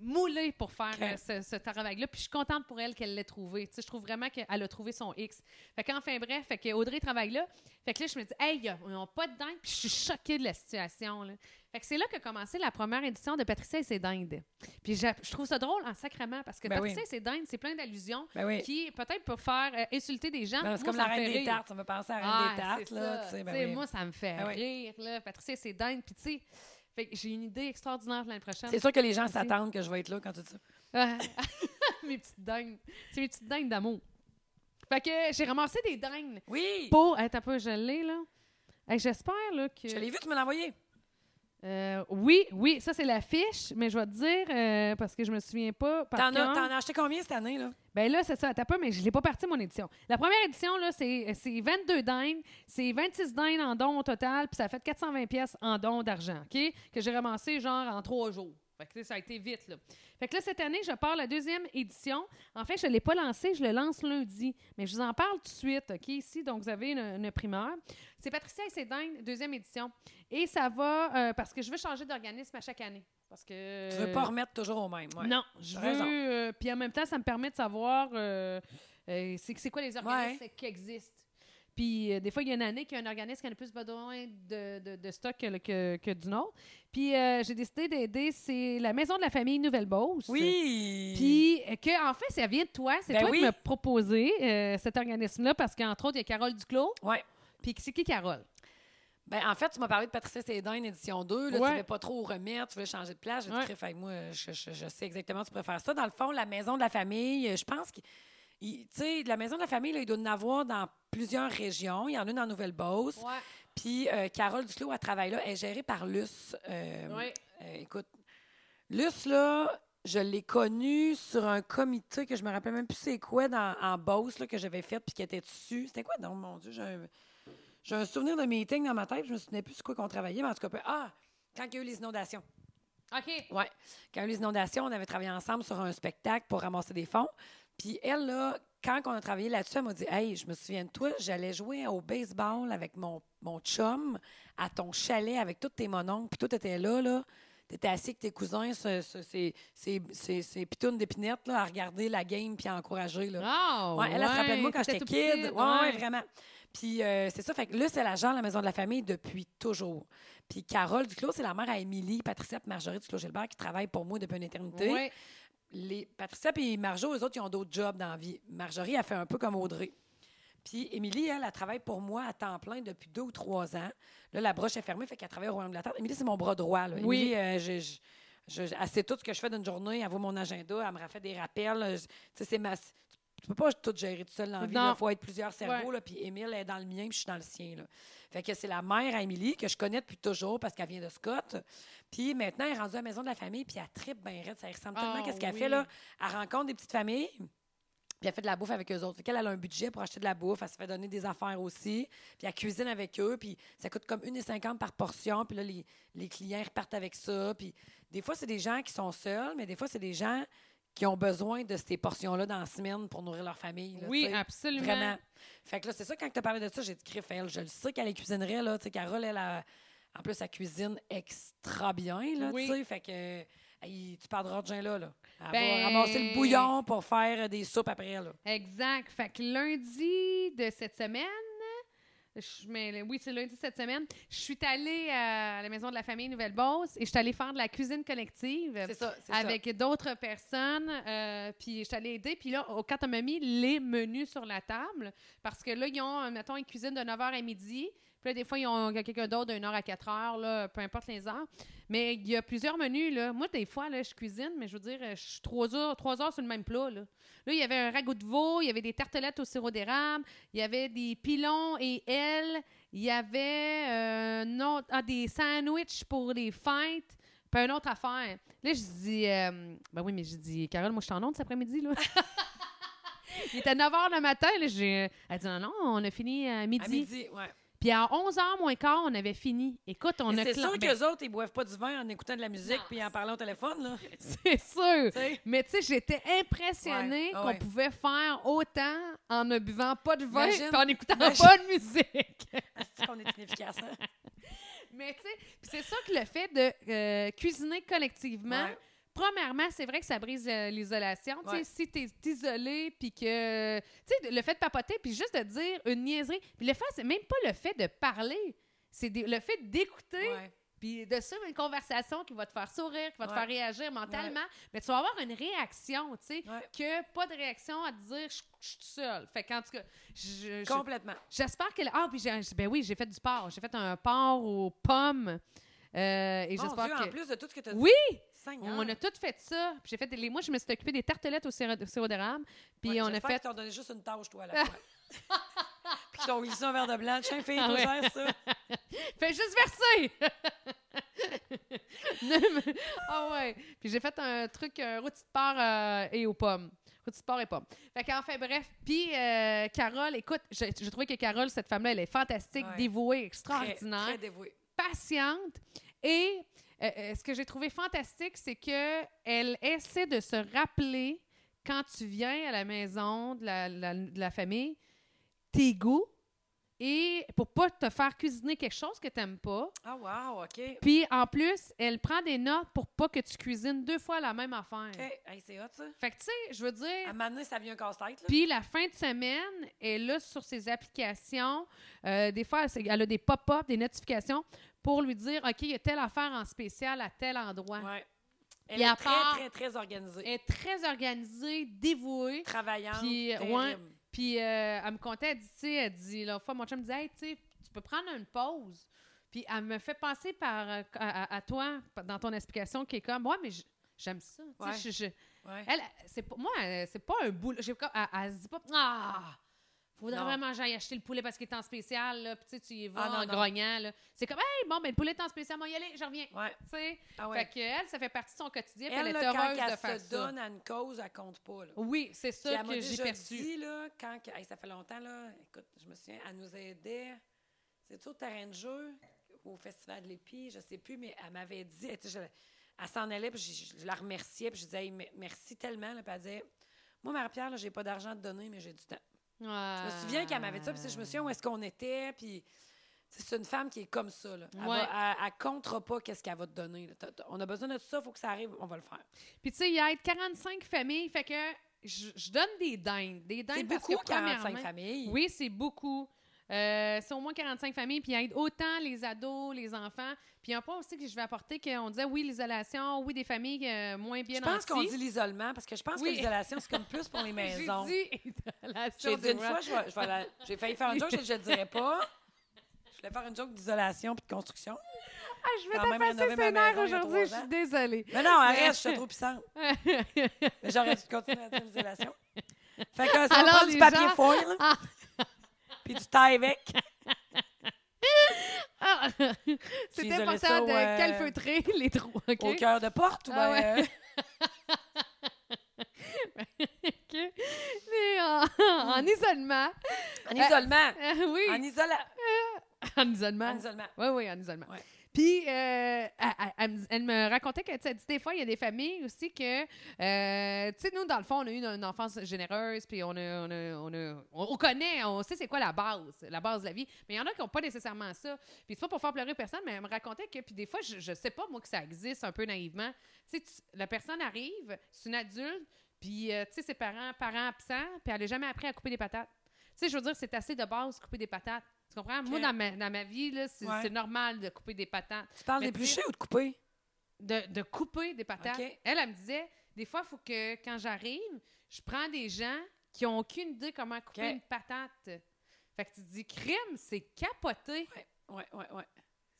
B: moulée pour faire
A: Ok.
B: euh, ce, ce travail-là. Puis je suis contente pour elle qu'elle l'ait trouvé. Tu sais, je trouve vraiment qu'elle a trouvé son X. Fait qu'enfin, bref, fait que Audrey travaille là. Fait que là, je me dis, hey, y a- ils n'ont pas de dingue. Puis je suis choquée de la situation. Là. Fait que c'est là que commencé la première édition de Patricia et ses dindes. Puis j'a- je trouve ça drôle en sacrement parce que
A: Ben oui.
B: Patricia et ses dindes, c'est plein d'allusions
A: Ben oui.
B: qui, peut-être, peuvent faire euh, insulter des gens.
A: Non,
B: Moi,
A: C'est comme
B: ça
A: la
B: me fait
A: reine des
B: rire.
A: tartes. Ça me fait penser à la reine
B: Ah,
A: des tartes.
B: c'est
A: Là,
B: ça.
A: tu sais, ben
B: Tu sais,
A: oui.
B: Moi, ça me fait
A: Ben oui.
B: rire. Là. Patricia, c'est dingue. Puis, tu sais, fait que j'ai une idée extraordinaire pour l'année prochaine.
A: C'est sûr que les gens s'attendent que je vais être là quand tu dis ça.
B: Ah, mes petites dingues. C'est mes petites dingues d'amour. Fait que j'ai ramassé des dingues
A: Oui!
B: pour être un peu gelée, là. Hey, J'espère là, que.
A: Je l'ai vu, tu me l'as envoyé.
B: Euh, oui, oui, ça c'est l'affiche, mais je vais te dire, euh, parce que je me souviens pas. par
A: T'en as,
B: cœur.
A: t'en as acheté combien cette année, là?
B: Ben là, c'est ça, t'as pas, mais je l'ai pas parti mon édition. La première édition, là, c'est c'est 22 dindes, c'est 26 dindes en dons au total, puis ça a fait 420 pièces en dons d'argent, OK? Que j'ai ramassé genre en trois jours. Fait que tu sais, ça a été vite, là. Fait que là, cette année, je pars la deuxième édition. En fait, je ne l'ai pas lancée, je le lance lundi. Mais je vous en parle tout de suite, OK, ici. Donc, vous avez une, une primeur. C'est Patricia et ses dindes, deuxième édition. Et ça va, euh, parce que je veux changer d'organisme à chaque année. Parce que.
A: Tu veux pas remettre toujours au même. ouais.
B: Non, je
A: T'as raison.
B: veux. euh, puis en même temps, ça me permet de savoir euh, euh, c'est c'est quoi les organismes qui existent. Puis euh, des fois, il y a une année qu'il y a un organisme qui en a plus besoin de, de- de stock que, le- que, que d'une autre. Puis euh, j'ai décidé d'aider, c'est la Maison de la famille Nouvelle-Beauce.
A: Oui.
B: Puis euh, que, en fait, ça vient de toi. C'est
A: Ben
B: toi
A: oui.
B: qui m'as proposé euh, cet organisme-là parce qu'entre autres, il y a Carole Duclos.
A: Ouais.
B: Puis c'est qui Carole?
A: Ben, en fait, tu m'as parlé de Patricia Cédin, édition 2. Là,
B: Ouais.
A: Tu voulais pas trop remettre, tu voulais changer de place. J'ai
B: Ouais.
A: dit, Crif, avec moi, je, je- je sais exactement, tu préfères ça. Dans le fond, la maison de la famille, je pense que. il- Tu sais, de la maison de la famille, là, il doit en avoir dans plusieurs régions. Il y en a une en Nouvelle-Beauce. Puis euh, Carole Duclos, à travail là, est gérée par Luce. Euh,
B: Ouais.
A: euh, écoute, Luce, là, je l'ai connue sur un comité que je me rappelle même plus c'est quoi dans, en Beauce là, que j'avais fait puis qui était dessus. C'était quoi donc, mon Dieu? J'ai un, j'ai un souvenir de meeting dans ma tête, puis je me souvenais plus sur quoi qu'on travaillait, mais en tout cas, peu- ah, quand il y a eu les inondations.
B: OK.
A: Oui. Quand il y a eu les inondations, on avait travaillé ensemble sur un spectacle pour ramasser des fonds. Puis elle, là, quand on a travaillé là-dessus, elle m'a dit Hey, je me souviens de toi, j'allais jouer au baseball avec mon, mon chum à ton chalet avec tous tes mononcles. Puis tout était là, là. T'étais assis avec tes cousins, ce- ce- ces, ces, ces, ces pitounes d'épinettes, là, à regarder la game puis à encourager, là.
B: Ah,
A: Ouais, elle, elle se rappelait de moi quand
B: t'étais
A: j'étais
B: tout
A: kid.
B: petite,
A: ouais, ouais,
B: ouais.
A: vraiment. Puis euh, c'est ça, fait que là, c'est la genre de la maison de la famille depuis toujours. Puis Carole Duclos, c'est la mère à Émilie, Patricia et Marjorie Duclos-Gilbert qui travaillent pour moi depuis une éternité.
B: Ouais.
A: Les, Patricia et Marjo, eux autres, ils ont d'autres jobs dans la vie. Marjorie a fait un peu comme Audrey. Puis Émilie, elle, elle travaille pour moi à temps plein depuis deux ou trois ans. Là, la broche est fermée, fait qu'elle travaille au Royaume de la Terre. Émilie, c'est mon bras droit. Là.
B: Oui.
A: Émilie, euh, je- je- je- je- elle sait tout ce que je fais d'une journée, elle voit mon agenda, elle me fait des rappels. Je- Tu sais, c'est ma... Tu peux pas tout gérer tout seul dans la vie.
B: Non.
A: Il faut être plusieurs cerveaux. Là, puis Émile est dans le mien, puis je suis dans le sien. Là. Fait que c'est la mère à Émilie que je connais depuis toujours parce qu'elle vient de Scott. Puis maintenant, elle est rendue à la maison de la famille, puis elle tripe bien raide. Ça y ressemble tellement
B: Ah,
A: qu'est-ce qu'elle
B: oui.
A: fait. là. Elle rencontre des petites familles, puis elle fait de la bouffe avec eux autres. Fait qu'elle elle a un budget pour acheter de la bouffe. Elle se fait donner des affaires aussi. Puis elle cuisine avec eux, puis ça coûte comme 1,50 par portion. Puis là, les, les clients repartent avec ça. Puis des fois, c'est des gens qui sont seuls, mais des fois, c'est des gens qui ont besoin de ces portions-là dans la semaine pour nourrir leur famille. là,
B: Oui,
A: tu sais.
B: absolument.
A: Vraiment. Fait que là, c'est ça, quand tu as parlé de ça, j'ai dit, Criff, elle, je le sais qu'elle les cuisinerait, là. Tu sais, Carole, elle, a- en plus, elle cuisine extra bien, là,
B: Oui.
A: tu sais. Fait que, euh, il- tu perdras de gens là, là. Elle
B: Ben-
A: va ramasser le bouillon pour faire euh, des soupes après, là.
B: Exact. Fait que lundi de cette semaine, je, mais, oui, c'est lundi de cette semaine, je suis allée à la maison de la famille Nouvelle-Beauce et je suis allée faire de la cuisine collective
A: C'est ça, c'est ça.
B: avec d'autres personnes. euh, puis je suis allée aider. Puis là, au- quand on m'a mis les menus sur la table, parce que là, ils ont, euh, mettons, une cuisine de 9h à midi. Puis là, des fois, ils ont il y a quelqu'un d'autre de 1h à 4h, là, peu importe les heures. Mais il y a plusieurs menus, là. Moi, des fois, là, je cuisine, mais je veux dire, je suis 3 heures, trois heures sur le même plat, là. Là, il y avait un ragoût de veau, il y avait des tartelettes au sirop d'érable, il y avait des pilons et ailes, il y avait euh, un autre- ah, des sandwichs pour les fêtes, puis une autre affaire. Là, je dis, euh, ben oui, mais je dis, Carole, moi, je suis en onde cet après-midi, là. il était 9 h le matin, là, j'ai, elle dit, non, non, on a fini à midi.
A: À midi, ouais.
B: Puis à 11 h moins quart, on avait fini. Écoute, on
A: Mais
B: a
A: C'est
B: cla-
A: sûr
B: ben,
A: qu'eux autres, ils boivent pas du vin en écoutant de la musique
B: Non.
A: puis en parlant au téléphone, là. Tu
B: C'est sûr.
A: sais.
B: Mais tu sais, j'étais impressionnée
A: Ouais, ah
B: qu'on
A: ouais.
B: pouvait faire autant en ne buvant pas de vin
A: Imagine,
B: et en n'écoutant
A: imagine.
B: pas de musique.
A: C'est qu'on est inefficace, hein?
B: Mais tu sais, puis c'est sûr que le fait de euh, cuisiner collectivement,
A: Ouais.
B: premièrement, c'est vrai que ça brise euh, l'isolation. Tu sais,
A: Ouais.
B: si t'es isolé, puis que... Tu sais, le fait de papoter, puis juste de dire une niaiserie. Puis le fait, c'est même pas le fait de parler. C'est des- le fait d'écouter
A: Ouais.
B: Puis de suivre une conversation qui va te faire sourire, qui va te
A: Ouais.
B: faire réagir mentalement, mais tu vas avoir une réaction, tu sais,
A: Ouais.
B: que pas de réaction à te dire je je suis seule. Fait qu'en tout cas, je- je-
A: Complètement.
B: j'espère que. Ah, puis j'ai- ben oui, j'ai fait du porc. J'ai fait un porc aux pommes. Euh, et
A: Mon Dieu,
B: j'espère
A: en
B: que.
A: plus hein. de tout ce que tu as dit,
B: Oui,
A: Seigneur.
B: on a tout fait ça. Puis j'ai fait les, moi, je me suis occupée des tartelettes au sirop, au sirop d'érable. Puis
A: Ouais,
B: on a
A: j'espère
B: fait.
A: qu'ils t'ont donné juste une tâche, toi, à la fois. puis qu'ils t'ont glissé un verre de blanc. Tiens, fille, toi,
B: Ah ouais.
A: gère ça.
B: Fais juste verser! Non, mais- ah ouais. Puis j'ai fait un truc, un rôti de porc euh, et aux pommes. Rôti de porc et pommes. Fait qu'enfin, bref. Puis euh, Carole, écoute, j'ai j'ai trouvé que Carole, cette femme-là, elle est fantastique,
A: Ouais.
B: dévouée,
A: Très,
B: extraordinaire
A: très dévoué.
B: patiente et euh, euh, ce que j'ai trouvé fantastique, c'est que elle essaie de se rappeler quand tu viens à la maison de la, la- de la famille tes goûts et pour pas te faire cuisiner quelque chose que tu n'aimes pas.
A: Ah, wow, OK. OK.
B: Puis en plus, elle prend des notes pour pas que tu cuisines deux fois la même affaire.
A: Hey, c'est hot, ça.
B: Fait que tu sais, je veux
A: À un
B: dire,
A: moment donné, ça vient un casse-tête, là.
B: puis la fin de semaine, elle est sur ses applications. Euh, des fois, elle, s'est- elle a des pop-up, des notifications pour lui dire, OK, il y a telle affaire en spécial à tel endroit.
A: Ouais. Elle
B: Puis à
A: est très,
B: part-
A: très, très organisée.
B: Elle est très organisée, dévouée.
A: Travaillante,
B: Puis,
A: terrible.
B: ouais. Puis euh, elle me contait, elle dit, tu sais, elle dit, la fois, mon chum me disait, hey, tu sais, tu peux prendre une pause. Puis elle me fait penser par, euh, à, à- à toi, p- dans ton explication, qui est comme, ouais, mais j- j'aime ça. Tu sais,
A: Ouais.
B: je- je-
A: Ouais.
B: elle, c'est pas, moi, euh, c'est pas un boulot. J'ai comme- Elle, elle se dit pas, ah, faudrait
A: Non.
B: vraiment que j'aille acheter le poulet parce qu'il est en spécial, là. Puis tu sais, tu y vas
A: Ah, non,
B: en
A: non.
B: grognant, là. C'est comme, hey, bon, ben le poulet est en spécial, moi, y aller, je reviens.
A: Ouais.
B: Tu sais,
A: Ah
B: fait
A: ouais.
B: que elle, ça fait partie de son quotidien, puis
A: Elle,
B: elle,
A: là,
B: est
A: quand
B: heureuse de
A: elle
B: faire
A: se
B: ça.
A: donne à une cause, elle compte pas. Là.
B: Oui, c'est
A: Puis
B: ça
A: elle m'a
B: que j'ai
A: déjà
B: perçu.
A: dit, là, quand, que- hey, ça fait longtemps, là, écoute, je me souviens, elle nous aidait. C'est au terrain de jeu, au Festival de l'Épi, je sais plus, mais elle m'avait dit, tu sais, je- elle s'en allait, puis je, je la remerciais, puis je disais, Hey, me- merci tellement. Là, puis elle disait, moi, Marie-Pierre, là, j'ai pas d'argent à te donner, mais j'ai du temps. Je me souviens qu'elle m'avait dit ça, puis tu sais, je me souviens où est-ce qu'on était, puis tu sais, c'est une femme qui est comme ça. Là. Elle,
B: Ouais.
A: va- elle- elle comptera pas qu'est-ce qu'elle va te donner. là. T'as- t'as- On a besoin de tout ça, il faut que ça arrive, on va le faire.
B: Puis tu sais, il y a 45 familles, fait que je, je donne des dindes. Des dindes
A: C'est
B: parce
A: beaucoup,
B: que, premièrement-
A: 45 familles.
B: Oui, c'est beaucoup. Euh, c'est au moins 45 familles, puis il aide autant les ados, les enfants. Puis un point aussi que je vais apporter, qu'on disait, oui, l'isolation, oui, des familles euh, moins bien
A: Je pense qu'on
B: nanties.
A: dit l'isolement, parce que je pense
B: Oui.
A: que l'isolation, c'est comme plus pour les maisons.
B: J'ai dit isolation.
A: J'ai dit une
B: du roi.
A: fois, je vais- je vais la- j'ai failli faire une joke, je ne le dirais pas. Je voulais faire une joke d'isolation puis de construction.
B: Ah, je vais
A: quand même
B: t'apasser
A: rénover ma
B: ses nerfs
A: maison il y a
B: aujourd'hui, je
A: trois ans.
B: suis désolée.
A: Mais non, arrête, je suis trop puissante.
B: ah,
A: Mais j'aurais dû continuer à dire l'isolation. Fait que ça
B: Alors,
A: va prendre du
B: les
A: papier
B: gens-
A: foil, là,
B: Ah.
A: puis du Tyvek.
B: c'est
A: isolé
B: Ah! important
A: ça au,
B: de
A: euh,
B: calfeutrer les trois, OK?
A: au cœur de porte. Ou
B: Ah
A: ben, euh,
B: OK. Mais en, en isolement.
A: en isolement.
B: Euh, oui.
A: Mm.
B: Ben.
A: En, isola-
B: En isolement.
A: en isolement.
B: Oui, oui, en isolement.
A: Ouais.
B: Puis, euh, elle, elle- elle me- elle me racontait que, tu sais, elle dit, des fois, il y a des familles aussi que, euh, tu sais, nous, dans le fond, on a eu une, une enfance généreuse, puis on, a- on, a- on, a- on- on connaît, on sait c'est quoi la base, la base de la vie. Mais il y en a qui n'ont pas nécessairement ça. Puis, c'est pas pour faire pleurer personne, mais elle me racontait que, puis des fois, je, je sais pas, moi, que ça existe un peu naïvement. Tu sais, tu- la personne arrive, c'est une adulte, puis, euh, tu sais, ses parents, parents absents, puis elle n'a jamais appris à couper des patates. Tu sais, je veux dire, c'est assez de base, couper des patates. Tu comprends? Moi,
A: Ok.
B: dans ma, dans ma vie, là, c'est
A: Ouais.
B: c'est normal de couper des patates.
A: Tu parles
B: Mais
A: d'éplucher ou de couper?
B: De, de couper des patates.
A: Ok.
B: Elle, elle me disait, des fois, il faut que, quand j'arrive, je prends des gens qui n'ont aucune idée comment couper
A: Ok.
B: une patate. Fait que tu te dis, crime, c'est capoté.
A: Oui, oui, oui.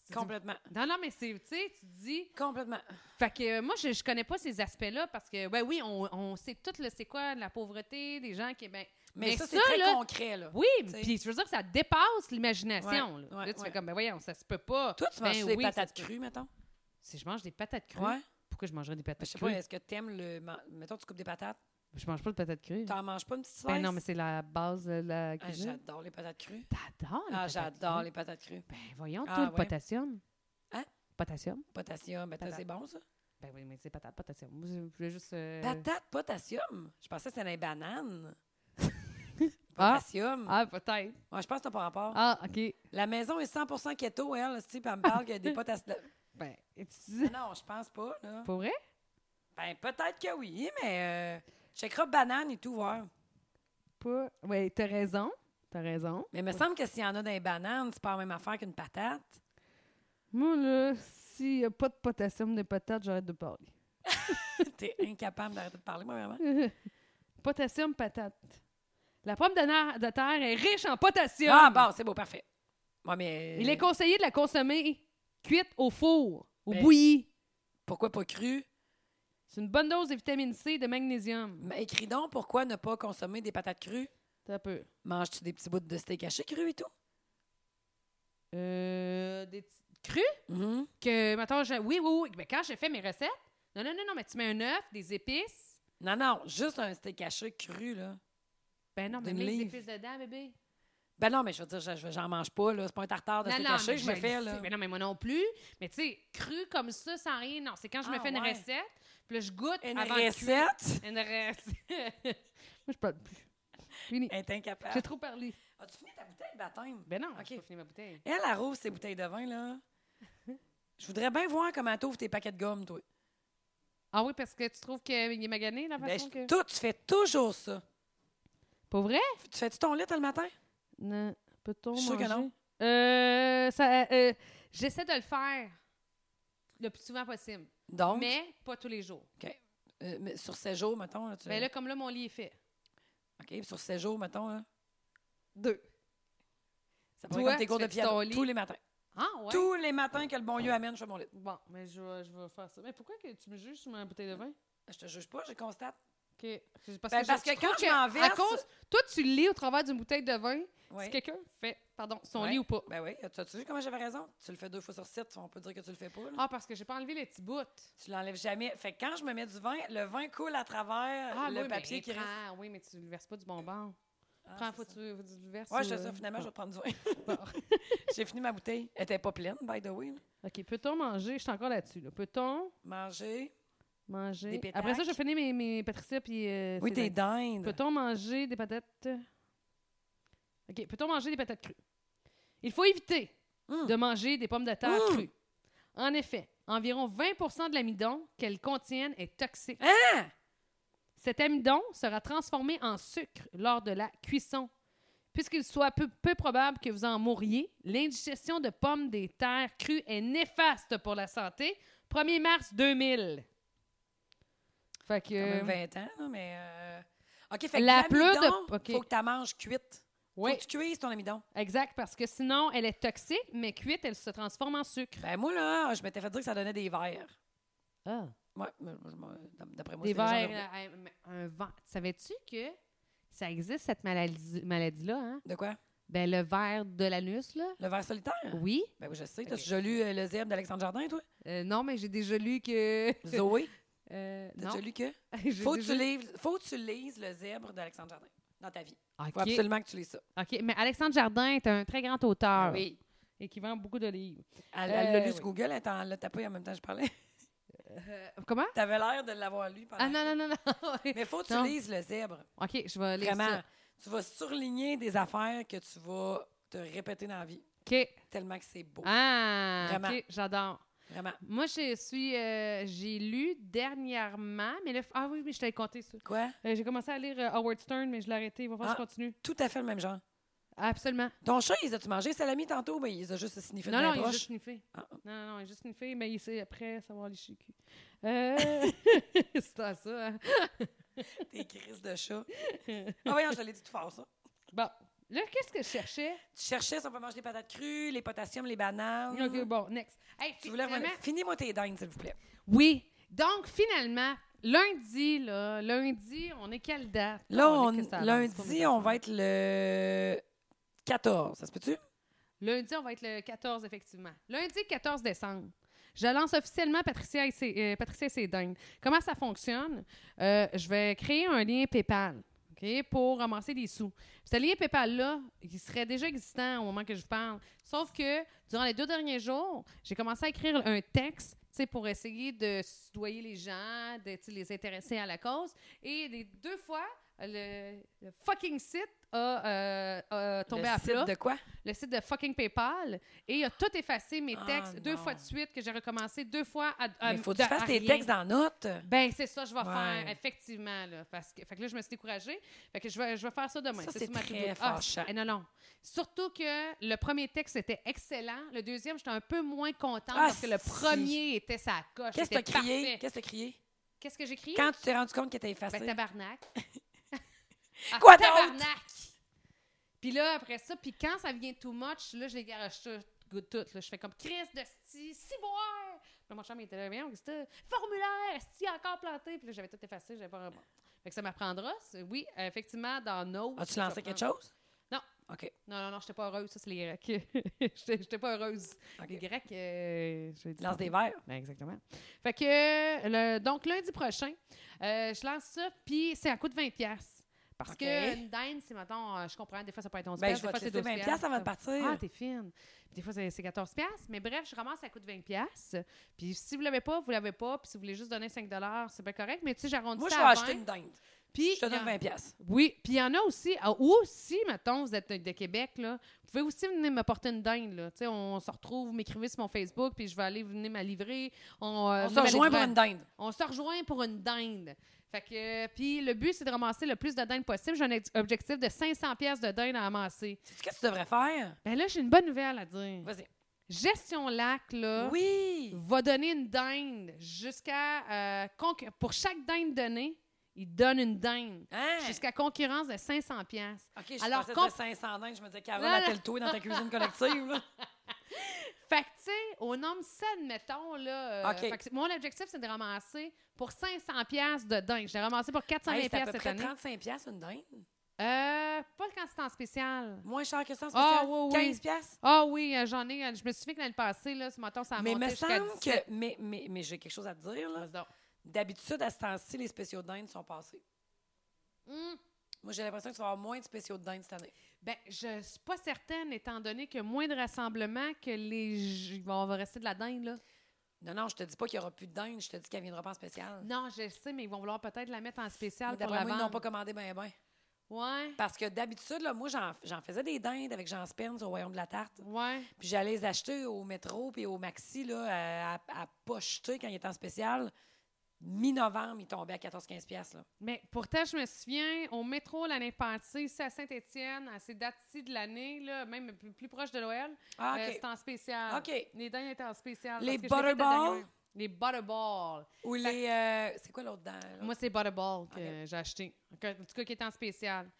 B: Tu te dis,
A: Complètement.
B: non, non, mais c'est, tu sais, tu te dis...
A: Complètement.
B: Fait que euh, moi, je, je connais pas ces aspects-là parce que, ben oui, on, on sait tout, le c'est quoi de la pauvreté, des gens qui, ben...
A: Mais,
B: Mais
A: ça,
B: ça,
A: c'est très
B: là,
A: concret. Là.
B: Oui,
A: T'sais.
B: puis je veux dire que ça dépasse l'imagination.
A: Ouais,
B: là.
A: ouais,
B: Là, tu
A: ouais.
B: fais comme, ben voyons, ça se peut pas.
A: Toi, tu
B: Ben
A: manges des
B: oui, ça
A: patates
B: se peut.
A: crues, mettons?
B: Si je mange des patates crues,
A: Ouais.
B: pourquoi je mangerais des
A: Ben,
B: patates
A: je sais pas,
B: crues?
A: est-ce que t'aimes le. man- Mettons, tu coupes des patates.
B: Je mange pas de patates crues.
A: T'en manges pas une petite slice?
B: Ben non, mais c'est la base de la
A: Ah,
B: cuisine.
A: j'adore les patates crues.
B: T'adores les
A: Ah,
B: patates
A: j'adore
B: crues.
A: les patates crues.
B: Ben voyons,
A: Ah,
B: tout le
A: ouais.
B: potassium.
A: Hein?
B: Potassium.
A: Potassium, ben, ça,
B: Patate.
A: c'est bon, ça?
B: Ben oui, mais c'est patate, potassium. Moi, je voulais juste... euh,
A: Patate, potassium? Je pensais que c'était dans les bananes.
B: Ah.
A: potassium.
B: Ah, peut-être.
A: Ouais, je pense que t'as pas rapport.
B: Ah, OK.
A: La maison est 100 keto, elle, là, tu sais, puis elle me parle qu'il y a des potassium.
B: Ben, tu...
A: non, je pense pas, là.
B: Pour vrai?
A: Ben, peut-être que oui, mais euh, je checkerai banane et tout, voir.
B: Pas... Ouais, t'as raison. T'as raison.
A: Mais il me semble que s'il y en a dans les bananes, c'est pas la même affaire qu'une patate.
B: Moi, là, s'il n'y a pas de potassium des patates, j'arrête de parler.
A: T'es incapable d'arrêter de parler, moi, vraiment.
B: Potassium, patate. La pomme de, nar- de terre est riche en potassium.
A: Ah, bon, c'est beau, parfait. Ouais, mais.
B: Il est conseillé de la consommer cuite au four ou
A: Ben-
B: bouillie.
A: Pourquoi pas cru?
B: C'est une bonne dose de vitamine C et de magnésium.
A: Mais écris donc pourquoi ne pas consommer des patates crues?
B: T'as un peu.
A: Manges-tu des petits bouts de steak haché cru et tout?
B: Euh, des petits- crus Mm-hmm.
A: Mhm.
B: que, mettons, je- oui, oui, oui. Ben, quand j'ai fait mes recettes, non, non, non, non, mais tu mets un œuf, des épices.
A: Non, non, juste un steak haché cru, là.
B: Ben non, mais
A: D'une
B: mets les
A: livre.
B: épices dedans, bébé.
A: Ben non, mais je veux dire, je- je- j'en mange pas, là. C'est pas un tartare de
B: non,
A: steak
B: non,
A: haché Ah, que je me
B: le
A: fais,
B: dis,
A: là.
B: Mais non, mais moi non plus. Mais tu sais, cru comme ça, sans rien, non. C'est quand je me
A: Ah,
B: fais une
A: ouais.
B: recette, puis là, je goûte
A: Une
B: avant de cuire.
A: recette?
B: Une recette. Moi, je parle plus. Fini.
A: Elle est incapable.
B: J'ai trop parlé.
A: As-tu fini ta bouteille, de baptême?
B: Ben non,
A: Euh, Ok.
B: j'ai pas fini ma bouteille.
A: Elle, elle rouvre ses bouteilles de vin, là. Je voudrais bien voir comment t'ouvres tes paquets de gomme, toi.
B: Ah oui, parce que tu trouves qu'il est magané, la
A: Ben,
B: façon
A: je-
B: que...
A: toi, tu fais toujours ça.
B: Pas vrai?
A: Tu fais-tu ton lit le matin?
B: Non. Peut-on
A: Je suis
B: manger?
A: sûre que non.
B: Euh, ça, euh, J'essaie de le faire le plus souvent possible,
A: Donc,
B: mais pas tous les jours.
A: euh, mais sur 16 jours, mettons. Là, tu-
B: Mais Ben là, comme là, mon lit est fait.
A: OK, puis sur 16 jours, mettons. Là,
B: Deux.
A: ça pourrait
B: Toi,
A: comme tes
B: tu
A: cours de
B: fais-tu ton
A: piano
B: lit?
A: tous les matins.
B: Ah ouais?
A: Tous les matins que le bon Dieu amène, je fais mon lit.
B: Bon, mais je vais, je vais faire ça. Mais pourquoi que tu me juges sur ma bouteille de vin?
A: Je te juge pas, je constate.
B: OK. Parce
A: Ben,
B: je-
A: parce
B: tu
A: que
B: trouves
A: quand je m'en
B: À
A: verse-
B: cause, toi, tu lis au travers d'une bouteille de vin
A: Oui.
B: si quelqu'un fait pardon, son
A: Ouais.
B: lit ou pas.
A: Ben oui, tu as-tu vu comment j'avais raison? Tu le fais deux fois sur sept, on peut dire que tu le fais pas. là.
B: Ah, parce que j'ai pas enlevé les petits bouts.
A: Tu l'enlèves jamais. Fait que quand je me mets du vin, le vin coule à travers
B: Ah,
A: le
B: oui,
A: papier
B: mais
A: qui
B: prends,
A: reste.
B: Oui, mais tu le verses pas du bon bord.
A: Ah,
B: prends,
A: c'est
B: faut que
A: ça.
B: tu, faut que tu le verses.
A: Ouais,
B: sur,
A: je fais
B: euh,
A: ça. Finalement, je vais prendre du vin.
B: bon.
A: J'ai fini ma bouteille. Elle était pas pleine, by the way. là.
B: OK, peut-on manger? Je suis encore là-dessus. Là. Peut-on
A: Manger.
B: manger...
A: Des
B: Après ça, je
A: pétanques?
B: finis mes, mes patricia puis... euh,
A: Oui,
B: c'est
A: t'es
B: dingue.
A: dingue.
B: Peut-on manger des patates... OK, peut-on manger des patates crues? Il faut éviter
A: Mm.
B: de manger des pommes de terre
A: Mm.
B: crues. En effet, environ 20 de l'amidon qu'elles contiennent est toxique.
A: Hein?
B: Cet amidon sera transformé en sucre lors de la cuisson. Puisqu'il soit peu, peu probable que vous en mouriez, l'indigestion de pommes des terres crues est néfaste pour la santé. 1er mars 2000. Fait
A: Quand
B: que.
A: même 20 ans, là, mais. euh, OK, fait que
B: La pleure de-
A: l'amidon,
B: OK.
A: faut que tu la manges cuite.
B: Oui,
A: Faut que tu cuises ton amidon.
B: exact, parce que sinon, elle est toxique, mais cuite, elle se transforme en sucre.
A: Ben moi, là, je m'étais fait dire que ça donnait des verres.
B: Ah.
A: Ouais, mais moi, je m'en- d'après moi,
B: Des
A: c'est les gens
B: verres,
A: normaux.
B: euh, un, un vent. Savais-tu que ça existe, cette maladie- maladie-là? hein?
A: De quoi?
B: Ben, le verre de l'anus, là.
A: euh, Le verre solitaire?
B: Oui.
A: Ben oui, je sais.
B: Ok.
A: T'as déjà lu euh, Le Zèbre d'Alexandre Jardin, toi?
B: Euh, non, mais j'ai déjà lu que.
A: Zoé?
B: Euh,
A: T'as
B: non.
A: déjà lu que?
B: J'ai
A: Faut que,
B: déjà
A: tu
B: lu-
A: lises, faut que tu lises Le Zèbre d'Alexandre Jardin dans ta vie.
B: OK.
A: Faut absolument que tu lises ça.
B: OK, mais Alexandre Jardin est un très grand auteur.
A: Ah oui.
B: Et qui vend beaucoup de livres.
A: Elle elle l'a
B: Euh,
A: lu sur
B: oui.
A: Google, elle t'en- l'a tapé en même temps que je parlais.
B: Euh, comment?
A: T'avais l'air de l'avoir lu pendant.
B: Ah non, non, non, non.
A: Mais faut que tu
B: Non.
A: lises Le Zèbre.
B: OK, je vais lire
A: Vraiment.
B: ça.
A: Tu vas surligner des affaires que tu vas te répéter dans la vie,
B: OK.
A: tellement que c'est beau.
B: Ah,
A: Vraiment.
B: OK, j'adore.
A: Vraiment.
B: Moi, je suis, euh, j'ai lu dernièrement, mais là, ah oui, mais je t'avais compté ça.
A: Quoi?
B: Euh, j'ai commencé à lire euh, Howard Stern, mais je l'ai arrêté. Il va falloir que
A: Ah.
B: je continue.
A: Tout à fait le même genre.
B: Absolument.
A: Ton chat, ils as-tu mangé salami tantôt? Ben, ils ont juste sniffé de
B: non, non,
A: la
B: il a juste
A: broche.
B: sniffé.
A: Ah.
B: Non, non, non, il a juste sniffé, mais il sait après savoir les cul. Euh... C'est à ça. hein.
A: Tes crises de chat. Ah, voyons, je te l'ai dit tout fort, ça.
B: Bon, là, qu'est-ce que je cherchais?
A: Tu cherchais si on peut manger des patates crues, les potassiums, les bananes.
B: OK, Ah, bon, next. Hey,
A: Ah. Tu voulais revenir.
B: finalement-
A: Finis-moi tes dindes, s'il vous plaît.
B: Oui. Donc, finalement, lundi, là, lundi, on est quelle date?
A: Là, on,
B: Qu'est-ce que ça avance, pas mes
A: lundi, on va être le 14. Ça se peut-tu?
B: Lundi, on va être le 14, effectivement. Lundi, 14 décembre. Je lance officiellement Patricia et ses, euh, Patricia et ses dindes. Comment ça fonctionne? Euh, je vais créer un lien PayPal ok, pour ramasser des sous. Ce lien PayPal-là, il serait déjà existant au moment que je vous parle. Sauf que durant les deux derniers jours, j'ai commencé à écrire un texte tu sais, pour essayer de soudoyer les gens, de tu sais, les intéresser à la cause. Et les deux fois, le, le fucking site a, euh, a tombé
A: le
B: à
A: site
B: plat Euh,
A: de quoi?
B: le site de fucking PayPal et il a tout effacé mes
A: Ah,
B: textes deux
A: non.
B: fois de suite que j'ai recommencé deux fois à, à-
A: Il faut que
B: de-
A: tu fasses
B: à
A: tes
B: rien.
A: textes dans notes.
B: ben c'est ça je vais
A: Ouais.
B: faire effectivement là parce que fait que là je me suis découragée fait que je vais je vais faire ça demain
A: Ça, c'est
B: sur ma
A: très
B: to-do. Ah,
A: fâchant.
B: c'est- eh, non non surtout que le premier texte était excellent le deuxième j'étais un peu moins contente
A: Ah,
B: parce que le
A: si.
B: premier était sa coche
A: Qu'est-ce que
B: c'était
A: t'as crié?
B: parfait.
A: Qu'est-ce que t'as crié?
B: qu'est-ce que j'ai crié
A: Quand tu t'es rendu compte que t'as effacé?
B: ben, tabarnak. Ah,
A: Quoi d'autre?
B: Tabarnak! Puis là, après ça, puis quand ça vient too much, là, je les garoche tout, goûte tout. Là. Je fais comme Chris de Sti, ciboire! Puis mon chum, il était là, Voyons, qu'est-ce que c'est? Formulaire, Sti encore planté. Puis là, j'avais tout effacé, j'avais pas vraiment. Fait que ça m'apprendra. c'est- Oui, euh, effectivement, dans nos.
A: As-tu lancé quelque chose?
B: hein. Non.
A: OK.
B: Non, non, non, j'étais pas heureuse. Ça, c'est les Grecs. J'étais j'étais pas heureuse.
A: OK.
B: Les Grecs, euh, je dis-
A: Lance des verres.
B: ben, exactement. Fait que, le- donc, lundi prochain, euh, je lance ça, puis c'est à coût de 20 pièces Parce
A: OK.
B: que une dinde, c'est, mettons, euh, je comprends, des fois, ça peut être 11
A: Ben,
B: piastres,
A: je vais te
B: des
A: laisser
B: fois, c'est 12
A: 20 piastres avant de partir.
B: Ah, t'es fine. Puis des fois, c'est, c'est 14 piastres. Mais bref, je ramasse à coût de 20 piastres. Puis si vous l'avez pas, vous l'avez pas. Puis si vous voulez juste donner 5 c'est bien correct. Mais tu sais, j'arrondis
A: Moi, je
B: ça
A: vais
B: à
A: acheter
B: 20.
A: une dinde.
B: Puis, euh,
A: Je te
B: il y
A: donne
B: en-
A: 20 pièces.
B: Oui, puis il y en a aussi, ah, ou aussi, mettons, vous êtes de Québec, là, vous pouvez aussi venir me porter une dinde, là. Tu sais, on se retrouve, vous m'écrivez sur mon Facebook, puis je vais aller venir me livrer. On, euh,
A: On
B: venez
A: se
B: me
A: rejoint pour
B: livrer à-
A: une dinde.
B: on se rejoint pour une dinde. Fait que, euh, puis le but, c'est de ramasser le plus de dinde possible. J'ai un ex- objectif de 500 pièces de dinde à ramasser.
A: Sais-tu ce que tu devrais faire?
B: Ben là, j'ai une bonne nouvelle à dire.
A: Vas-y.
B: Gestion Lac, là,
A: Oui!
B: va donner une dinde jusqu'à... euh, concu- pour chaque dinde donnée, il donne une dinde.
A: Hein?
B: Jusqu'à concurrence de 500 pièces.
A: OK, je Alors,
B: Alors,
A: pensais
B: comp-
A: dire 500 dindes. Je me disais, Carole,
B: Non, non.
A: appelle toi dans ta cuisine collective. là.
B: Fait que, tu sais, au nombre 7, mettons, là. euh,
A: OK.
B: fait que c'est- mon objectif, c'est de ramasser pour 500 pièces de dingue. J'ai ramassé pour 420
A: Hey, c'est à
B: pièces
A: peu
B: cette
A: près
B: année.
A: 35 pièces une dinde.
B: Euh, pas quand c'est en spécial.
A: Moins cher que ça en
B: Ah,
A: spécial.
B: oui, oui.
A: 15 pièces.
B: Ah oui, euh, j'en ai. euh, Je me souviens que l'année passée, là, ce matin, ça a
A: Mais
B: monté
A: me
B: jusqu'à
A: semble
B: 17.
A: que... Mais, mais, mais j'ai quelque chose à te dire. là.
B: Vas-y donc.
A: D'habitude, à ce temps-ci, les spéciaux de dinde sont passés.
B: Hum,
A: Moi, j'ai l'impression que tu vas avoir moins de spéciaux de dinde cette année.
B: Ben, je suis pas certaine, étant donné que moins de rassemblements que les... j- il va- On va rester de la dingue, là.
A: Non, non, je te dis pas qu'il n'y aura plus de dinde. Je te dis qu'elle viendra pas en spécial.
B: Non, je sais, mais ils vont vouloir peut-être la mettre en spécial
A: Mais
B: pour
A: D'après moi,
B: la
A: ils n'ont pas
B: vendre.
A: commandé ben ben.
B: Ouais,
A: Parce que d'habitude, là, moi, j'en j'en faisais des dindes avec Jean Spence au Royaume de la Tarte.
B: ouais.
A: Puis j'allais les acheter au métro puis au Maxi, là, à, à, à pocheter quand il était en spécial. Mi-novembre, il tombait à 14-15 piastres, là.
B: Mais pourtant, je me souviens, au métro l'année passée, ici à Saint-Étienne, à ces dates-ci de l'année, là, même plus, plus proche de l'OL,
A: Ah,
B: euh,
A: OK.
B: c'était en spécial.
A: OK.
B: Les dindes étaient en spécial.
A: Les
B: parce que je l'ai fait la
A: Butterballs?
B: dernière. Les Butterballs.
A: Ou les... euh, c'est quoi l'autre dent? là?
B: Moi, c'est Butterball que
A: OK.
B: j'ai aché. Que- En tout cas, qui était en spécial.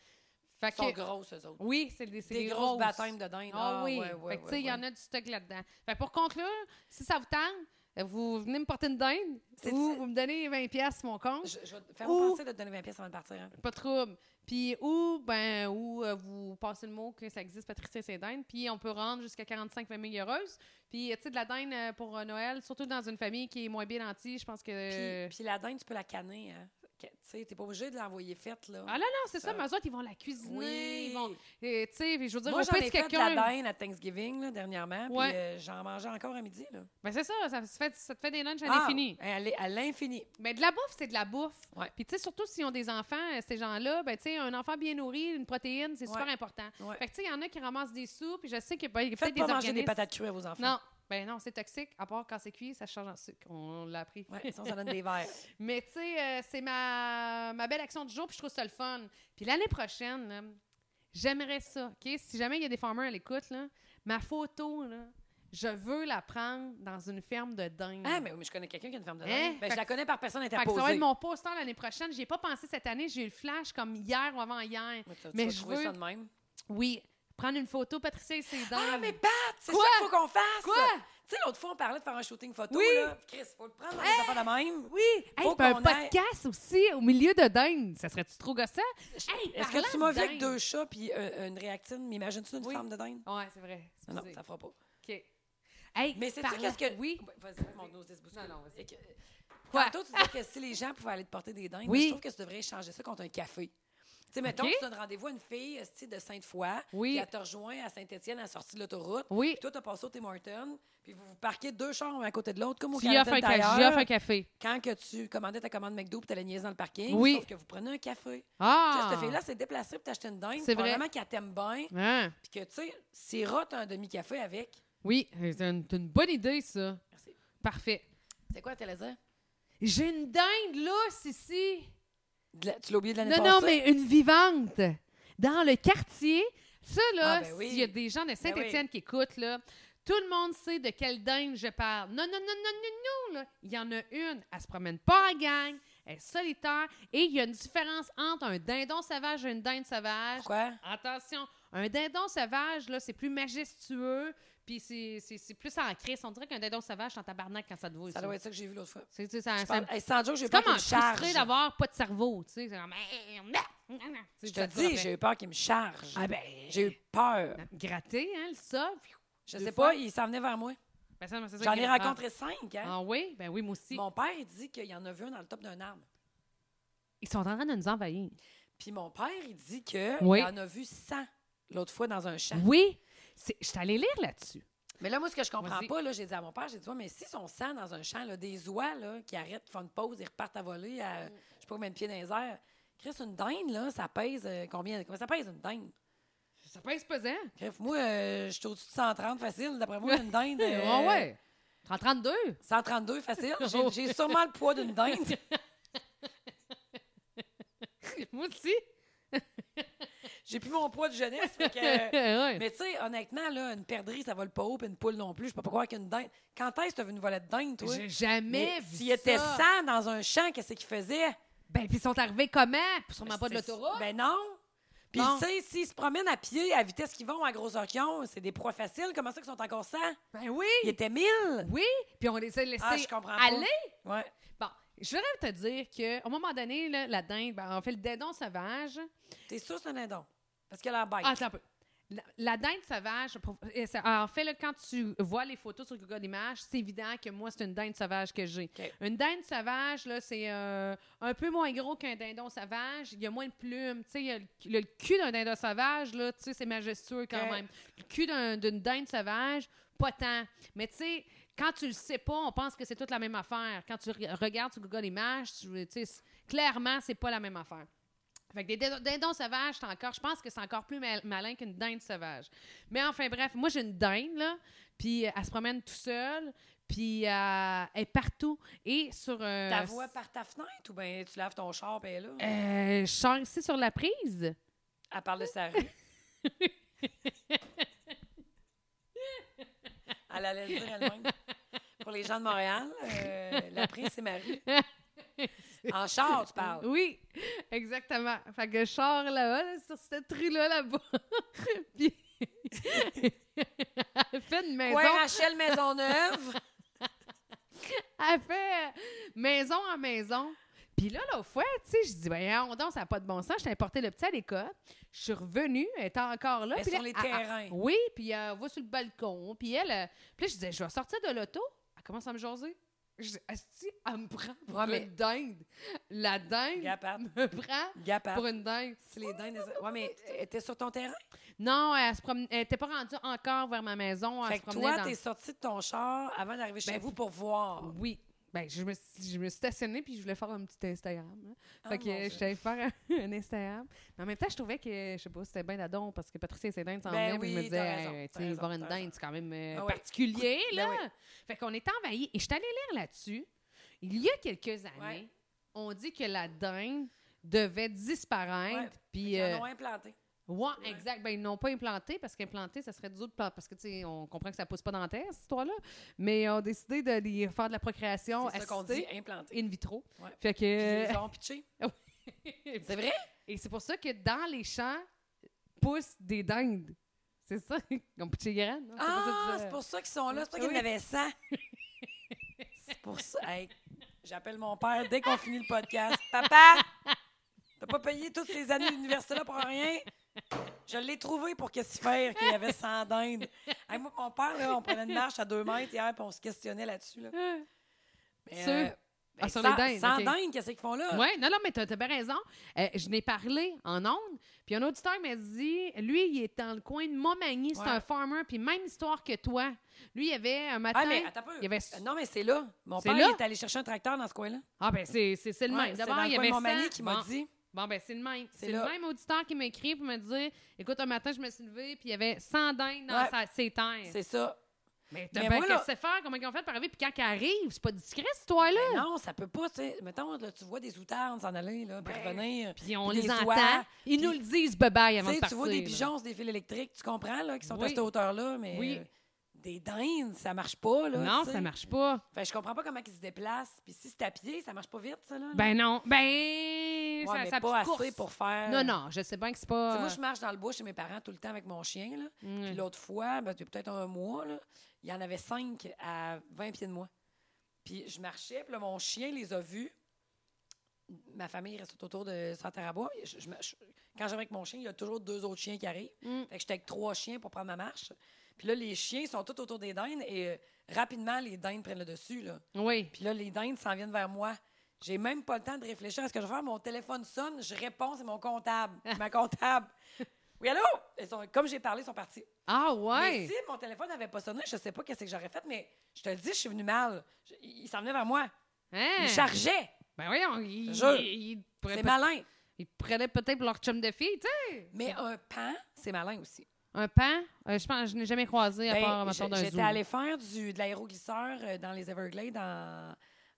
B: Fait
A: Ils sont
B: que-
A: grosses, eux autres.
B: Oui, c'est des, c'est
A: Des
B: des
A: grosses baptêmes de dindes.
B: Ah
A: Ah,
B: oui.
A: ouais, ouais,
B: Fait que, tu sais, il y
A: ouais,
B: en a du stock là-dedans. Fait que pour conclure, si ça vous tente, euh, vous venez me porter une dinde
A: C'est-
B: ou
A: c'est-
B: vous me donnez 20$ piastres sur mon compte.
A: Je, je vais te faire
B: Ou-
A: penser de te donner 20 pièces avant de partir. hein.
B: Pas de trouble. Puis, ou, ben, ou euh, vous passez le mot que ça existe, Patricia Cédine, puis on peut rendre jusqu'à 45 familles heureuses. Puis, euh, tu sais, de la dinde euh, pour euh, Noël, surtout dans une famille qui est moins bien nantie, je pense que. Euh.
A: Puis, puis la dinde, tu peux la canner, hein. Que- Tu sais, t'es pas obligé de l'envoyer faite, là.
B: ah non, non, c'est ça,
A: Ça.
B: mais eux autres, ils vont la cuisiner.
A: Oui.
B: Ils vont. euh, tu sais, puis je veux dire,
A: Moi,
B: au
A: j'en
B: pire,
A: ai
B: si
A: fait de la
B: quelqu'un.
A: dinde à Thanksgiving, là, dernièrement.
B: Ouais.
A: Puis euh, j'en mangeais encore à midi, là.
B: Ben, c'est ça, ça, se fait, ça te fait des lunchs à
A: Ah,
B: l'infini.
A: elle est à l'infini.
B: Mais de la bouffe, c'est de la bouffe.
A: Ouais.
B: Puis, tu sais, surtout s'ils ont des enfants, euh, ces gens-là, ben, tu sais, un enfant bien nourri, une protéine, c'est super
A: Ouais.
B: important.
A: Ouais.
B: Fait que, tu sais, il y en a qui ramassent des soupes, puis je sais qu'il y a peut-être
A: Faites
B: des
A: pas manger des
B: organismes-
A: patates crues à vos enfants.
B: Non, ben non, c'est toxique. À part quand c'est cuit, ça change en sucre. On, on l'a appris.
A: Ouais, sinon, ça donne des verres.
B: Mais tu sais, euh, c'est ma, ma belle action du jour, puis je trouve ça le fun. Puis l'année prochaine, là, j'aimerais ça, OK? Si jamais il y a des farmers à l'écoute, là, ma photo, là, je veux la prendre dans une ferme de dingue.
A: Ah, mais, oui, mais je connais quelqu'un qui a une ferme de
B: Hein?
A: dinde. Ben,
B: Fait
A: je la
B: que-
A: connais par personne
B: Fait que ça va
A: interposée.
B: être mon poster l'année prochaine. J'y ai pas pensé cette année. J'ai eu le flash comme hier ou avant-hier.
A: Mais, tu- tu
B: Mais
A: vas
B: je
A: trouver
B: veux-
A: ça de même.
B: Oui, prendre une photo, Patricia et ses dents.
A: Ah, mais Pat, c'est ça
B: Quoi?
A: qu'il faut qu'on fasse.
B: Quoi?
A: Tu sais, l'autre fois, on parlait de faire un shooting photo.
B: Oui.
A: Là. Chris, faut le prendre dans les affaires de même.
B: Oui! Hey,
A: Faut
B: puis un
A: qu'on aille-
B: podcast aussi au milieu de dingue. Ça serait-tu trop gossant? Hey,
A: Est-ce
B: parlant
A: que tu m'as
B: de
A: vu avec
B: dingue.
A: deux chats puis euh, une réactine? M'imagines-tu une
B: Oui.
A: ferme de dinde?
B: Ouais, c'est vrai.
A: Non, non,
B: Excusez.
A: ça fera pas.
B: OK. Hey,
A: Mais c'est ça
B: parlant-
A: qu'est-ce que.
B: Oui.
A: Ouais, Vas-y, mon nose se bouscule.
B: Non, non, vas-y.
A: Et que-
B: Quoi?
A: Euh, Tantôt, tu disais que si les gens pouvaient aller te porter des dindes,
B: Oui.
A: mais je trouve que tu devrais échanger ça contre un café. Tu sais, mettons,
B: OK.
A: tu donnes rendez-vous à une fille esti, de Sainte-Foy,
B: Oui.
A: qui elle te rejoint à Saint-Étienne à la sortie de l'autoroute.
B: Oui.
A: Puis toi, t'as passé au Tim Hortons, puis vous vous parquez deux chars un à côté de l'autre, comme au
B: Tu lui offres
A: Canadian
B: un, ca-
A: Tire.
B: je lui offre un café.
A: Quand que tu commandais ta commande McDo, puis t'allais niaiser dans le parking,
B: Oui.
A: sauf que vous prenez un café. Tu sais,
B: Ah!
A: Cette fille-là s'est déplacée pour t'acheter une dinde.
B: C'est vrai.
A: Probablement qu'elle t'aime bien,
B: Hein?
A: puis que, tu sais, c'est rot un demi-café avec.
B: Oui, c'est une, c'est une bonne idée, ça.
A: Merci.
B: Parfait.
A: C'est quoi, t'allais dire?
B: J'ai une dinde lousse ici.
A: De la- Tu l'as oublié de l'année
B: Non,
A: passée?
B: non, mais une vivante. Dans le quartier. Ça, là,
A: Ah, ben oui.
B: s'il y a des gens de Saint-Étienne
A: Ben
B: qui écoutent, là, tout le monde sait de quelle dinde je parle. Non, non, non, non, non, non. là. Il y en a une. Elle se promène pas en gang. Elle est solitaire. Et il y a une différence entre un dindon sauvage et une dinde sauvage.
A: Pourquoi?
B: Attention, un dindon sauvage, là, c'est plus majestueux, puis c'est- c'est c'est plus en crise. On dirait qu'un dindon sauvage, c'est en tabarnak quand ça te vaut.
A: Ça
B: ça.
A: doit être ça que j'ai vu l'autre fois.
B: C'est tu sais, ça-
A: Je
B: ça-
A: parle- Hey, sans joke, j'ai eu
B: c'est
A: peur
B: comme
A: qu'il
B: en
A: me charge.
B: frustré d'avoir pas de cerveau, tu sais. C'est comme... Je
A: Je te dis, j'ai eu peur qu'il me charge.
B: ben. Ah ben...
A: J'ai eu peur.
B: Gratté, hein, le sol. puis-
A: Je
B: deux
A: sais
B: fois.
A: pas, il s'en venait vers moi.
B: Ben, ça, c'est ça
A: J'en
B: qui-
A: ai
B: ah.
A: rencontré cinq.
B: Ah,
A: Hein?
B: oui? Ben oui, moi aussi.
A: Mon père il dit qu'il y en a vu un dans le top d'un arbre.
B: Ils sont en train de nous envahir.
A: Puis mon père, il dit qu'il
B: Oui.
A: en a vu 100 l'autre fois dans un champ.
B: Oui, c'est- je suis allée lire là-dessus.
A: Mais là, moi, ce que je comprends
B: Vas-y.
A: pas, là, j'ai dit à mon père, j'ai dit, ouais, mais s'ils sont 100
B: Mm.
A: dans un champ, là, des oies là, qui arrêtent, qui font une pause, ils repartent à voler à, je sais pas combien de pieds dans les airs, Chris, une dinde, là, ça pèse euh, combien? Comment ça pèse une dinde?
B: Ça pèse pesant.
A: Chris, moi, euh, je suis au-dessus de 130 facile. D'après moi, une dinde.
B: Ouais,
A: euh,
B: ouais. 32.
A: 132 facile. J'ai- J'ai sûrement le poids d'une dinde.
B: Moi aussi.
A: J'ai plus mon poids de jeunesse. fait que, euh,
B: Ouais.
A: Mais tu sais, honnêtement, là, une perdrix, ça vole pas haut, puis une poule non plus. Je peux pas croire qu'une dinde. Quand est-ce que tu as vu une volée de dinde, toi?
B: J'ai jamais
A: Mais
B: vu
A: S'il était
B: ça.
A: 100 dans un champ, qu'est-ce qu'ils faisaient?
B: Ben, puis ils sont arrivés comment? Sûrement pas de
A: C'est-
B: l'autoroute.
A: Ben non. Puis,
B: Non.
A: tu sais, s'ils se promènent à pied, à vitesse qu'ils vont, à grosseur qu'ils ont, c'est des proies faciles. Comment ça qu'ils sont encore 100?
B: Ben oui.
A: Ils étaient 1000.
B: Oui. Puis on les a laissés
A: Ah, je comprends pas.
B: aller.
A: Ouais.
B: Bon, je voudrais te dire qu'à un moment donné, là, la dinde, ben, en fait, le dindon sauvage.
A: T'es sûr que c'est un dindon? Parce qu'elle a la bête.
B: Ah, attends un peu. La, la dinde sauvage, pour- et ça- en fait, là, quand tu vois les photos sur Google Images, c'est évident que moi, c'est une dinde sauvage que j'ai.
A: OK.
B: Une dinde sauvage, là, c'est euh, un peu moins gros qu'un dindon sauvage. Il y a moins de plumes. Tu sais, il y a le, le cul d'un dindon sauvage, là, tu sais, c'est majestueux quand
A: OK.
B: même. Le cul d'un- d'une dinde sauvage, pas tant. Mais tu sais, quand tu le sais pas, on pense que c'est toute la même affaire. Quand tu re- regardes sur Google Images, tu tu sais, c'est- clairement, c'est pas la même affaire. Fait que des dindons- dindons sauvages, c'est encore, je pense que c'est encore plus mal- malin qu'une dinde sauvage. Mais enfin, bref, moi, j'ai une dinde, là, puis euh, elle se promène tout seule, puis euh, elle est partout. Et sur euh, un.
A: Ta voix par ta fenêtre ou bien tu laves ton char, puis elle est là?
B: Euh, je sors ici sur la prise.
A: Elle parle de sa rue. elle allait le dire elle-même. Pour les gens de Montréal, euh, la prise, c'est ma rue. En char, tu parles.
B: Oui, exactement. Fait que je sors là-bas, là, sur cette rue-là, là-bas. puis. elle fait une maison.
A: Ouais, Rachel Maisonneuve.
B: Elle fait euh, maison en maison. Puis là, l'autre fois, tu sais, je dis, ben, on donc, ça n'a pas de bon sens. J'étais apporté le petit à l'école. Je suis revenue, elle était encore là.
A: Elle est
B: puis là,
A: sur les
B: elle- elle-
A: terrains.
B: oui, puis elle va sur le balcon. Puis elle, euh, puis là, je disais, je vais sortir de l'auto. Elle commence à me jaser. Je dis, Asti, elle me prend pour
A: Ouais, mais-
B: une dinde. La dinde
A: Gapap.
B: me prend
A: Gapap.
B: pour une dinde.
A: C'est les dindes. des- Ouais, mais elle était sur ton terrain.
B: Non, elle se promen- elle n'était pas rendue encore vers ma maison. Elle
A: Fait
B: se
A: que
B: promenait
A: toi,
B: dans- Ben,
A: t'es sorti de ton char avant d'arriver chez vous pour voir.
B: Oui. Ben, je me, suis- je me suis stationnée puis je voulais faire un petit Instagram. là.
A: Ah,
B: fait que
A: mon
B: euh,
A: Dieu.
B: j'étais allée faire un, un Instagram. Mais en même temps, je trouvais que, je sais pas, c'était bien d'adon parce que Patricia et ses dindes s'en
A: Ben
B: venaient, puis je me
A: oui,
B: disais,
A: t'as raison,
B: Hey, tu
A: t'as
B: sais,
A: raison,
B: voir une
A: t'as
B: dinde,
A: raison.
B: c'est quand même euh,
A: Ah ouais.
B: particulier,
A: Ben
B: là.
A: oui.
B: Fait qu'on est envahi. Et je suis allée lire là-dessus. Il y a quelques années,
A: Ouais.
B: on dit que la dinde devait disparaître.
A: Ouais.
B: Puis,
A: Ils
B: euh,
A: en ont implanté.
B: ouais,
A: Ouais.
B: exact. Ben, ils n'ont pas implanté parce qu'implanté, ça serait du autre part. Parce que, tu sais, on comprend que ça pousse pas dans la terre, cette histoire-là. Mais ils ont décidé de, les faire de la procréation
A: C'est ça qu'on dit,
B: assistée
A: implanté.
B: in vitro.
A: Ouais.
B: Fait
A: Puis
B: que.
A: Ils ont pitché. C'est vrai?
B: Et c'est pour ça que dans les champs poussent des dindes. C'est ça? Comme petit graines. non? pour ça que
A: Ah,
B: tu
A: c'est
B: disais-
A: pour ça qu'ils sont là. C'est pour ça
B: Oui.
A: qu'ils en avaient 100. c'est pour ça. Hey, J'appelle mon père dès qu'on finit le podcast. Papa, t'as pas payé toutes ces années d'université-là pour rien? Je l'ai trouvé pour qu'est-ce qu'il faire qu'il y avait 100 dindes. Hey, moi, mon père, là, on prenait une marche à deux mètres hier puis on se questionnait là-dessus. Là.
B: Euh,
A: Mais,
B: Sur-
A: euh,
B: ah,
A: ben,
B: sur
A: sans-
B: les dindes,
A: Sans
B: ok.
A: dindes, qu'est-ce qu'ils font là?
B: Oui, non, non, mais t'as as bien raison. Euh, je n'ai parlé en ondes, puis un auditeur m'a dit, lui, il est dans le coin de Montmagny, c'est
A: Ouais.
B: un farmer, puis même histoire que toi. Lui, il y avait un matin...
A: Ah, mais attends un peu.
B: il y avait-
A: Euh, Non, mais c'est là. Mon
B: C'est
A: père,
B: là?
A: il est allé chercher un tracteur dans ce coin-là.
B: Ah, ben c'est c'est- c'est le
A: Ouais,
B: même.
A: c'est
B: D'abord,
A: dans
B: il
A: le
B: y
A: coin
B: avait
A: de mon mani
B: 100.
A: qui m'a
B: Bon.
A: dit.
B: Bon, ben c'est le même.
A: C'est
B: C'est le
A: là.
B: même auditeur qui m'a écrit pour me dire Écoute, un matin, je me suis levée, puis il y avait 100 dindes dans
A: Ouais.
B: sa- ses terres.
A: C'est ça.
B: Mais t'as
A: Mais
B: bien
A: moi,
B: qu'à
A: là-
B: se faire, comment ils ont fait pour arriver, puis quand ils arrivent, c'est pas discret, cette histoire-là.
A: Ben non, ça peut pas, tu sais. Mettons, là, tu vois des outardes s'en aller, là, puis
B: Ben,
A: revenir.
B: Puis on
A: puis
B: les
A: des
B: entend.
A: oies,
B: ils
A: puis-
B: nous le disent bye-bye
A: Tu
B: avant
A: sais,
B: de
A: tu
B: partir.
A: vois des
B: là.
A: pigeons, sur des fils électriques, tu comprends, là, qui sont à
B: Oui.
A: cette hauteur-là, mais
B: Oui.
A: euh, des dindes, ça marche pas, là.
B: Non,
A: tu sais.
B: ça marche pas.
A: Fait, que je comprends pas comment ils se déplacent. Puis si c'est à pied, ça marche pas vite, ça, là. là.
B: Ben non. Ben.
A: Ouais,
B: ça,
A: mais
B: ça
A: pas
B: petite
A: assez
B: course.
A: pour faire.
B: Non, non, je sais bien que c'est pas. euh,
A: Tu sais, moi, je marche dans le bois chez mes parents tout le temps avec mon chien, là.
B: Mm.
A: Puis l'autre fois, ben, depuis peut-être un mois, là, il y en avait cinq à 20 pieds de moi. Puis je marchais, puis là, mon chien les a vus. Ma famille reste tout autour de Santarabois. Je- je me- je- quand j'arrive avec mon chien, il y a toujours deux autres chiens qui arrivent.
B: Mm.
A: Fait que j'étais avec trois chiens pour prendre ma marche. Puis là, les chiens sont tous autour des dindes et euh, rapidement, les dindes prennent le dessus. Là.
B: Oui.
A: Puis là, les dindes s'en viennent vers moi. J'ai même pas le temps de réfléchir à ce que je vais faire. Mon téléphone sonne, je réponds, c'est mon comptable. ma comptable. Oui, allô? Elles sont- comme j'ai parlé, ils sont partis.
B: Ah,
A: Mais
B: ouais.
A: si mon téléphone n'avait pas sonné, je sais pas qu'est-ce que j'aurais fait, mais je te le dis, je suis venue mal. Je- il il s'en venait vers moi.
B: Hein?
A: Il chargeait.
B: Ben voyons, il.
A: Je-
B: il- il pourrait
A: C'est
B: pas-
A: malin.
B: Ils prenaient peut-être pour leur chum de fille, tu sais.
A: Mais un pan, c'est malin aussi.
B: Un pan, euh, je pense, je n'ai jamais croisé à
A: Ben,
B: part,
A: j'-
B: mettons, d'un zoo.
A: J'étais allée faire du, de l'aéroglisseur euh, dans les Everglades en,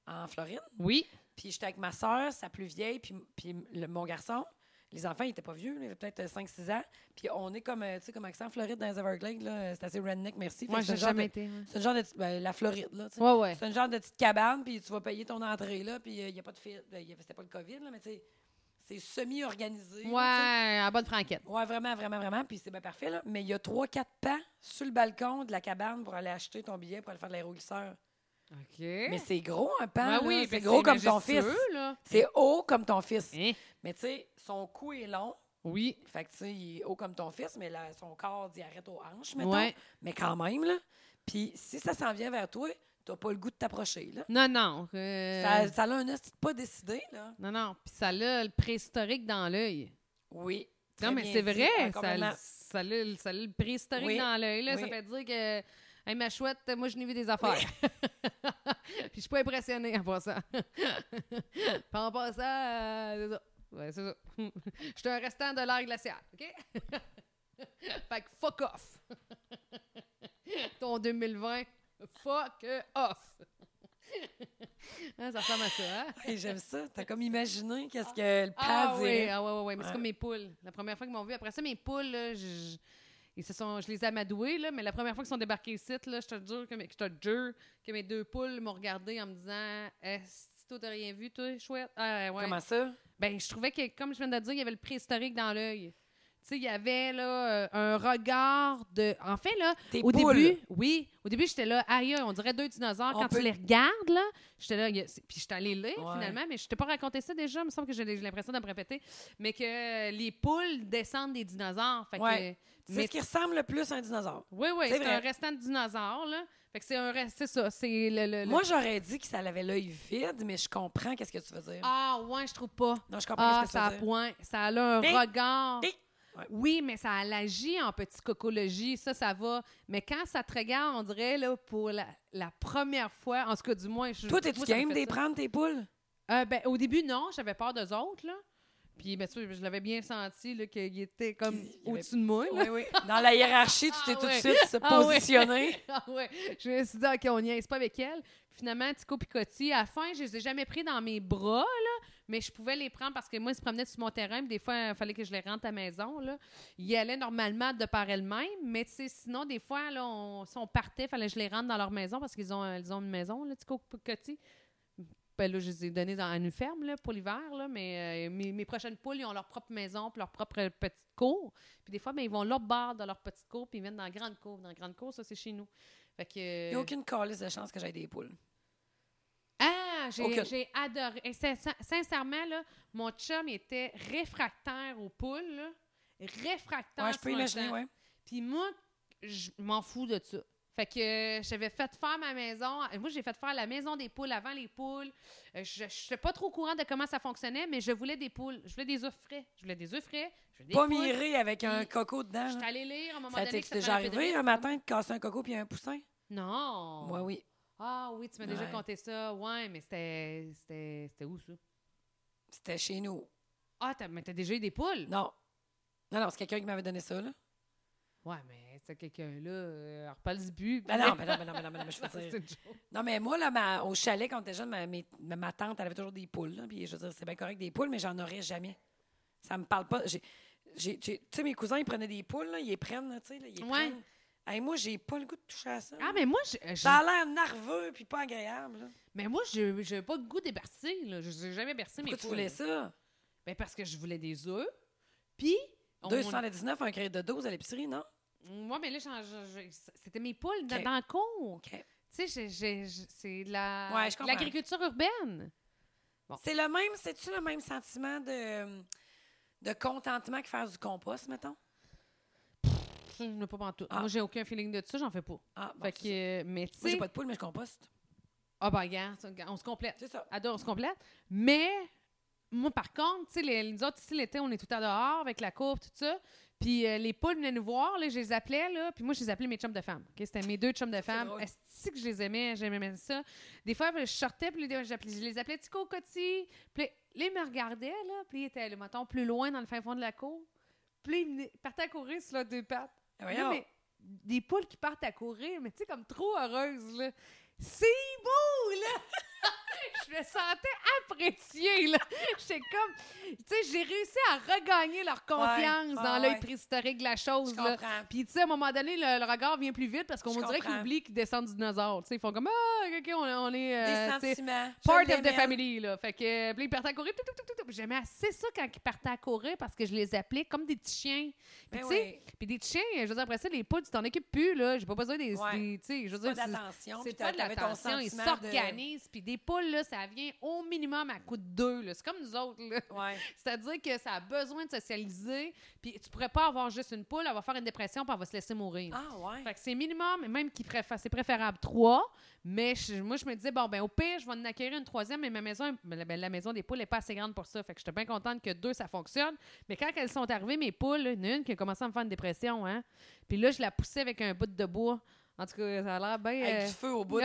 A: en Floride.
B: Oui.
A: Puis j'étais avec ma soeur, sa plus vieille, puis, puis le- mon garçon. Les enfants, ils n'étaient pas vieux, là, ils avaient peut-être 5-6 ans. Puis on est comme, euh, tu sais, comme accent en Floride dans les Everglades, là, c'est assez redneck, merci. Fait
B: Moi,
A: que c'est
B: j'ai
A: le genre
B: jamais
A: de-
B: été. ouais.
A: C'est le genre de. petit- ben, la Floride, là, tu sais.
B: Ouais, ouais.
A: C'est une genre de petite cabane, puis tu vas payer ton entrée, là, puis il n'y a pas de fil. ben, y a- C'était pas le COVID, là, mais tu sais, c'est semi-organisé. là, tu sais.
B: Ouais, en bonne franquette.
A: Ouais, vraiment, vraiment, vraiment. Puis c'est bien parfait, là. Mais il y a trois, quatre pas sur le balcon de la cabane pour aller acheter ton billet pour aller faire de l'aéroglisseur.
B: OK.
A: Mais c'est gros, un pan.
B: Ben
A: là.
B: oui,
A: c'est
B: ben
A: gros comme ton fils.
B: majestueux, là.
A: C'est haut comme ton fils.
B: Hein?
A: Mais tu sais, son cou est long.
B: Oui.
A: Fait que tu sais, il est haut comme ton fils, mais là, son corps dit arrête aux hanches, mettons.
B: Ouais.
A: Mais quand même, là. Puis si ça s'en vient vers toi, t'as pas le goût de t'approcher, là.
B: Non, non. euh,
A: Ça, ça a un esti de pas décidé, là.
B: Non, non. Puis ça a le préhistorique dans l'œil.
A: Oui.
B: Non,
A: Très
B: mais
A: bien
B: c'est
A: dit. Ouais,
B: vrai. Ça,
A: complètement.
B: a- ça, a le- ça a le préhistorique
A: Oui,
B: dans l'œil. là. Ça
A: oui.
B: fait dire que. Hey, ma chouette, moi, je n'ai vu des affaires. Puis je suis pas impressionnée en passant. Puis en passant, euh, c'est ça. Ouais, c'est ça. Je suis un restant de l'ère glaciale, OK? fait que fuck off. Ton 2020, fuck off. Hein, ça ressemble à ça, hein?
A: Hey, J'aime ça. T'as comme imaginé qu'est-ce que le
B: Ah
A: pad
B: oui,
A: dirait.
B: ah ouais, ouais, ouais, mais c'est
A: Ouais.
B: comme mes poules. La première fois qu'ils m'ont vu, après ça, mes poules, là, je, je- ils se sont, je les ai amadouées, là, mais la première fois qu'ils sont débarqués ici, là, je te jure que mes, je te jure que mes deux poules m'ont regardé en me disant Est-ce que toi, t'as rien vu, toi, chouette Ah, ouais.
A: Comment ça?
B: Ben, je trouvais que, comme je viens de le dire, il y avait le préhistorique dans l'œil. Tu sais, il y avait là, euh, un regard de. En fait, là,
A: Tes
B: au
A: poules.
B: début, oui, au début, j'étais là, aïe, on dirait deux dinosaures.
A: On
B: Quand
A: peut-
B: tu les regardes, là, j'étais là, il y a- c'est- puis j'étais allée lire
A: Ouais.
B: finalement, mais je t'ai pas raconté ça déjà, il me semble que j'ai j'ai l'impression de me répéter, mais que euh, les poules descendent des dinosaures. Fait que-
A: Ouais. C'est
B: mais-
A: ce qui ressemble le plus à un dinosaure.
B: Oui, oui,
A: C'est
B: c'est
A: vrai.
B: un restant de dinosaure, là. Fait que c'est un reste, c'est ça, c'est le, le- le-
A: Moi, j'aurais dit que ça avait l'œil vide, mais je comprends qu'est-ce que tu veux dire.
B: Ah, ouais, je trouve pas.
A: Non, je comprends
B: Ah,
A: qu'est-ce que
B: ça a
A: tu veux dire.
B: point. Ça a là un
A: Hey!
B: regard.
A: Hey! Ouais.
B: Oui, mais ça l'agit en petite cocologie, ça, ça va. Mais quand ça te regarde, on dirait, là, pour la, la première fois, en ce cas, du moins... Je,
A: Toi, t'es-tu
B: moi, ça me
A: game
B: fait
A: des
B: ça.
A: prendre tes poules?
B: Euh, ben, au début, non, j'avais peur d'eux autres, là. Puis, ben, tu sais, je l'avais bien senti, là, qu'il était comme
A: Qu'il- il y avait-
B: au-dessus de moi, là.
A: Oui, oui. Dans la hiérarchie, tu t'es
B: Ah
A: tout de
B: ouais.
A: suite
B: Ah ouais.
A: positionné.
B: Ah ouais. Je me suis dit, OK, on n'y pas avec elle. Finalement, Tico Picotti, à la fin, je les ai jamais pris dans mes bras, là, mais je pouvais les prendre parce que moi, ils se promenaient sur mon terrain, puis des fois, il fallait que je les rentre à la maison. Là. Ils allaient normalement de par elles-mêmes, mais tu sais, sinon, des fois, là, on, si on partait, il fallait que je les rentre dans leur maison parce qu'ils ont, ils ont une maison, là, Tico Picotti. Ben là, je les ai donnés dans, à une ferme là, pour l'hiver, là, mais euh, mes, mes prochaines poules, ils ont leur propre maison, puis leur propre petite cour. Puis des fois, ben, ils vont l'autre bord dans leur petite cour, puis ils viennent dans la grande cour. Dans la grande cour, ça, c'est chez nous. Fait
A: Il
B: que...
A: n'y a aucune calice de chance que j'aille des poules.
B: Ah, j'ai
A: Aucune.
B: j'ai adoré. Et sin- sin- sincèrement, là, mon chum il était réfractaire aux poules. là. Réfractaire.
A: Ouais, je peux
B: sur un hein.
A: imaginer,
B: champ.
A: ouais.
B: Puis moi, je m'en fous de ça. Fait que euh, j'avais fait faire ma maison. Moi, j'ai fait faire la maison des poules avant les poules. Euh, Je n'étais pas trop au courant de comment ça fonctionnait, mais je voulais des poules. Je voulais des œufs frais. Je voulais des œufs frais. Je voulais des
A: Pas
B: poules.
A: miré avec un
B: Puis,
A: coco dedans.
B: Je suis
A: là.
B: allée lire à un moment
A: Ça
B: donné.
A: t'est
B: que
A: déjà
B: prenait un peu de
A: arrivé
B: rythme.
A: un matin de casser un coco puis un poussin?
B: Non.
A: Moi, oui.
B: Ah oui, tu m'as déjà
A: Ouais.
B: conté ça. Ouais, mais c'était c'était- c'était où ça?
A: C'était chez nous.
B: Ah, t'as, mais t'as déjà eu des poules?
A: Non. Non, non, c'est quelqu'un qui m'avait donné ça, là.
B: Ouais, mais c'est quelqu'un-là, euh, alors pas le but.
A: Ben non, ben non, ben non, ben non, ben non, mais je veux
B: C'est
A: dire.
B: une joke.
A: Non, mais moi, là, ma- au chalet, quand j'étais jeune, ma, mes- ma- ma tante, elle avait toujours des poules. là, puis je veux dire, c'est bien correct des poules, mais j'en aurais jamais. Ça me parle pas. J'ai- j'ai- j'ai- Tu sais, mes cousins, ils prenaient des poules, là, ils les prennent, là, tu sais, là, ils les
B: Ouais.
A: prennent. Hey, moi, j'ai pas le goût de toucher à ça.
B: Ah, mais Ah, moi, je- euh, je-
A: Ça a l'air nerveux puis pas agréable. là.
B: mais moi, je j'ai pas le goût de bercer. Là. Je n'ai jamais bercé mes
A: Pourquoi tu
B: poules.
A: voulais ça?
B: Ben parce que je voulais des œufs. Puis, on-
A: 219, un crédit de 12 à l'épicerie, non?
B: moi, mais là, j'en- je- je- c'était mes poules dans-
A: Ok.
B: dans le cours.
A: OK.
B: Tu sais, j'ai- j'ai- j'ai- c'est de la-
A: Ouais, je comprends.
B: l'agriculture urbaine.
A: C'est le même, c'est-tu le même sentiment de, de contentement que faire du compost, mettons?
B: Je n'ai pas pantoute.
A: Ah.
B: Moi, j'ai aucun feeling de ça, j'en fais pas.
A: Ah, bon,
B: fait
A: c'est ça.
B: que, euh, mais tu
A: Moi,
B: sais,
A: j'ai pas de poule, mais je composte.
B: ah ben, regarde, on se complète.
A: C'est ça.
B: à deux, on se complète. Mais moi, par contre, tu sais, les, nous autres, ici, l'été, on est tout à dehors avec la courbe, tout ça. Puis euh, les poules venaient nous voir, là, je les appelais, là. Puis moi, je les appelais mes chums de femmes. ok? C'était mes deux chums de femmes.
A: drôle.
B: Est-ce que je les aimais? J'aimais même ça. Des fois, je sortais, puis je les appelais, je les appelais Tico Coty. Puis Là, il me regardait, là, puis il était, là, mettons, plus loin dans le fin fond de la cour. Puis là, il venait- partait à courir sur leurs deux pattes.
A: Ah,
B: Là,
A: voyons.
B: mais euh, des poules qui partent à courir, mais tu sais, comme trop heureuses, là. C'est beau, là! je me sentais appréciée, là. J'étais comme... Tu sais, j'ai réussi à regagner leur confiance
A: ouais,
B: dans l'œil
A: ouais.
B: préhistorique de la
A: Je
B: chose, là.
A: comprends.
B: Puis, tu sais, à un moment donné, le, le regard vient plus vite parce qu'on
A: Je
B: dirait qu'ils
A: comprends.
B: oublient qu'ils descendent du dinosaure. Tu sais, ils font comme Ah, OK, on, on est. euh,
A: Des
B: tu sais,
A: sentiments. Je
B: Part of the
A: l'aimais.
B: family, là. Fait que, euh, puis là, ils partaient à courir. tout, tout, tout, tout, tout. J'aimais assez ça quand ils partaient à courir parce que je les appelais comme des petits chiens.
A: Ben
B: Puis, tu sais,
A: oui.
B: puis des petits chiens, je veux dire, après ça, les poules, tu t'en occupes plus, là. J'ai pas besoin des.
A: Ouais.
B: des- tu sais, je veux
A: Pas
B: dire, c'est-
A: d'attention.
B: c'est
A: puis
B: pas de
A: t'avais ton
B: l'attention. Ils
A: sentiment de-
B: s'organisent. Puis des poules, là, ça vient au minimum à coup de deux, là. C'est comme nous autres, là.
A: Ouais.
B: C'est-à-dire que ça a besoin de socialiser. Puis tu pourrais pas avoir juste une poule, elle va faire une dépression, puis elle va se laisser mourir.
A: Ah, ouais.
B: Fait que c'est minimum, et même qu'il préfère, c'est préférable trois. Mais je- moi, je me disais, bon, ben au pire, je vais en acquérir une troisième, mais ma maison, ben, la- la maison des poules n'est pas assez grande pour ça. Fait que j'étais bien contente que deux, ça fonctionne. Mais quand elles sont arrivées, mes poules, là, il y en a une qui a commencé à me faire une dépression, hein. Puis là, je la poussais avec un bout de bois. En tout cas, ça a l'air bien.
A: Avec
B: euh,
A: du feu au bout.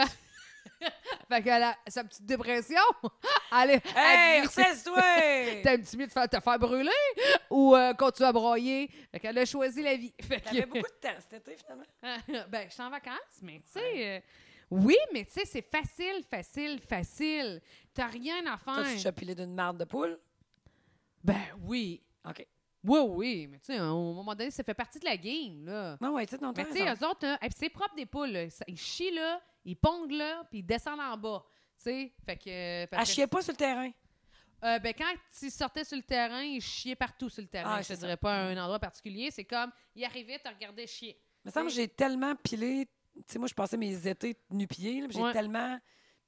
B: Fait qu'elle a sa petite dépression. Allez,
A: Hey, ressaise-toi!
B: T'as un petit mieux de faire- te faire brûler ou euh, continuer à broyer. Fait qu'elle a choisi la vie. Fait que-
A: T'avais beaucoup de temps cet été, finalement.
B: ben, je suis en vacances, mais tu sais. euh, oui, mais tu sais, c'est facile, facile, facile. T'as rien à
A: Toi, tu te
B: faire.
A: chopilais d'une marde de poule.
B: Ben oui.
A: OK.
B: Oui, oui. Mais tu sais, à un moment donné, ça fait partie de la game, là.
A: Non, ouais, tu sais, ah, non, t'as
B: Mais tu sais,
A: raison.
B: eux autres, là, hey, puis c'est propre des poules. là. Ça- Ils chient là, ils pondent là, puis ils descendent en bas. Tu sais, fait que. euh, parce
A: Elle
B: que-
A: chiait pas sur le terrain.
B: Euh, ben, quand ils sortaient sur le terrain, ils chiaient partout sur le terrain.
A: Ah,
B: je te
A: c'est ça.
B: dirais pas un endroit particulier. C'est comme, ils arrivaient, tu regardais chier.
A: Il me semble que j'ai tellement pilé. Tu sais, moi, je passais mes étés nu-pieds. là, puis J'ai
B: Ouais.
A: tellement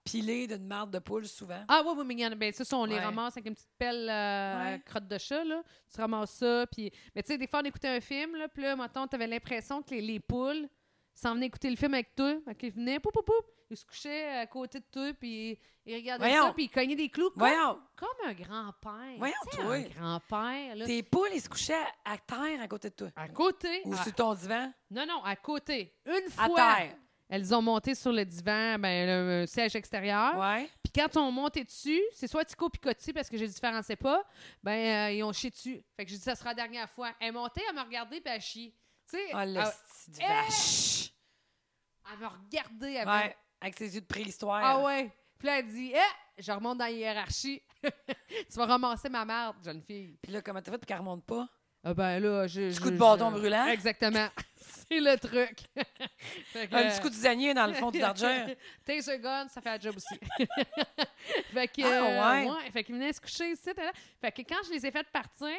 A: pilé d'une marde de poule souvent.
B: Ah oui, oui, mais il y en a. Ben, ça, ça, on les
A: Ouais.
B: ramasse avec une petite pelle euh,
A: Ouais.
B: crotte de chat, là. Tu ramasses ça, puis... Mais tu sais, des fois, on écoutait un film, là, puis là, mettons, t'avais l'impression que les, les poules s'en venaient écouter le film avec toi. Fait qu'ils venaient, pou, pou, pou, ils se couchaient à côté de toi, puis ils regardaient
A: Voyons.
B: ça, puis ils cognaient des clous. Comme,
A: Voyons,
B: comme un grand-père.
A: Voyons,
B: Tu sais,
A: toi.
B: Un grand-père, là.
A: tes poules, ils se couchaient à- à terre à côté de toi.
B: À côté.
A: Ou
B: à-
A: sur ton divan,
B: Non, non, à côté. Une
A: à
B: fois.
A: terre.
B: Elles ont monté sur le divan, ben, le siège extérieur.
A: Ouais.
B: Puis quand on montait dessus, c'est soit Tico Picotti parce que j'ai différencié pas, ben euh, ils ont chié dessus. Fait que j'ai dit ça sera la dernière fois. Elle montait, elle me regardait puis elle chier. Tu sais,
A: Oh,
B: elle,
A: le petit
B: Eh!
A: vache.
B: elle me regardait elle me-
A: Ouais, avec ses yeux de préhistoire.
B: Ah ouais. Puis là, elle dit Eh, je remonte dans la hiérarchie. tu vas ramasser ma merde, jeune fille.
A: Puis là, comment t'as fait pour qu'elle remonte pas?
B: Ah ben là, je.
A: Petit
B: je-
A: coup de
B: je-
A: bâton brûlant.
B: Exactement. c'est le truc. Fait que, euh,
A: Un petit coup de zanier dans le fond du darger.
B: Taser gun, ça fait la job aussi. fait que,
A: Ah, ouais.
B: euh, ouais, fait qu'ils venaient se coucher ici. t'as là. Fait que quand je les ai fait partir,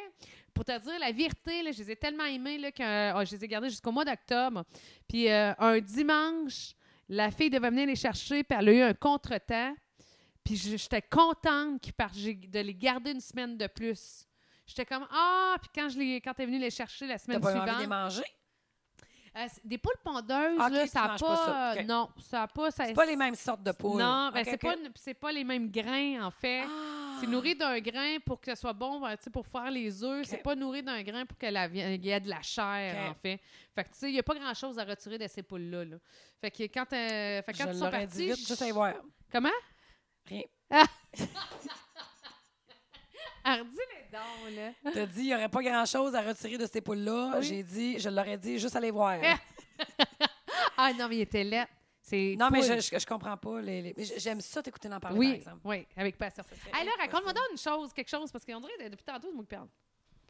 B: pour te dire la vérité, là, je les ai tellement aimés là, que euh, je les ai gardés jusqu'au mois d'octobre. Puis euh, un dimanche, la fille devait venir les chercher, puis elle a eu un contretemps. Puis je- j'étais contente qu'ils partent- j'ai- de les garder une semaine de plus. J'étais comme ah puis quand je les quand t'es venu les chercher la
A: T'as
B: semaine
A: pas eu envie de les
B: suivante
A: manger?
B: euh, c'est- des poules pondeuses
A: Ok,
B: là
A: tu
B: ça a pas,
A: manges pas ça,
B: euh,
A: ok.
B: non ça a pas ça
A: C'est pas les mêmes sortes de poules.
B: Euh, non, ben
A: Ok,
B: c'est
A: ok.
B: pas une- c'est pas les mêmes grains en fait.
A: Ah!
B: C'est nourri d'un grain pour que ce soit bon, ben, tu sais, pour faire les œufs. C'est pas nourri d'un grain pour qu'il y ait de la chair,
A: Ok.
B: en fait. Fait que, tu sais, il n'y a pas grand-chose à retirer de ces poules-là. là. Fait que quand, euh, fait que quand
A: Je
B: ils sont
A: l'aurais dit
B: partis...
A: vite, juste à y voir.
B: Comment?
A: Rien.
B: Hardi les dents, là.
A: T'as dit, il n'y aurait pas grand-chose à retirer de ces poules-là.
B: Oui.
A: J'ai dit, je l'aurais dit, juste allez voir.
B: Eh, Ah non, mais il était laid. C'est
A: non, mais
B: poules.
A: je, je, je comprends pas. Les, les- mais J'aime ça t'écouter en parler, par
B: Oui,
A: exemple.
B: oui, avec passion.
A: serait
B: Alors, raconte-moi
A: impossible.
B: donc une chose, quelque chose, parce qu'on dirait que depuis tantôt, je me parle.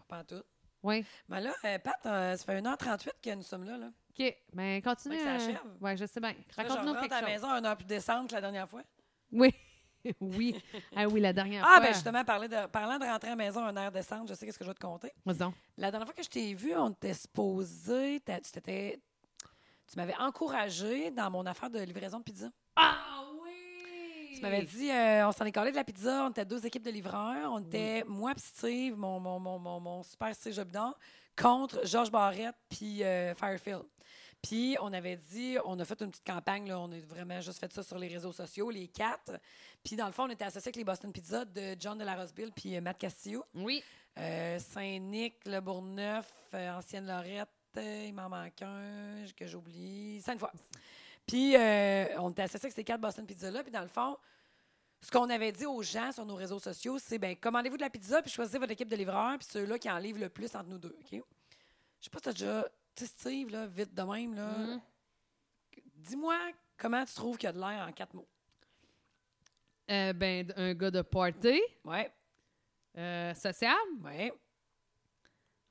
A: Pas en tout.
B: Oui.
A: Mais là, euh, Pat, euh, ça fait 1h38 que nous sommes là. là.
B: OK. Ben, continue.
A: Fait que ça
B: euh,
A: achève.
B: Ouais, je sais bien.
A: Là, je
B: Raconte-nous
A: rentre
B: quelque
A: à la
B: chose.
A: maison un heure plus décente que la dernière fois.
B: Oui. oui. Ah oui, la dernière fois.
A: Ah, ben justement, parler de, parlant de rentrer à la maison un heure décente, je sais qu'est-ce que je vais te conter.
B: Vas-y donc.
A: La dernière fois que je t'ai vu, on t'était supposé, t'as- tu t'étais- tu m'avais encouragé dans mon affaire de livraison de pizza.
B: Ah oui!
A: Tu m'avais dit, euh, on s'en est collé de la pizza, on était deux équipes de livreurs, on était moi puis Steve, mon, mon, mon, mon, mon super Steve Jobidon, contre Georges Barrette puis euh, Firefield. Puis on avait dit, on a fait une petite campagne, là, on a vraiment juste fait ça sur les réseaux sociaux, les quatre. Puis dans le fond, on était associés avec les Boston Pizza de John de la Roseville puis euh, Matt Castillo.
B: Oui.
A: Euh, Saint-Nic, Le Bourgneuf, euh, Ancienne-Lorette, euh, il m'en manque un j- que j'oublie. Cinq fois. Puis, euh, on était associés avec ces quatre Boston Pizza-là. Puis, dans le fond, ce qu'on avait dit aux gens sur nos réseaux sociaux, c'est ben commandez-vous de la pizza, puis choisissez votre équipe de livreurs, puis ceux-là qui en livrent le plus entre nous deux. OK? Je sais pas si t'as déjà. Tu sais, Steve, là, vite de même, là.
B: Mhm.
A: Dis-moi comment tu trouves qu'il y a de l'air en quatre mots.
B: Euh, ben, d- un gars de party,
A: Ouais,
B: euh, sociable,
A: ouais.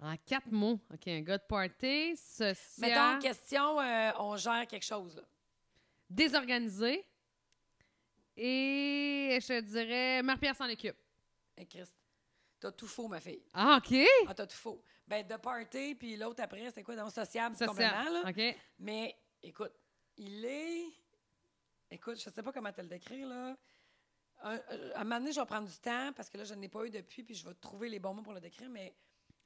B: en quatre mots. OK, un gars de party, social,
A: Mettons, question, euh, on gère quelque chose, là.
B: désorganisé et je dirais Marie-Pierre s'en occupe.
A: Hey, Eh, Christ, t'as tout faux, ma fille.
B: Ah, OK.
A: Ah, t'as tout faux. Ben, de party, puis l'autre après, c'est quoi? Donc, sociable, complètement, là.
B: OK.
A: Mais, écoute, il est... Écoute, je sais pas comment te le décrire, là. Un, à un moment donné, je vais prendre du temps, parce que là, je n'ai pas eu depuis, puis je vais trouver les bons mots pour le décrire, mais...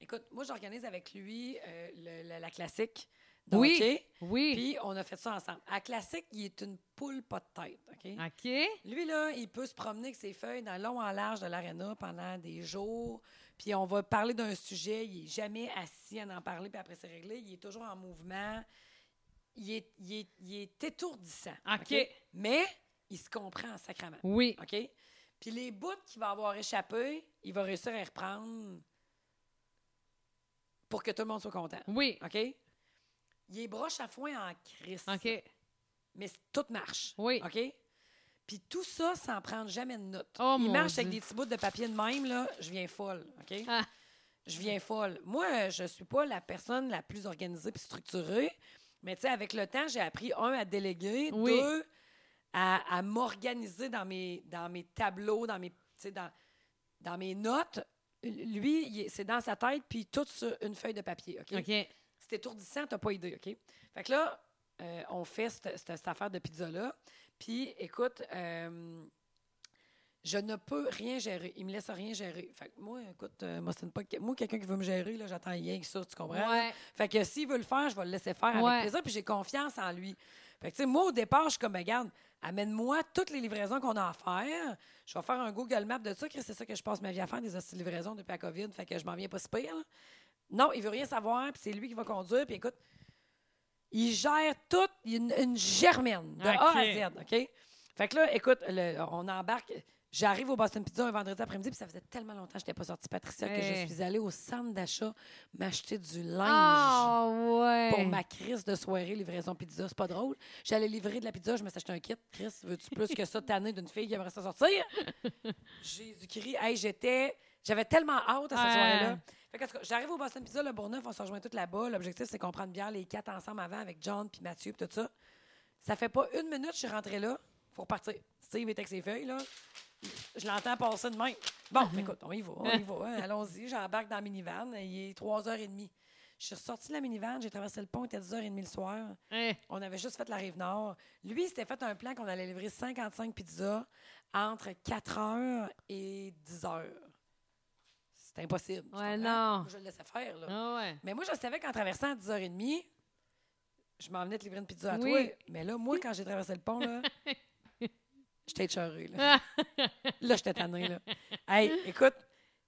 A: Écoute, moi, j'organise avec lui euh, le- la, la classique. de
B: Oui.
A: hockey,
B: Oui.
A: Puis on a fait ça ensemble. À classique, il est une poule pas de tête, OK?
B: OK.
A: Lui, là, il peut se promener avec ses feuilles dans le long en large de l'aréna pendant des jours. Puis on va parler d'un sujet. Il n'est jamais assis à en parler, puis après c'est réglé. Il est toujours en mouvement. Il est, il est- il est étourdissant.
B: OK.
A: Mais il se comprend en sacrament.
B: Oui.
A: OK? Puis les bouts qu'il va avoir échappés, il va réussir à les reprendre pour que tout le monde soit content.
B: Oui.
A: OK? Il est broche à foin en crise.
B: OK.
A: Mais c- tout marche.
B: Oui.
A: OK? Puis tout ça sans prendre jamais de notes.
B: Oh,
A: Il
B: mon
A: marche
B: Dieu.
A: avec des petits bouts de papier de même, là. Je viens folle. OK?
B: Ah.
A: Je viens folle. Moi, euh, je suis pas la personne la plus organisée puis structurée. Mais tu sais, avec le temps, j'ai appris, un, à déléguer,
B: Oui.
A: deux, à, à m'organiser dans mes, dans mes tableaux, dans mes, tu sais, dans, dans mes notes. Lui, il est- c'est dans sa tête, puis tout sur une feuille de papier. OK?
B: OK.
A: C'est étourdissant, t'as pas idée, OK? Fait que là, euh, on fait cette, cette- cette affaire de pizza-là. Puis, écoute, euh, je ne peux rien gérer. Il me laisse rien gérer. Fait que moi, écoute, euh, moi, c'est une pas- moi, quelqu'un qui veut me gérer, là, j'attends rien que ça, tu comprends? là?
B: Ouais.
A: Fait que s'il veut le faire, je vais le laisser faire
B: Ouais.
A: avec plaisir, puis j'ai confiance en lui. Fait que, tu sais, moi, au départ, je suis comme, Ben, regarde, amène-moi toutes les livraisons qu'on a à faire. Je vais faire un Google Map de ça, Chris, c'est ça que je passe ma vie à faire, des hosties de livraisons depuis la COVID, fait que je m'en viens pas si pire. là. Non, il veut rien savoir, puis c'est lui qui va conduire, puis écoute, il gère tout, il y a une, une germaine, de A à Z, OK? Fait que là, écoute, le- on embarque. J'arrive au Boston Pizza un vendredi après-midi, puis ça faisait tellement longtemps que je n'étais pas sortie, Patricia, que
B: Hey.
A: je suis allée au centre d'achat m'acheter du linge
B: Ah,
A: pour
B: ouais.
A: ma crise de soirée livraison pizza. C'est pas drôle. J'allais livrer de la pizza, je me suis acheté un kit. Chris, veux-tu plus que ça tanner d'une fille qui aimerait ça sortir? Jésus-Christ, hey, j'étais. J'avais tellement hâte à cette
B: Ouais.
A: soirée-là. Fait qu'en tout cas, j'arrive au Boston Pizza, le Bourneuf, on se rejoint toutes là-bas. L'objectif, c'est qu'on prenne bien les quatre ensemble avant avec John puis Mathieu puis tout ça. Ça fait pas une minute, je suis rentrée là. Faut repartir. Steve est avec ses feuilles, là. Je l'entends passer de même. Bon, écoute, on y va, on y va. hein. Allons-y. J'embarque dans la minivan. Il est 3h30. Je suis ressortie de la minivan, j'ai traversé le pont, il était 10h30 le soir.
B: Eh,
A: On avait juste fait la rive nord. Lui, il s'était fait un plan qu'on allait livrer 55 pizzas entre 4h et 10h. C'est impossible. tu
B: Ouais,
A: comprends?
B: non.
A: Moi, Je le laissais faire, là.
B: Ah, ouais.
A: Mais moi, je savais qu'en traversant à 10h30, je m'en venais te livrer une pizza à
B: Oui.
A: toi. Mais là, moi, quand j'ai traversé le pont, là, j'étais écœurée, là.
B: Ah,
A: Là, j'étais tannée, là. Hey, écoute,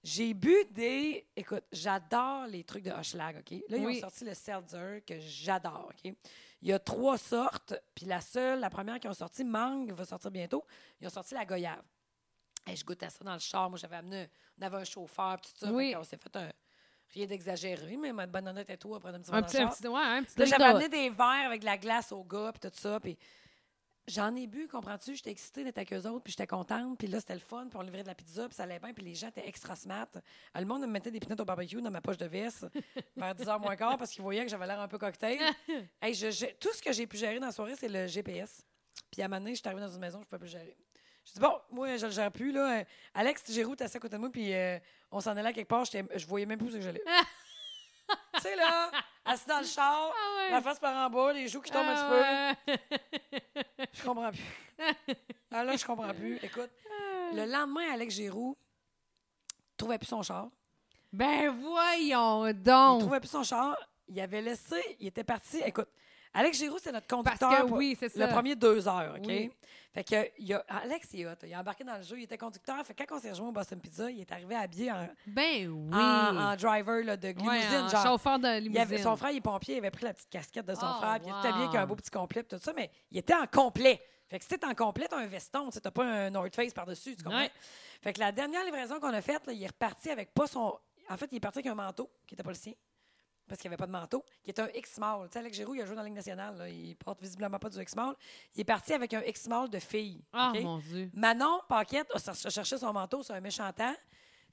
A: j'ai bu des... Écoute, j'adore les trucs de Hochelag, OK? Là, ils
B: Oui.
A: ont sorti le seltzer que j'adore, OK? Il y a trois sortes, puis la seule, la première qu'ils ont sorti, Mangue, va sortir bientôt, ils ont sorti la goyave. Hey, je goûtais ça dans le char. Moi, j'avais amené... On avait un chauffeur, puis tout ça.
B: Oui.
A: On s'est fait un... Rien d'exagéré, mais ma bonne honnête et tout, après un petit verre
B: un
A: dans
B: petit,
A: le
B: un
A: char.
B: petit, ouais, un petit
A: Puis Là,
B: drink
A: j'avais
B: de-
A: amené des verres avec de la glace au gars, puis tout ça. Puis j'en ai bu, comprends-tu? J'étais excitée d'être avec eux autres, puis j'étais contente. Puis là, c'était le fun, puis on livrait de la pizza, puis ça allait bien, puis les gens étaient extra smart. Euh, Le monde me mettait des pinottes au barbecue dans ma poche de veste vers 10h moins quart parce qu'ils voyaient que j'avais l'air un peu cocktail. Hey, je- je- tout ce que j'ai pu gérer dans la soirée, c'est le GPS. Puis à un moment donné, je suis arrivée dans une maison, je ne pouvais plus le gérer. Je dis, bon, moi, je le gère plus. Là. Euh, Alex Giroux, t'es assis à côté de moi, puis euh, on s'en allait à quelque part, j'étais- je voyais même plus où c'est que j'allais. tu sais, là, assis dans le char,
B: Ah ouais.
A: la face par en bas, les joues qui tombent un petit peu.
B: Ah, ouais.
A: Je comprends plus. Ah là, je comprends plus. Écoute,
B: Ah.
A: le lendemain, Alex Giroux trouvait plus son char.
B: ben voyons
A: Il
B: donc.
A: trouvait plus son char. Il avait laissé, il était parti. Écoute, Alex Giroux, c'est notre
B: Parce
A: conducteur.
B: que
A: pour-
B: oui, c'est ça.
A: Le premier deux heures, OK?
B: Oui.
A: Fait que il a- Alex, il est hot. Il a embarqué dans le jeu. Il était conducteur. Fait que quand on s'est rejoint au Boston Pizza, il est arrivé habillé en,
B: Ben oui.
A: en- en driver là, de limousine.
B: Ouais, en
A: genre.
B: chauffeur de
A: Il avait-
B: limousine.
A: son frère, il est pompier, il avait pris la petite casquette de son
B: Oh,
A: frère, puis il était
B: wow.
A: habillé avec un beau petit complet, puis tout ça, mais il était en complet. Fait que si t'es en complet, t'as un veston, tu sais, t'as pas un North Face par-dessus, tu comprends?
B: Ouais.
A: Fait que la dernière livraison qu'on a faite, là, il est reparti avec pas son... En fait, il est parti avec un manteau, qui était pas le sien, parce qu'il avait pas de manteau, qui était un X-Mall. Tu sais, Alex Giroux, il a joué dans la Ligue nationale, là, il porte visiblement pas du X-Mall. Il est parti avec un X-Mall de fille.
B: Ah,
A: OK?
B: mon Dieu.
A: Manon Paquette a cher- cherché son manteau sur un méchant temps.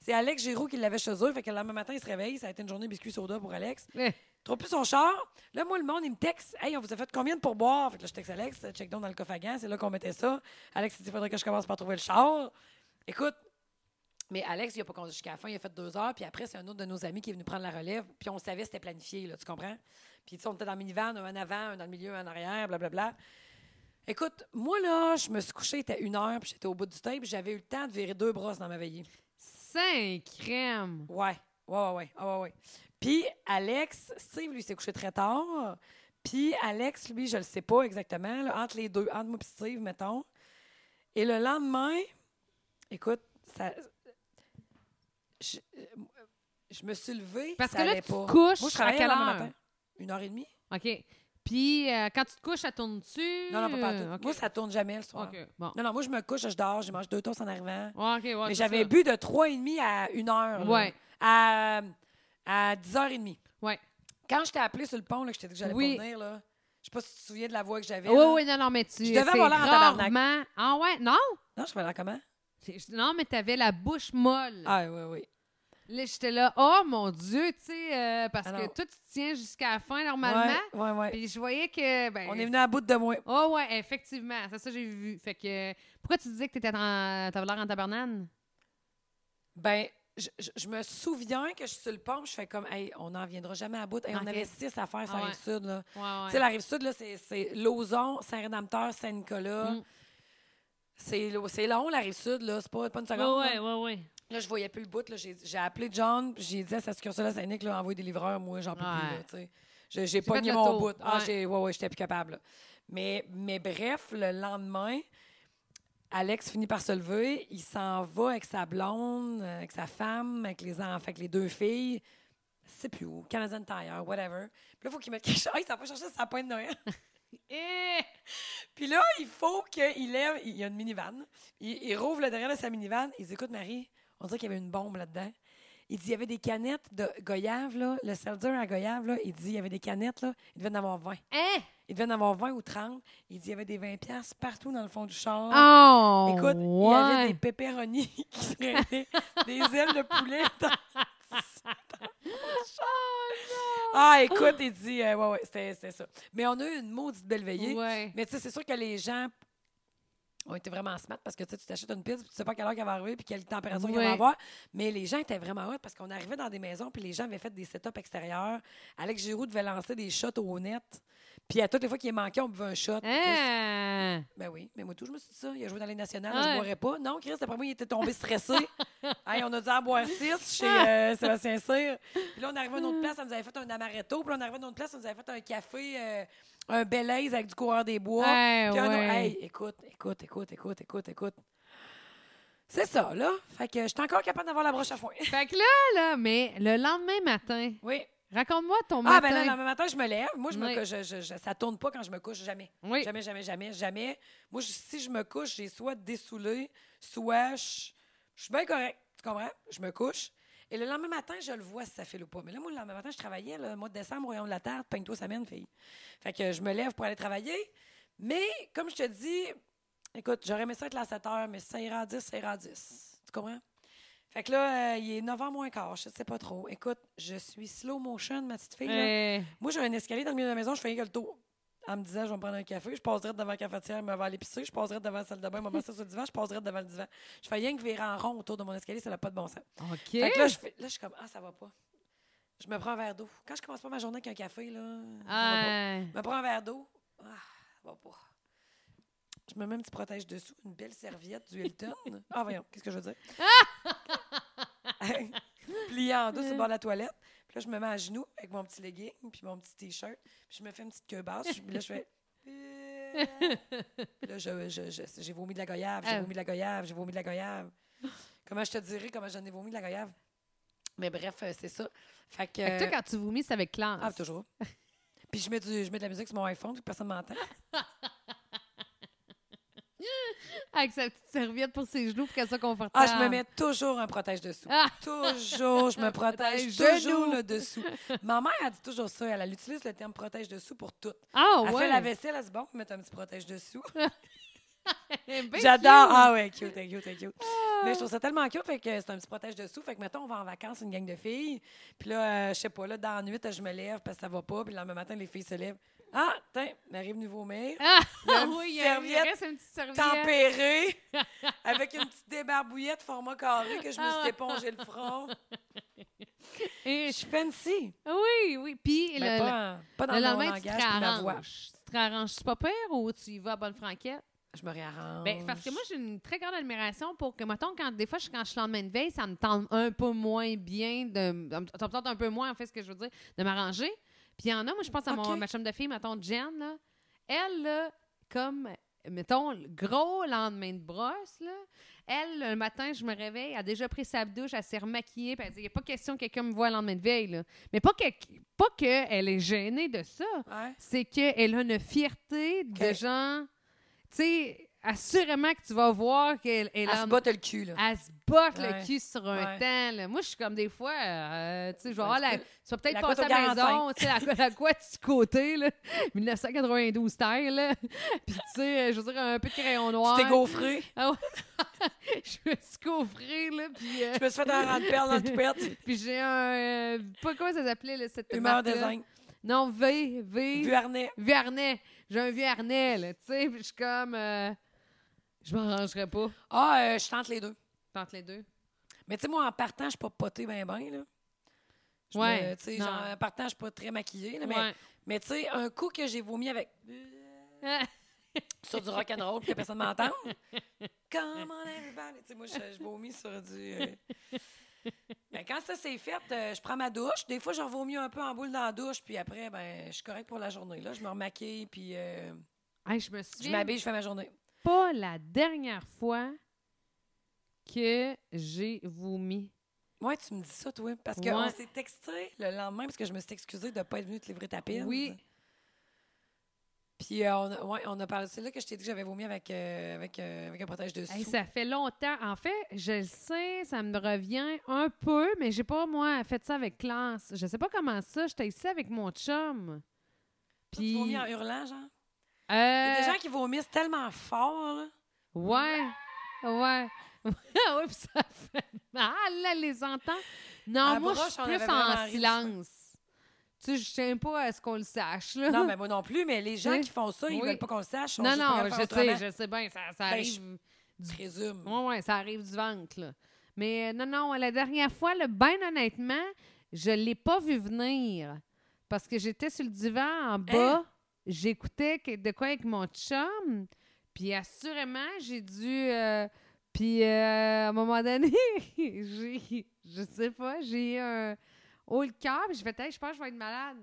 A: C'est Alex Giroux qui l'avait chez eux. Fait que le lendemain matin, il se réveille. Ça a été une journée biscuit soda pour Alex.
B: Eh,
A: Trop plus son char. Là, moi, le monde, il me texte. Hey, on vous a fait combien de pourboires? Fait que là, je texte Alex. Check donc dans le cofagan. C'est là qu'on mettait ça. Alex, il dit faudrait que je commence par trouver le char. Écoute, mais Alex, il a pas conduit jusqu'à la fin. Il a fait deux heures. Puis après, c'est un autre de nos amis qui est venu prendre la relève. Puis on savait c'était planifié, là, tu comprends? Puis tu sais, on était dans le minivan, un en avant, un dans le milieu, un en arrière, blablabla. Écoute, moi, là, je me suis couchée, il était une heure, puis j'étais au bout du tape, puis j'avais eu le temps de virer deux brosses dans ma veillée.
B: Cinq crèmes.
A: Ouais, ouais, ouais, ouais, ah ouais, ouais. Puis Alex, Steve, lui, il s'est couché très tard. Puis Alex, lui, je le sais pas exactement, là, entre les deux, entre moi et Steve, mettons. Et le lendemain, écoute, ça. Je, euh, je me suis levée.
B: Parce
A: ça
B: que là,
A: allait
B: tu te
A: pas.
B: couches
A: Moi, je
B: à
A: travaillais le
B: quelle
A: lendemain
B: heure?
A: matin. Une heure et demie?
B: OK. Puis, euh, quand tu te couches, ça tourne-tu?
A: Non, non, pas partout.
B: Hmm, OK.
A: Moi, ça tourne jamais le soir.
B: OK, bon.
A: Non, non, moi, je me couche, je dors, je mange deux toasts en arrivant.
B: Ouais, OK, ouais,
A: mais
B: c'est
A: j'avais
B: ça.
A: bu de 3,5 à 1 heure. là.
B: Ouais.
A: À, à 10h30.
B: Ouais.
A: Quand je t'ai appelé sur le pont, là, que je t'ai dit que j'allais
B: Oui.
A: pas venir, là, je sais pas si tu te souviens de la voix que j'avais.
B: Oui,
A: là.
B: oui, non, non, mais tu.
A: Je devais
B: c'est
A: avoir l'air en tabarnak.
B: rarement- Ah, ouais, non?
A: Non, je vais là comment?
B: C'est- Non, mais t'avais la bouche molle.
A: Ah, oui, oui.
B: Là, j'étais là, oh mon Dieu, tu sais, euh, parce
A: Alors-
B: que toi, tu te tiens jusqu'à la fin normalement.
A: Ouais, ouais, ouais.
B: Puis je voyais que. Ben,
A: On est venu à bout de moi.
B: Oh, ouais, effectivement. C'est ça que j'ai vu. Fait que. euh, Pourquoi tu disais que t'étais en... t'avais l'air en tabarnane?
A: Ben, je, je- je me souviens que je suis sur le pont, je fais comme, hey, on n'en viendra jamais à bout. Hey, On
B: Ok.
A: avait six à faire sur
B: Ah,
A: la
B: ouais.
A: rive sud, là.
B: Ouais,
A: Tu
B: ouais.
A: sais, la rive sud, là, c'est- c'est Lauson, Saint-Rédempteur, Saint-Nicolas.
B: Mm.
A: C'est lo- c'est long, la rive sud, là. C'est pas, pas une seconde. là.
B: Ouais, ouais, ouais, ouais.
A: Là, je voyais plus le bout. là. J'ai j'ai appelé John, puis j'ai dit à sa succursale à Saint-Nic, là, envoie des livreurs, moi, j'en peux plus.
B: Ouais.
A: là, tu sais. J'ai- J'ai
B: fait
A: pogné
B: le
A: mon
B: tour,
A: bout. Ah,
B: ouais.
A: j'ai- ouais, ouais, j'étais plus capable. là. Mais, mais bref, le lendemain, Alex finit par se lever. Il s'en va avec sa blonde, euh, avec sa femme, avec les enfants, avec les deux filles. C'est plus où. Canadian Tire, whatever. Puis là, il faut qu'il mette quelque chose. Ah, il s'en va chercher sa pointe de Noël.
B: Eh!
A: Puis là, il faut qu'il lève. Il y a une minivan. Il, il rouvre le derrière de sa minivan. Il dit Écoute, Marie, on dirait qu'il y avait une bombe là-dedans. Il dit Il y avait des canettes de goyave, là. Le seltzer à goyave, là. Il dit Il y avait des canettes, là. Il devait en avoir 20.
B: Hein?
A: Il devait en avoir 20 ou 30. Il dit Il y avait des 20$ piastres partout dans le fond du char.
B: Oh!
A: Écoute, il y
B: ouais.
A: avait des pépéronis qui se traînaient, des ailes de poulet dans, dans le char.
B: Oh,
A: Ah, écoute, il dit, euh, ouais, ouais, c'était c'était ça. Mais on a eu une maudite belle veillée.
B: Ouais.
A: Mais tu sais, c'est sûr que les gens ont été vraiment smart parce que tu sais, tu t'achètes une pizza puis tu sais pas quelle heure qu'elle va arriver puis quelle température qu'elle
B: Ouais.
A: va avoir. Mais les gens étaient vraiment hot parce qu'on arrivait dans des maisons puis les gens avaient fait des setups extérieurs. Alex Giroux devait lancer des shots au net. Puis à toutes les fois qu'il manquait, on buvait un shot.
B: Hein?
A: Ben oui, mais moi tout, je me suis dit ça. Il a joué dans les nationales,
B: Ah
A: je
B: ouais.
A: ne boirais pas. Non, Chris, d'après moi, il était tombé stressé. Hey, on a dû en boire six chez euh, Sébastien Cyr. Puis là, on arrivait à une
B: Ah.
A: autre place, on nous avait fait un amaretto. Puis là, on arrivait à une autre place, on nous avait fait un café, euh, un belaise avec du coureur des bois.
B: Hey,
A: Puis un autre-
B: ouais.
A: Hey, écoute, écoute, écoute, écoute, écoute, écoute. C'est ça, là. Fait que j'étais encore capable d'avoir la broche à foin.
B: Fait que là, là, mais le lendemain matin,
A: Oui.
B: raconte-moi ton
A: Ah,
B: matin.
A: ben là, le lendemain matin, je me lève. Moi, je me
B: Oui.
A: cou- je- je- je- ça tourne pas quand je me couche, jamais.
B: Oui.
A: Jamais, jamais, jamais, jamais. Moi, je- si je me couche, j'ai soit dessoulé, soit je je suis bien correct. Tu comprends? Je me couche. Et le lendemain matin, je le vois si ça file ou pas. Mais là, moi, le lendemain matin, je travaillais, là, le mois de décembre, Royaume de la Terre, peigne-toi ça mène, fille. Fait que je me lève pour aller travailler. Mais, comme je te dis, écoute, j'aurais aimé ça être là à 7 heures, mais si ça ira à 10, ça ira à 10. Tu comprends? Fait que là, euh, il est 9h moins quart, je sais pas trop. Écoute, je suis slow motion, ma petite fille. là.
B: Eh,
A: Moi, j'ai un escalier dans le milieu de la maison, je fais rien que le tour. En me disant, je vais me prendre un café, je passerai devant la cafetière, me vais à l'épicerie, je passerai devant la salle de bain, me masser sur le divan, je passerai devant le divan. Je fais rien que virer en rond autour de mon escalier, ça n'a pas de bon sens.
B: OK.
A: Fait que là, je, fais- là, je suis comme, ah, ça va pas. Je me prends un verre d'eau. Quand je commence pas ma journée avec un café, là, ça va pas.
B: Ah,
A: je me prends un verre d'eau. Ah, ça va pas. Je me mets un petit protège dessous, une belle serviette du Hilton. Ah, voyons, qu'est-ce que je veux dire? Plié en deux sur le bord de la toilette. Puis Puis là, je me mets à genoux avec mon petit legging, puis mon petit T-shirt. Puis je me fais une petite queue basse. Puis là, je fais... Puis là, je- je- je- j'ai vomi de la goyave, j'ai
B: Ah.
A: vomi de la goyave, j'ai vomi de la goyave. Comment je te dirais comment j'en ai vomi de la goyave? Mais bref, euh, c'est ça. Fait que...
B: Fait que toi, quand tu vomis, c'est avec classe.
A: Euh, Ah, toujours. puis je mets, du, je mets de la musique sur mon iPhone, puis personne ne m'entend.
B: Ah. Avec sa petite serviette pour ses genoux pour qu'elle soit
A: Ah,
B: confortable.
A: je me mets toujours un protège dessous.
B: Ah!
A: Toujours, je me protège
B: Protège
A: toujours
B: dessous.
A: le dessous. Ma mère, elle dit toujours ça. Elle, elle utilise le terme protège dessous pour tout.
B: Ah,
A: Elle
B: ouais.
A: fait la vaisselle, elle se dit bon, mettre un petit protège dessous.
B: Eh ben,
A: J'adore.
B: cute. Ah.
A: Ah ouais, cute, cute, cute, cute. Mais je trouve ça tellement cute, fait que c'est un petit protège dessous. Fait que mettons, on va en vacances, une gang de filles. Puis là, euh, je sais pas, là, dans la nuit, je me lève parce que ça va pas. Puis le lendemain matin, les filles se lèvent. Ah, tiens, il arrive nouveau maire.
B: Ah,
A: Il y a une
B: oui, il
A: petite
B: y a- il
A: serviette
B: reste une petite serviette.
A: tempéré, avec une petite débarbouillette format carré que je me
B: Ah
A: suis
B: ouais.
A: épongé le front.
B: Et-
A: Je suis fancy.
B: Oui, oui. Puis
A: Ben,
B: le,
A: pas, en- pas dans
B: le
A: mon
B: lendemain, tu te
A: langage puis ma voix.
B: réarranges. Tu te réarranges, c'est pas pire ou tu y vas à bonne franquette?
A: Je me réarrange.
B: Ben, parce que moi, j'ai une très grande admiration pour que, mettons, quand, des fois, je, quand je suis le lendemain de veille, ça me tente un peu moins bien, de, ça me tente un peu moins, en fait, ce que je veux dire, de m'arranger. Puis il y en a, moi, je pense à mon,
A: Ok.
B: ma chum de fille, ma tante Jen, là. Elle, là, comme, mettons, le gros lendemain de brosse, là. Elle, le matin, je me réveille, elle a déjà pris sa douche, elle s'est remaquillée, puis elle dit, il n'y a pas question que quelqu'un me voit le lendemain de veille, là. Mais pas que, pas que elle est gênée de ça
A: Ouais.
B: c'est qu'elle a une fierté de
A: Ok.
B: gens. Tu sais, assurément que tu vas voir qu'elle elle
A: Elle
B: a-
A: se botte le cul, là.
B: elle se botte
A: Ouais.
B: le cul sur un
A: Ouais.
B: temps. là. Moi, je suis comme des fois, euh, tu sais, je vais
A: Ouais,
B: avoir
A: tu
B: la-
A: peux-
B: tu vas peut-être
A: la
B: passer à
A: cote au
B: la maison,
A: 45.
B: tu sais, la, la couette du côté, là, 1992 style, là. Puis, tu sais, euh, je veux dire, un peu de crayon noir.
A: Tu t'es gaufré.
B: Ah ouais. je me suis gaufrée, là, puis, euh,
A: Je me suis fait un rang de perles dans le toupette.
B: puis j'ai un... euh, pas comment ça s'appelait, là, cette
A: Humeur
B: marque-là?
A: design.
B: Non, V, V.
A: Vu harnais.
B: vieux harnais. J'ai un vieux harnais, là, tu sais. Puis je suis comme... euh, je m'en rangerai pas.
A: Ah, euh, je tente les deux.
B: Tente les deux.
A: Mais tu sais, moi, en partant, je suis pas potée ben ben, là. Je me-
B: Ouais,
A: Tu sais,
B: non.
A: genre, en partant, je suis pas très maquillée, là, mais,
B: Ouais.
A: mais tu sais, un coup que j'ai vomi avec... sur du rock'n'roll puis que personne ne m'entende. Come on, everybody. Tu sais, moi, je, je vomis sur du. euh. Mais quand ça c'est fait, euh, je prends ma douche. Des fois, je vomis un peu en boule dans la douche, puis après, ben, je suis correcte pour la journée. Là, je me remaquille, puis euh,
B: Hey, je me
A: je
B: souviens
A: m'habille, je fais ma journée.
B: pas la dernière fois que j'ai vomi.
A: Ouais, tu me dis ça, toi. Parce qu'on
B: Ouais.
A: s'est texté le lendemain, parce que je me suis excusée de ne pas être venue te livrer ta pile.
B: Oui.
A: Puis, euh, on, a, ouais, on a parlé. C'est là que je t'ai dit que j'avais vomi avec, euh, avec, euh, avec un protège de
B: Hey,
A: sous.
B: ça fait longtemps. En fait, je le sais, ça me revient un peu, mais j'ai pas, moi, fait ça avec classe. Je sais pas comment ça. J'étais ici avec mon chum.
A: Toi, Tu
B: Puis.
A: vomis en hurlant, genre. Il y a
B: Euh,
A: des gens qui vomissent tellement fort, là.
B: Ouais, ouais. Ah ouais, puis ça fait mal, là, les entendre. Non,
A: À
B: moi, je
A: broche,
B: suis
A: on
B: plus
A: avait vraiment
B: en
A: ri du
B: silence. Tu sais, je tiens pas à ce qu'on le sache, là.
A: Non, mais moi non plus, mais les gens
B: Oui.
A: qui font ça, ils
B: Oui.
A: veulent pas qu'on le sache.
B: non, non, je sais,
A: je
B: je sais bien, ça,
A: Ben,
B: ça arrive.
A: je présume.
B: Ouais, ouais, ça arrive du ventre, là. Mais euh, non, non, la dernière fois, là, ben honnêtement, je l'ai pas vu venir. Parce que j'étais sur le
A: Hein?
B: divan en bas, j'écoutais que- de quoi avec mon chum, puis assurément, j'ai dû... euh, puis euh, à un moment donné, j'ai... Je sais pas, j'ai eu un haut le cœur, puis j'ai fait Hey, je pense que je vais être malade ».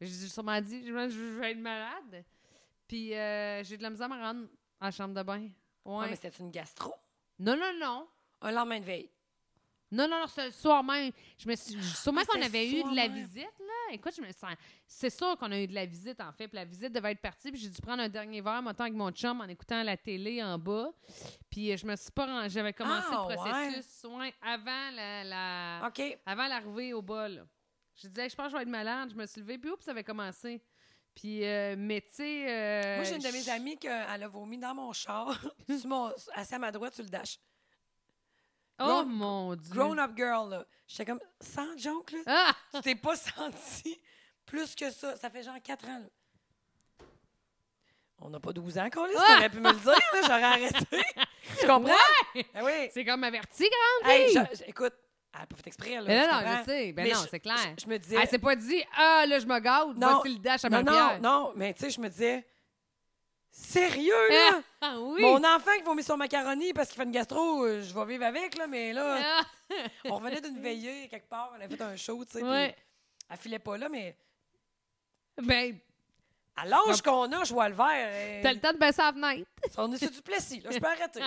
B: J'ai sûrement dit « Je pense que je vais être malade ». Puis euh, j'ai eu de la misère à me rendre à la chambre de bain.
A: Ah,
B: Ouais.
A: mais c'était une gastro.
B: Non, non, non.
A: Un lendemain de veille.
B: Non, non, non, c'est le soir même. Je me suis, sûrement
A: Ah,
B: qu'on
A: c'était
B: avait
A: le
B: eu
A: soir
B: de la
A: même.
B: visite, là. Écoute, je me sens. C'est sûr qu'on a eu de la visite, en fait. Puis la visite devait être partie. Puis j'ai dû prendre un dernier verre, mon temps avec mon chum, en écoutant la télé en bas. Puis euh, je me suis pas rangée. J'avais commencé
A: Ah,
B: le
A: ouais.
B: processus ouais, avant la, la-
A: OK.
B: avant l'arrivée au bol. Je disais, je pense que je vais être malade. Je me suis levée. Puis oups, ça avait commencé. Puis, euh, mais tu sais. euh,
A: Moi, j'ai une de mes
B: je-
A: amies qui euh, a vomi dans mon char, sur mon, assise à ma droite sur le dash.
B: Oh
A: grown-
B: mon Dieu.
A: Grown-up girl, là. J'étais comme, sans joke, là.
B: Ah!
A: Tu t'es pas senti plus que ça. Ça fait genre 4 ans, là. On n'a pas 12 ans encore, là. Si t'aurais pu me le dire, là, j'aurais
B: Ah!
A: arrêté. tu comprends? Ben oui.
B: C'est comme averti, grande.
A: Hey,
B: fille!
A: je- je- écoute, elle a pas fait exprès, là.
B: Mais
A: tu
B: non, non,
A: comprends?
B: je sais. Ben
A: Mais
B: non,
A: je-
B: c'est clair.
A: Je, je me disais.
B: Elle s'est pas dit Ah, là, je me gâte,
A: Non.
B: voici le dash à
A: non,
B: ma
A: non,
B: pierre.
A: non, mais tu sais, je me disais, sérieux, là?
B: Ah oui!
A: Mon enfant qui vomit son macaroni parce qu'il fait une gastro, euh, je vais vivre avec, là, mais là,
B: Ah,
A: on revenait d'une veillée quelque part, on avait fait un show, tu sais. puis
B: ouais.
A: Elle filait pas là, mais
B: Ben,
A: à l'âge qu'on a, je vois le vert.
B: Ah. t'as le temps de baisser la fenêtre.
A: On est sur du plessis, là. Je peux arrêter.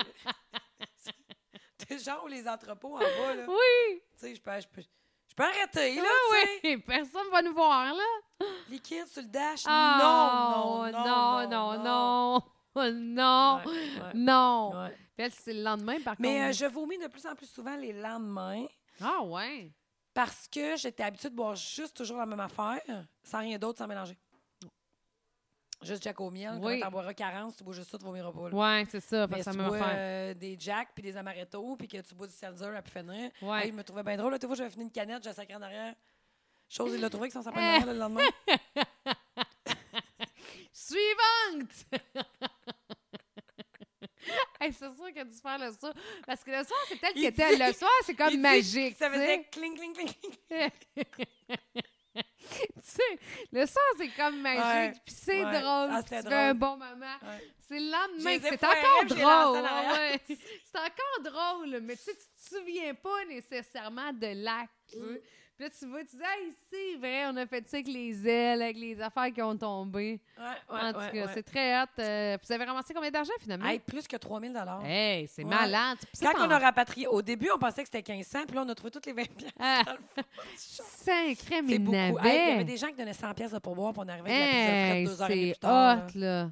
A: C'est genre les entrepôts en bas, là. Tu
B: Oui!
A: sais, je peux, je peux, je peux arrêter, Euh, là,
B: Ah
A: tu sais.
B: oui! Personne va nous voir, là.
A: Liquide sur le dash.
B: Ah,
A: non, non, non, non,
B: non, non, non,
A: Ouais, ouais,
B: non.
A: ouais.
B: Puis elle, c'est le lendemain, par
A: Mais euh,
B: contre.
A: je vomis de plus en plus souvent les lendemains
B: Ah ouais!
A: parce que j'étais habituée de boire juste toujours la même affaire, sans rien d'autre, sans mélanger. Juste Jack au miel,
B: Oui.
A: quand t'en boiras 40, tu bois juste ça, tu vomis pas. là.
B: Ouais, c'est ça,
A: Mais
B: parce
A: si
B: que ça
A: tu
B: me
A: bois
B: fait.
A: euh, des Jack puis des amaretto puis que tu bois du seltzer à pu finir.
B: Ouais.
A: Hey, je me trouvais bien drôle. L'autre fois, j'avais fini une canette, j'ai sacré en arrière. Chose, il l'a trouvé qui s'en s'appelle le lendemain.
B: Suivante! Hey, c'est sûr que tu faire le soir. Parce que le soir, c'est tel
A: Il
B: que tel.
A: dit-
B: Le soir, c'est comme
A: Il dit
B: magique.
A: que Ça
B: tu sais.
A: faisait cling, cling, cling, cling.
B: Tu sais, le soir, c'est comme magique.
A: Ouais,
B: Puis c'est
A: ouais.
B: drôle.
A: Ah,
B: puis
A: c'était
B: tu fais un
A: drôle.
B: bon moment.
A: Ouais.
B: C'est le lendemain
A: J'ai
B: que c'est
A: zéro
B: encore
A: RM, j'ai lancé à
B: drôle. ah
A: l'arrière.
B: ouais. C'est encore drôle, mais tu sais, tu te souviens pas nécessairement de l'acte. tu sais. Puis là, tu vois, tu dis, hey, c'est vrai, on a fait ça avec les ailes, avec les affaires qui ont tombé.
A: Ouais, ouais,
B: en tout
A: ouais,
B: cas,
A: ouais.
B: c'est très hâte. Euh, vous avez ramassé combien d'argent finalement?
A: Hey, plus que 3000 dollars.
B: Hey, Eh, c'est
A: Ouais.
B: malade. Puis ça,
A: Quand
B: ça
A: on
B: en-
A: a rapatrié, au début, on pensait que c'était 1500, puis là, on a trouvé toutes les 20 piastres.
B: Ah,
A: dans le fond du char.
B: sacré, mais
A: C'est
B: il
A: beaucoup. Hey, Il y
B: n'avait.
A: avait des gens qui donnaient 100 pièces de pourboire, puis on arrivait avec
B: Hey,
A: la pizza fraîche deux heures et demie
B: c'est
A: plus tard. là.
B: hot, là.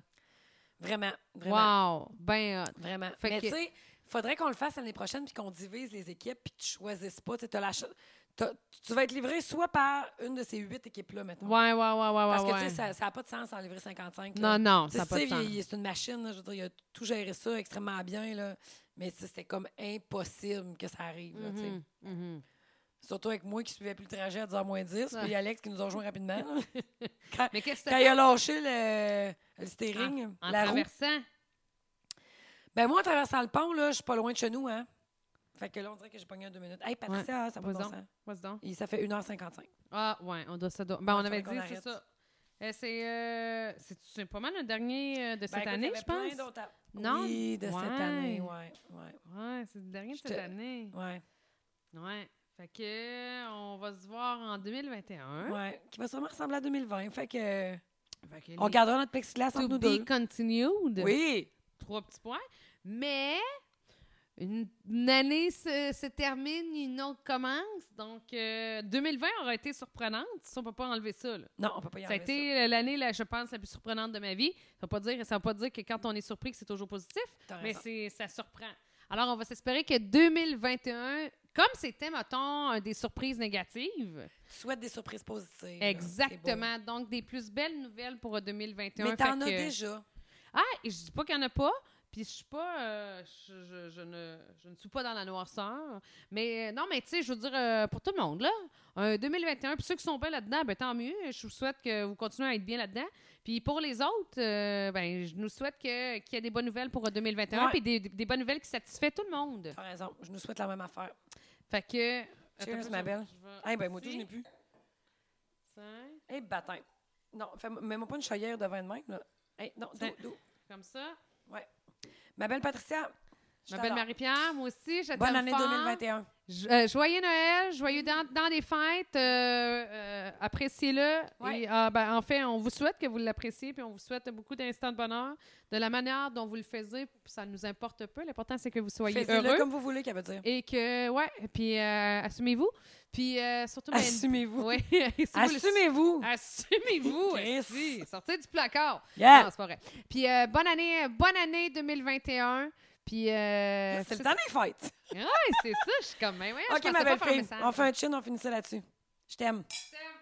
A: Vraiment, vraiment,
B: Wow, ben hot.
A: vraiment.
B: Fait
A: Mais
B: que-
A: tu sais, faudrait qu'on le fasse l'année prochaine, puis qu'on divise les équipes, puis que tu choisisses pas. Tu sais, t'as la ch- t'as- Tu vas être livré soit par une de ces huit équipes-là, maintenant.
B: Ouais, ouais, ouais, ouais, ouais.
A: Parce que,
B: ouais.
A: tu sais, ça- ça n'a pas de sens d'en livrer 55. là.
B: Non, non,
A: Tu sais,
B: ça n'a pas de
A: Steve,
B: sens.
A: il- il- c'est une machine, là, je veux dire, il a tout géré ça extrêmement bien, là. mais tu sais, c'était comme impossible que ça arrive. là, tu sais.
B: Mhm, mhm.
A: Surtout avec moi qui suivais plus le trajet à 10h10,
B: Ah.
A: puis Alex qui nous a rejoint rapidement. là. quand,
B: Mais qu'est-ce que
A: quand
B: t'as
A: il a
B: fait
A: lâché le, le steering,
B: en
A: la roue.
B: traversant?
A: Ben moi, en traversant le pont, là, je suis pas loin de chez nous. Hein. Fait que là, on dirait que j'ai pogné un deux minutes. Hey, Patricia, ça va
B: Vas-y
A: bon
B: donc.
A: sens.
B: Vas-y donc.
A: Et ça fait 1h55.
B: Ah, ouais, on doit ça. doit- Ben,
A: Ouais,
B: on avait dit,
A: faudrait qu'on
B: c'est
A: arrête.
B: ça. Euh, c'est, euh, c'est, c'est pas mal le dernier euh, de
A: Ben,
B: cette
A: écoute, il y
B: année,
A: avait
B: je
A: plein
B: pense.
A: d'autres à-
B: Non?
A: Oui, de cette
B: Ouais.
A: année, ouais. ouais,
B: Ouais, c'est le dernier de
A: Je te-
B: cette année.
A: ouais,
B: Ouais. Fait que, euh, on va se voir en 2021.
A: ouais. Qui va sûrement ressembler à 2020. Fait que.
B: Fait que
A: On
B: les-
A: gardera notre plexiglas entre
B: To
A: nous
B: be
A: deux.
B: continued.
A: Oui.
B: Trois petits points. Mais une, une année se, se termine, une autre commence. Donc, euh, 2020 aura été surprenante. Ça, on peut pas enlever ça. là.
A: Non, on peut pas y
B: Ça a
A: enlever
B: été euh, l'année, là, je pense, la plus surprenante de ma vie. Ça ne veut pas dire, ça veut pas dire que quand on est surpris, que c'est toujours positif,
A: T'as
B: mais
A: raison.
B: c'est, ça surprend. Alors, on va s'espérer que 2021, comme c'était, mettons, euh, des surprises négatives,
A: Tu souhaites des surprises positives. là.
B: exactement, donc des plus belles nouvelles pour euh,
A: C'est
B: 2021.
A: beau. Mais t'en
B: Fait
A: as
B: que-
A: déjà.
B: ah, et je dis pas qu'il n'y en a pas. Puis je suis pas, euh, je, je- je ne, je ne suis pas dans la noirceur. Mais euh, non, mais tu sais, je veux dire, euh, pour tout le monde, là, Euh, un 2021, puis ceux qui sont bien là-dedans, ben tant mieux. Je vous souhaite que vous continuez à être bien là-dedans. Puis pour les autres, euh, ben je nous souhaite que- qu'il y ait des bonnes nouvelles pour euh, 2021,
A: Ouais.
B: puis des, des- des bonnes nouvelles qui satisfait tout le monde.
A: T'as raison. Je nous souhaite la même affaire.
B: Fait que...
A: Cheers,
B: Attends,
A: ma
B: je-
A: belle.
B: je vais
A: Eh ben, moi, tout, je
B: ici.
A: n'ai plus.
B: Cinq,
A: Eh, bâtin. Non, fais- mets-moi pas une chaudière de vin de même, là. Eh, non,
B: Ça-
A: d'où, d'où.
B: Comme ça.
A: Ma belle Patricia. je
B: Ma belle
A: t'adore.
B: Marie-Pierre, moi aussi, je
A: Bonne
B: t'aime
A: année
B: fort.
A: 2021.
B: Jo- euh, joyeux Noël, joyeux dans, dans les fêtes, euh, euh, appréciez-le.
A: Ouais.
B: Et, ah, ben, en fait, on vous souhaite que vous l'appréciez, puis on vous souhaite beaucoup d'instants de bonheur. De la manière dont vous le faisiez, ça nous importe peu. L'important, c'est que vous soyez
A: Faites-le
B: heureux.
A: comme vous voulez, qu'elle veut dire.
B: Et que, ouais, puis euh, assumez-vous. Puis euh, surtout, ben,
A: Assumez-vous.
B: ouais, si vous le- Ah,
A: Assumez-vous.
B: Assumez-vous.
A: Chris.
B: esti. Sortez du placard.
A: Yeah.
B: Non, c'est pas vrai. Puis euh, bonne année, bonne année 2021. Puis euh,
A: C'est le temps des fêtes.
B: Ouais, c'est ça. Je suis comme, ben, ouais, je
A: OK,
B: pensais
A: ma
B: pas
A: belle
B: faire un
A: fille.
B: message.
A: On fait un chin, on finit ça là-dessus. Je t'aime.
B: Sam.